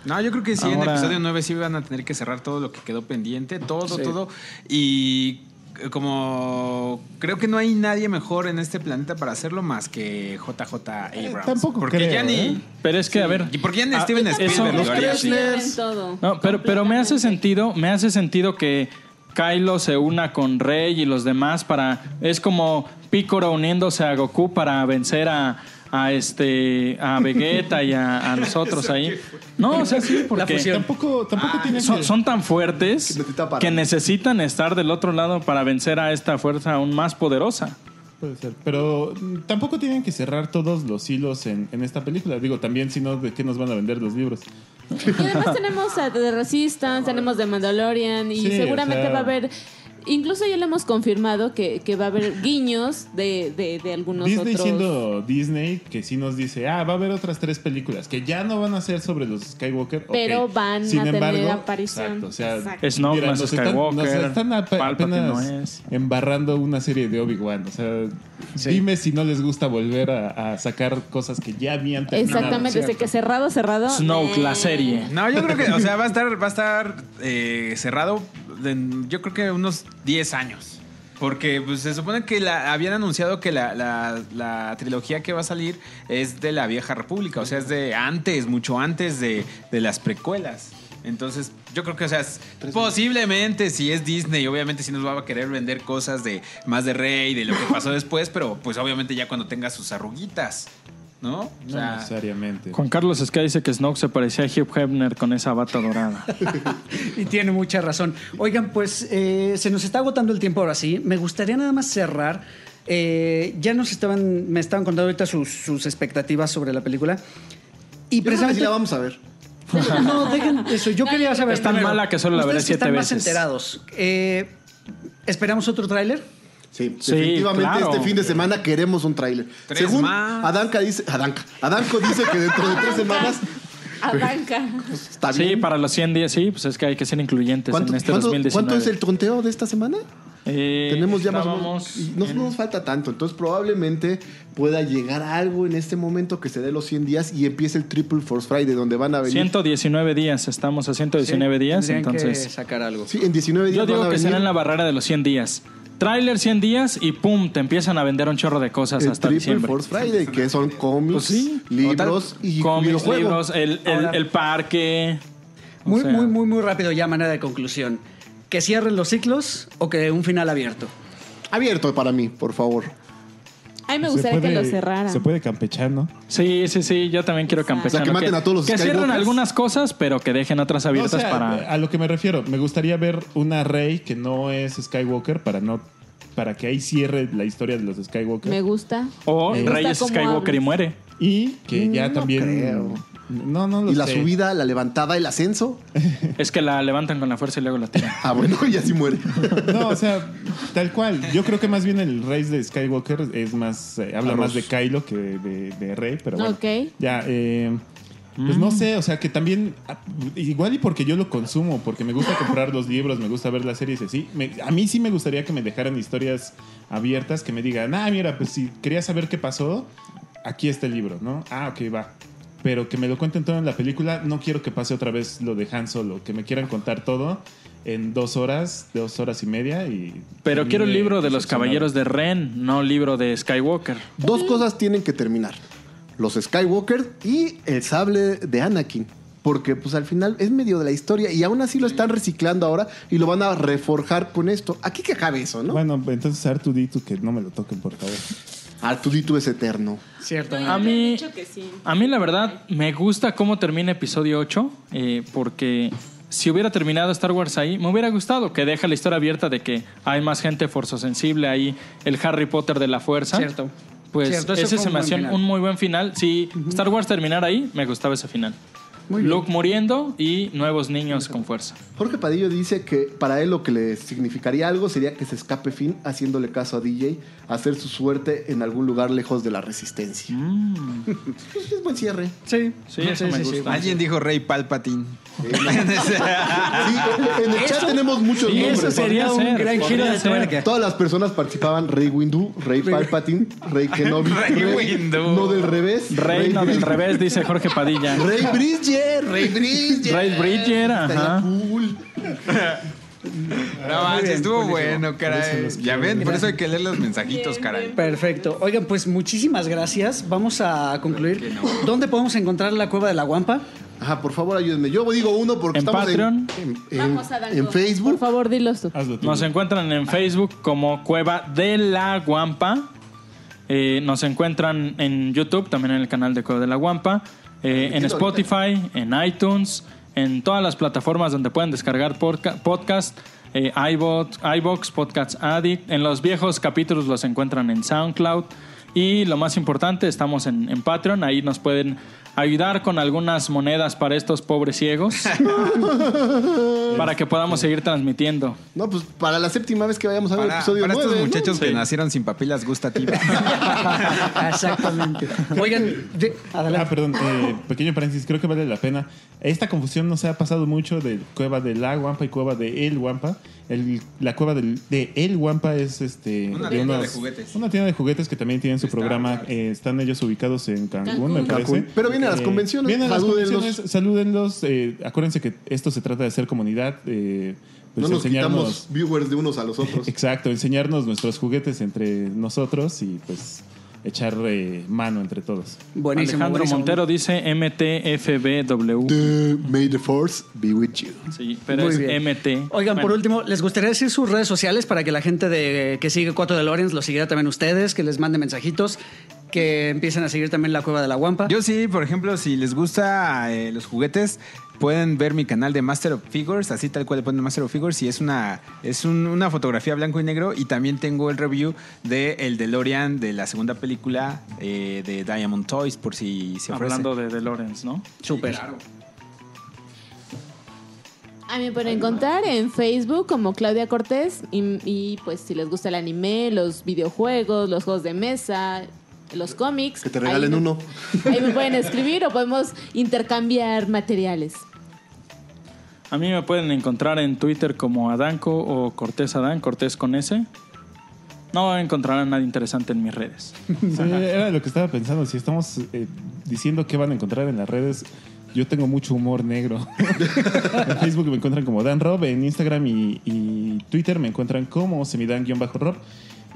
[SPEAKER 5] No, yo creo que sí, en el
[SPEAKER 4] Ahora-
[SPEAKER 5] episodio 9 sí van a tener que cerrar todo lo que quedó pendiente, todo,
[SPEAKER 1] Sí.
[SPEAKER 5] todo. Y eh, como creo que no hay nadie mejor en este planeta para hacerlo más que JJ Abrams.
[SPEAKER 6] tampoco
[SPEAKER 5] porque
[SPEAKER 6] creo,
[SPEAKER 5] ya ni-
[SPEAKER 6] ¿eh?
[SPEAKER 4] Pero es que, a ver.
[SPEAKER 5] ¿Y por qué en
[SPEAKER 4] ah,
[SPEAKER 5] Steven
[SPEAKER 4] eso-
[SPEAKER 5] Spielberg
[SPEAKER 4] los
[SPEAKER 5] lo haría
[SPEAKER 4] tres-
[SPEAKER 5] así?
[SPEAKER 3] Pierden todo.
[SPEAKER 4] No, pero, pero me hace
[SPEAKER 3] Completamente.
[SPEAKER 4] sentido, me hace sentido que Kylo se una con Rey y los demás para. Es como Picoro uniéndose a Goku para vencer a, a este. a Vegeta y a, a nosotros ahí. No, o sea, sí, porque.
[SPEAKER 1] fusión.
[SPEAKER 6] Tampoco, tampoco tiene
[SPEAKER 4] Ah, Son,
[SPEAKER 6] que-
[SPEAKER 4] son tan fuertes
[SPEAKER 2] Que necesita parar.
[SPEAKER 4] que necesitan estar del otro lado para vencer a esta fuerza aún más poderosa.
[SPEAKER 6] Puede ser, pero mm, tampoco tienen que cerrar todos los hilos en, en esta película. Digo, también, si no, ¿de qué nos van a vender los libros?
[SPEAKER 3] Y además tenemos a The Resistance, tenemos The Mandalorian y
[SPEAKER 6] Sí,
[SPEAKER 3] seguramente
[SPEAKER 6] o sea-
[SPEAKER 3] va a haber... Incluso ya lo hemos confirmado que, que va a haber guiños de, de, de algunos
[SPEAKER 6] Disney
[SPEAKER 3] otros...
[SPEAKER 6] siendo Disney, que sí nos dice, ah, va a haber otras tres películas que ya no van a ser sobre los Skywalker. ok.
[SPEAKER 3] Pero van a
[SPEAKER 6] Sin
[SPEAKER 3] tener
[SPEAKER 6] embargo,
[SPEAKER 3] aparición.
[SPEAKER 6] Exacto, o sea,
[SPEAKER 3] Exacto.
[SPEAKER 4] Snoke más
[SPEAKER 6] nos
[SPEAKER 4] Skywalker,
[SPEAKER 6] Están, nos están ap-
[SPEAKER 4] Palpatine
[SPEAKER 6] apenas
[SPEAKER 4] no es.
[SPEAKER 6] embarrando una serie de Obi-Wan. O sea, dime si no les gusta volver a, a sacar cosas que ya habían terminado.
[SPEAKER 3] Exactamente, desde que cerrado, cerrado...
[SPEAKER 4] Snoke, la
[SPEAKER 3] eh.
[SPEAKER 4] serie.
[SPEAKER 5] No, yo creo que, o sea, va a estar, va a estar eh, cerrado en, yo creo que unos 10 años. Porque pues, se supone que la, habían anunciado que la, la- la trilogía que va a salir es de la vieja república, o sea, es de antes, mucho antes de, de las precuelas. Entonces, yo creo que, o sea, es- posiblemente si es Disney, obviamente sí nos va a querer vender cosas de más de Rey, de lo que pasó después, pero pues obviamente ya cuando tenga sus arruguitas. ¿no? O
[SPEAKER 6] No
[SPEAKER 5] sea,
[SPEAKER 6] necesariamente.
[SPEAKER 4] Juan Carlos Sky dice que Snoke se parecía a Hugh Hefner con esa bata dorada.
[SPEAKER 1] Y tiene mucha razón. Oigan, pues eh, se nos está agotando el tiempo ahora sí. Me gustaría nada más cerrar. Eh, ya nos estaban, me estaban contando ahorita sus, sus expectativas sobre la película. Y
[SPEAKER 2] Yo creo que sí
[SPEAKER 1] precisamente.
[SPEAKER 2] la vamos a ver.
[SPEAKER 1] No, dejen eso. Yo quería saber.
[SPEAKER 4] Es tan
[SPEAKER 1] primero,
[SPEAKER 4] mala que solo la veré
[SPEAKER 1] ustedes que
[SPEAKER 4] siete
[SPEAKER 1] están más
[SPEAKER 4] veces.
[SPEAKER 1] enterados. eh, ¿Esperamos otro tráiler?
[SPEAKER 2] Sí,
[SPEAKER 4] Sí,
[SPEAKER 2] definitivamente
[SPEAKER 4] claro.
[SPEAKER 2] este fin de semana queremos un tráiler.
[SPEAKER 5] Tres
[SPEAKER 2] Según
[SPEAKER 5] más.
[SPEAKER 2] Adanka dice, Adanka, Adanko dice que dentro de tres semanas pues,
[SPEAKER 3] Arranca.
[SPEAKER 2] está bien.
[SPEAKER 4] Sí, para los 100 días, sí, pues es que hay que ser incluyentes
[SPEAKER 2] ¿Cuánto,
[SPEAKER 4] en este
[SPEAKER 2] cuánto-
[SPEAKER 4] 2019.
[SPEAKER 2] cuánto es el conteo de esta semana?
[SPEAKER 4] Eh,
[SPEAKER 2] Tenemos ya más o menos-
[SPEAKER 4] estábamos
[SPEAKER 2] y no,
[SPEAKER 4] en-
[SPEAKER 2] no nos falta tanto, entonces probablemente pueda llegar algo en este momento que se dé los 100 días y empiece el Triple Force Friday, donde van a venir.
[SPEAKER 4] 119 días, estamos a 119
[SPEAKER 1] Sí,
[SPEAKER 4] días,
[SPEAKER 1] tendrían que
[SPEAKER 4] entonces
[SPEAKER 1] sacar algo.
[SPEAKER 2] Sí, en 19 días
[SPEAKER 4] yo digo
[SPEAKER 2] van a
[SPEAKER 4] que
[SPEAKER 2] venir
[SPEAKER 4] será en la barrera de los 100 días. Tráiler 100 días y pum, te empiezan a vender un chorro de cosas
[SPEAKER 2] el
[SPEAKER 4] hasta
[SPEAKER 2] Triple
[SPEAKER 4] diciembre.
[SPEAKER 2] Force Friday, que son cómics,
[SPEAKER 4] Pues sí.
[SPEAKER 2] libros y
[SPEAKER 4] Cómics,
[SPEAKER 2] videojuegos.
[SPEAKER 4] libros, el, el-
[SPEAKER 1] Ahora-
[SPEAKER 4] el parque. o
[SPEAKER 1] Muy,
[SPEAKER 4] sea,
[SPEAKER 1] muy, muy, muy rápido ya, manera de conclusión. ¿Que cierren los ciclos o que un final abierto?
[SPEAKER 2] Abierto para mí, por favor.
[SPEAKER 3] A mí me gustaría que lo cerraran.
[SPEAKER 6] Se puede campechar, ¿no?
[SPEAKER 4] Sí, sí, sí, yo también quiero campechar.
[SPEAKER 2] O sea, que maten a todos los
[SPEAKER 4] Que cierren
[SPEAKER 2] Skywalkers.
[SPEAKER 4] algunas cosas, pero que dejen otras
[SPEAKER 6] No, o
[SPEAKER 4] abiertas
[SPEAKER 6] sea,
[SPEAKER 1] eh,
[SPEAKER 4] para...
[SPEAKER 6] A lo que me refiero, me gustaría ver una Rey que no es Skywalker para no para que ahí cierre la historia de los Skywalker.
[SPEAKER 3] Me gusta.
[SPEAKER 4] O
[SPEAKER 1] eh,
[SPEAKER 3] Me gusta
[SPEAKER 4] Reyes
[SPEAKER 3] cómo
[SPEAKER 4] Skywalker y
[SPEAKER 3] hablas.
[SPEAKER 4] muere.
[SPEAKER 6] y que
[SPEAKER 2] Mm,
[SPEAKER 6] ya
[SPEAKER 2] No
[SPEAKER 6] también.
[SPEAKER 2] creo.
[SPEAKER 6] No, no lo
[SPEAKER 2] Y la
[SPEAKER 6] sé.
[SPEAKER 2] subida, la levantada, el ascenso.
[SPEAKER 4] Es que la levantan con la fuerza y luego la tiran.
[SPEAKER 2] Ah, bueno, y así muere.
[SPEAKER 6] No, o sea, tal cual. Yo creo que más bien el Rey de Skywalker es más. eh, habla
[SPEAKER 2] Arroz.
[SPEAKER 6] más de Kylo que de, de Rey, pero bueno.
[SPEAKER 3] Ok.
[SPEAKER 6] Ya, eh, Pues no sé, o sea que también, ah, igual y porque yo lo consumo, porque me gusta comprar los libros, me gusta ver las series y así, me- a mí sí me gustaría que me dejaran historias abiertas, que me digan, ah, mira, pues si quería saber qué pasó, aquí está el libro, ¿no? Ah, ok, va. Pero que me lo cuenten todo en la película, no quiero que pase otra vez lo de Han Solo, que me quieran contar todo en dos horas, dos horas y media y...
[SPEAKER 4] Pero
[SPEAKER 6] termine
[SPEAKER 4] quiero el libro
[SPEAKER 1] pues
[SPEAKER 4] de los
[SPEAKER 6] decepcionado.
[SPEAKER 4] Caballeros de Ren, no libro de Skywalker.
[SPEAKER 2] Dos cosas tienen que terminar. Los Skywalker y el sable de Anakin. Porque pues al final es medio de la historia y aún así lo están reciclando ahora y lo van a reforjar con esto. Aquí que acabe eso, ¿no?
[SPEAKER 6] Bueno, entonces R2D2 que no me lo toquen, por favor.
[SPEAKER 2] Artudito es eterno.
[SPEAKER 1] Cierto.
[SPEAKER 4] A mí- A mí la verdad me gusta cómo termina episodio 8, eh, porque si hubiera terminado Star Wars ahí, me hubiera gustado que deja la historia abierta de que hay más gente forzosensible, hay el Harry Potter de la fuerza.
[SPEAKER 1] Cierto.
[SPEAKER 4] Pues
[SPEAKER 1] Cierto, eso
[SPEAKER 4] ese
[SPEAKER 1] fue un
[SPEAKER 4] se me
[SPEAKER 1] buen
[SPEAKER 4] hacía
[SPEAKER 1] final.
[SPEAKER 4] un muy buen final. Si Star Wars terminara ahí, me gustaba ese final.
[SPEAKER 1] Muy bien.
[SPEAKER 4] Luke muriendo y nuevos niños con fuerza.
[SPEAKER 2] Jorge Padillo dice que para él lo que le significaría algo sería que se escape Finn haciéndole caso a DJ, hacer su suerte en algún lugar lejos de la resistencia.
[SPEAKER 6] Mm.
[SPEAKER 2] Pues, es buen cierre.
[SPEAKER 1] Sí,
[SPEAKER 4] Sí, eso me gusta.
[SPEAKER 5] Alguien dijo Rey Palpatine.
[SPEAKER 2] Sí, en el chat tenemos muchos
[SPEAKER 4] sí,
[SPEAKER 2] nombres.
[SPEAKER 1] Eso sería
[SPEAKER 4] podría
[SPEAKER 1] un
[SPEAKER 4] ser,
[SPEAKER 1] gran giro
[SPEAKER 4] podría
[SPEAKER 1] de
[SPEAKER 4] ser.
[SPEAKER 1] tuerca.
[SPEAKER 2] Todas las personas participaban Rey Windu, Rey Palpatine, Rey Kenobi,
[SPEAKER 5] Rey Windu.
[SPEAKER 2] No del revés,
[SPEAKER 4] Reino del
[SPEAKER 2] Bridger.
[SPEAKER 4] revés, dice Jorge Padilla.
[SPEAKER 2] Rey Bridger, Rey Bridger.
[SPEAKER 4] Rey Bridger,
[SPEAKER 2] Estaría
[SPEAKER 4] ajá.
[SPEAKER 2] cool.
[SPEAKER 5] No manches, estuvo bueno, caray. Ya ven, por eso hay que leer los mensajitos, caray.
[SPEAKER 1] Perfecto. Oigan, pues muchísimas gracias. Vamos a concluir. ¿Dónde podemos encontrar la cueva de la guampa?
[SPEAKER 2] Ajá, por favor, ayúdenme. Yo digo uno porque
[SPEAKER 4] En
[SPEAKER 2] estamos
[SPEAKER 4] Patreon.
[SPEAKER 2] en, en,
[SPEAKER 3] Vamos a
[SPEAKER 2] en Facebook.
[SPEAKER 3] Por favor, dilos tú.
[SPEAKER 6] Hazlo tú.
[SPEAKER 4] Nos encuentran en Facebook como Cueva de la Guampa. Eh, nos encuentran en YouTube, también en el canal de Cueva de la Guampa. Eh, en Spotify, en iTunes, en todas las plataformas donde pueden descargar podca- podcast. eh, iBot, iBox, Podcast Addict. En los viejos capítulos los encuentran en SoundCloud. Y lo más importante, estamos en, en Patreon. Ahí nos pueden ayudar con algunas monedas para estos pobres ciegos. para que podamos seguir transmitiendo.
[SPEAKER 2] No, pues para la séptima vez que vayamos a ver
[SPEAKER 5] Para,
[SPEAKER 2] episodio
[SPEAKER 5] para
[SPEAKER 2] 9.
[SPEAKER 5] estos
[SPEAKER 2] ¿no?
[SPEAKER 5] muchachos que
[SPEAKER 4] Sí.
[SPEAKER 5] nacieron sin papilas gustativas.
[SPEAKER 1] Exactamente. Oigan, de-
[SPEAKER 6] Ah,
[SPEAKER 1] adelante.
[SPEAKER 6] perdón, eh, pequeño paréntesis, creo que vale la pena. Esta confusión nos ha pasado mucho de cueva de la guampa y cueva de el guampa. El- la cueva del- de el guampa es este,
[SPEAKER 5] Una tienda de
[SPEAKER 6] unos-
[SPEAKER 5] juguetes.
[SPEAKER 6] Una tienda de juguetes que también tienen su
[SPEAKER 5] Star
[SPEAKER 6] programa.
[SPEAKER 5] Wars.
[SPEAKER 6] Eh, están ellos ubicados en Cancún, me
[SPEAKER 3] Cancún.
[SPEAKER 6] parece.
[SPEAKER 2] Cancún. Pero vienen a las
[SPEAKER 6] Eh,
[SPEAKER 2] convenciones,
[SPEAKER 6] vienen a las
[SPEAKER 2] salúdenlos.
[SPEAKER 6] convenciones, salúdenlos. eh, acuérdense que esto se trata de ser comunidad. eh, pues
[SPEAKER 2] No nos
[SPEAKER 6] enseñarnos-
[SPEAKER 2] quitamos viewers de unos a los otros.
[SPEAKER 6] Exacto, enseñarnos nuestros juguetes entre nosotros y pues echar eh, mano entre todos.
[SPEAKER 1] Buenísimo.
[SPEAKER 4] Alejandro
[SPEAKER 1] buenísimo.
[SPEAKER 4] Montero dice MTFBW.
[SPEAKER 2] The- may the force be with you.
[SPEAKER 4] Sí, pero
[SPEAKER 1] Muy
[SPEAKER 4] es
[SPEAKER 1] bien.
[SPEAKER 4] MT.
[SPEAKER 1] Oigan, por
[SPEAKER 4] Bueno,
[SPEAKER 1] último, ¿les gustaría decir sus redes sociales para que la gente de, que sigue Cuatro de Lorenz lo siguiera también ustedes, que les mande mensajitos? que empiecen a seguir también la cueva de la guampa.
[SPEAKER 5] Yo sí, por ejemplo, si les gusta eh, los juguetes, pueden ver mi canal de Master of Figures, así tal cual le ponen Master of Figures, y es una, es un- una fotografía blanco y negro, y también tengo el review de el DeLorean de la segunda película eh, de Diamond Toys, por si se ofrece.
[SPEAKER 4] Hablando de, de Lawrence, ¿no?
[SPEAKER 1] Súper.
[SPEAKER 3] A mí me pueden encontrar en Facebook como Claudia Cortés y, y, pues si les gusta el anime, los videojuegos, los juegos de mesa, los cómics.
[SPEAKER 2] Que te regalen
[SPEAKER 3] ahí me-
[SPEAKER 2] uno.
[SPEAKER 3] Ahí me pueden escribir o podemos intercambiar materiales.
[SPEAKER 4] A mí me pueden encontrar en Twitter como Adanco o Cortés Adán, Cortés con S. No encontrarán nada interesante en mis redes.
[SPEAKER 6] Sí, era lo que estaba pensando. Si estamos eh, diciendo qué van a encontrar en las redes, yo tengo mucho humor negro. en Facebook me encuentran como Dan Rob, en Instagram y, y Twitter me encuentran como semidan-rob.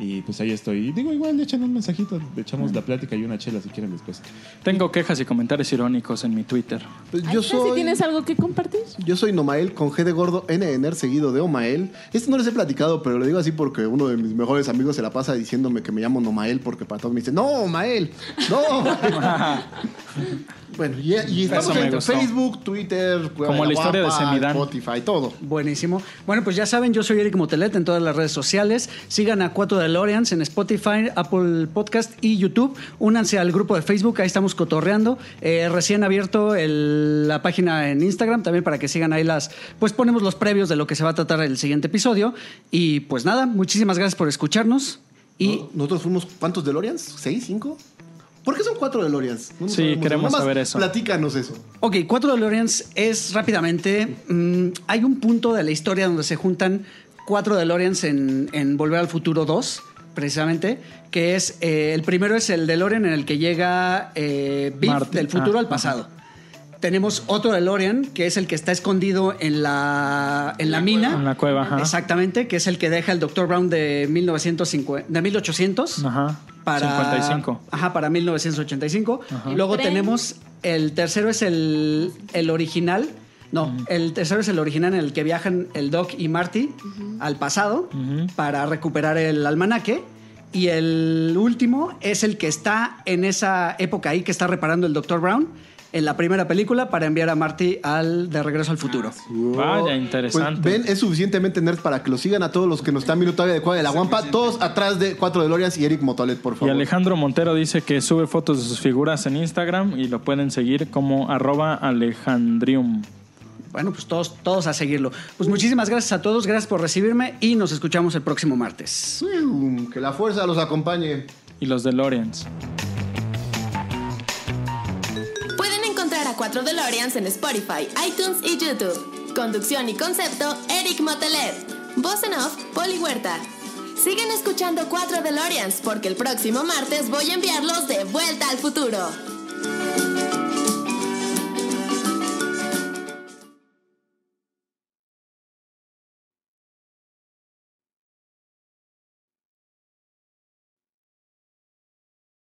[SPEAKER 6] Y pues ahí estoy. Y digo, igual le echan un mensajito, le echamos la plática y una chela si quieren después.
[SPEAKER 4] Tengo quejas y comentarios irónicos en mi Twitter.
[SPEAKER 2] Pues
[SPEAKER 3] Ay,
[SPEAKER 2] yo
[SPEAKER 3] mira, si
[SPEAKER 2] soy.
[SPEAKER 3] tienes algo que compartir.
[SPEAKER 2] Yo soy Nomael con G de gordo NNR seguido de Omael. Esto no les he platicado, pero lo digo así porque uno de mis mejores amigos se la pasa diciéndome que me llamo Nomael porque para todos me dice, no, Omael, no. bueno, y, y estamos
[SPEAKER 4] Eso me
[SPEAKER 2] en
[SPEAKER 4] gustó.
[SPEAKER 2] Facebook, Twitter, Cueva
[SPEAKER 4] Como
[SPEAKER 2] de
[SPEAKER 4] la historia de
[SPEAKER 2] Guapa,
[SPEAKER 4] Semidán.
[SPEAKER 2] Spotify, todo.
[SPEAKER 1] Buenísimo. Bueno, pues ya saben, yo soy Eric Motelet en todas las redes sociales. Sigan a 4 DeLoreans en Spotify, Apple Podcast y YouTube. Únanse al grupo de Facebook, ahí estamos cotorreando. Eh, recién abierto el- la página en Instagram también para que sigan ahí las. Pues ponemos los previos de lo que se va a tratar el siguiente episodio. Y pues nada, muchísimas gracias por escucharnos. Y
[SPEAKER 2] No- nosotros fuimos, ¿cuántos DeLoreans? ¿Seis, cinco? ¿Por qué son cuatro DeLoreans? No nos
[SPEAKER 4] Sí,
[SPEAKER 2] sabemos.
[SPEAKER 4] queremos
[SPEAKER 2] Nada más
[SPEAKER 4] saber eso.
[SPEAKER 2] Platícanos eso.
[SPEAKER 1] Ok, Cuatro DeLoreans es rápidamente. mm, hay un punto de la historia donde se juntan cuatro DeLoreans en, en Volver al Futuro 2, precisamente. Que es. eh, el primero es el DeLorean en el que llega eh, Biff
[SPEAKER 4] Marty.
[SPEAKER 1] del futuro
[SPEAKER 4] Ah,
[SPEAKER 1] al pasado. Tenemos otro DeLorean, que es el que está escondido en la, en la mina.
[SPEAKER 4] En la cueva, ajá.
[SPEAKER 1] Exactamente, que es el que deja el Dr. Brown de, 1950, de 1800
[SPEAKER 4] Ajá.
[SPEAKER 1] para
[SPEAKER 4] 55.
[SPEAKER 1] Ajá, para 1985. Luego
[SPEAKER 3] El tren.
[SPEAKER 1] tenemos el tercero es el, el original. No, el tercero es el original en el que viajan el Doc y Marty al pasado para recuperar el almanaque. Y el último es el que está en esa época ahí que está reparando el Dr. Brown en la primera película para enviar a Marty al de regreso al futuro.
[SPEAKER 3] Ah,
[SPEAKER 4] Vaya,
[SPEAKER 2] Pues
[SPEAKER 4] interesante.
[SPEAKER 1] eh,
[SPEAKER 2] ven, es suficientemente nerd para que lo sigan a todos los que nos están viendo todavía de Cueva de la Guampa. Todos atrás de cuatro DeLoreans y Eric Motolet, por
[SPEAKER 4] Y
[SPEAKER 2] favor.
[SPEAKER 4] Alejandro Montero dice que sube fotos de sus figuras en Instagram y lo pueden seguir como arroba alejandrium.
[SPEAKER 1] Bueno, pues todos, todos a seguirlo. Pues muchísimas gracias a todos, gracias por recibirme y nos escuchamos el próximo martes.
[SPEAKER 2] Mm, Que la fuerza los acompañe.
[SPEAKER 4] Y los de Lawrence.
[SPEAKER 7] Pueden encontrar a 4 DeLoreans en Spotify, iTunes y YouTube. Conducción y concepto, Eric Motelet. Voz en off, Poli Huerta. Siguen escuchando 4 DeLoreans porque el próximo martes voy a enviarlos de vuelta al futuro.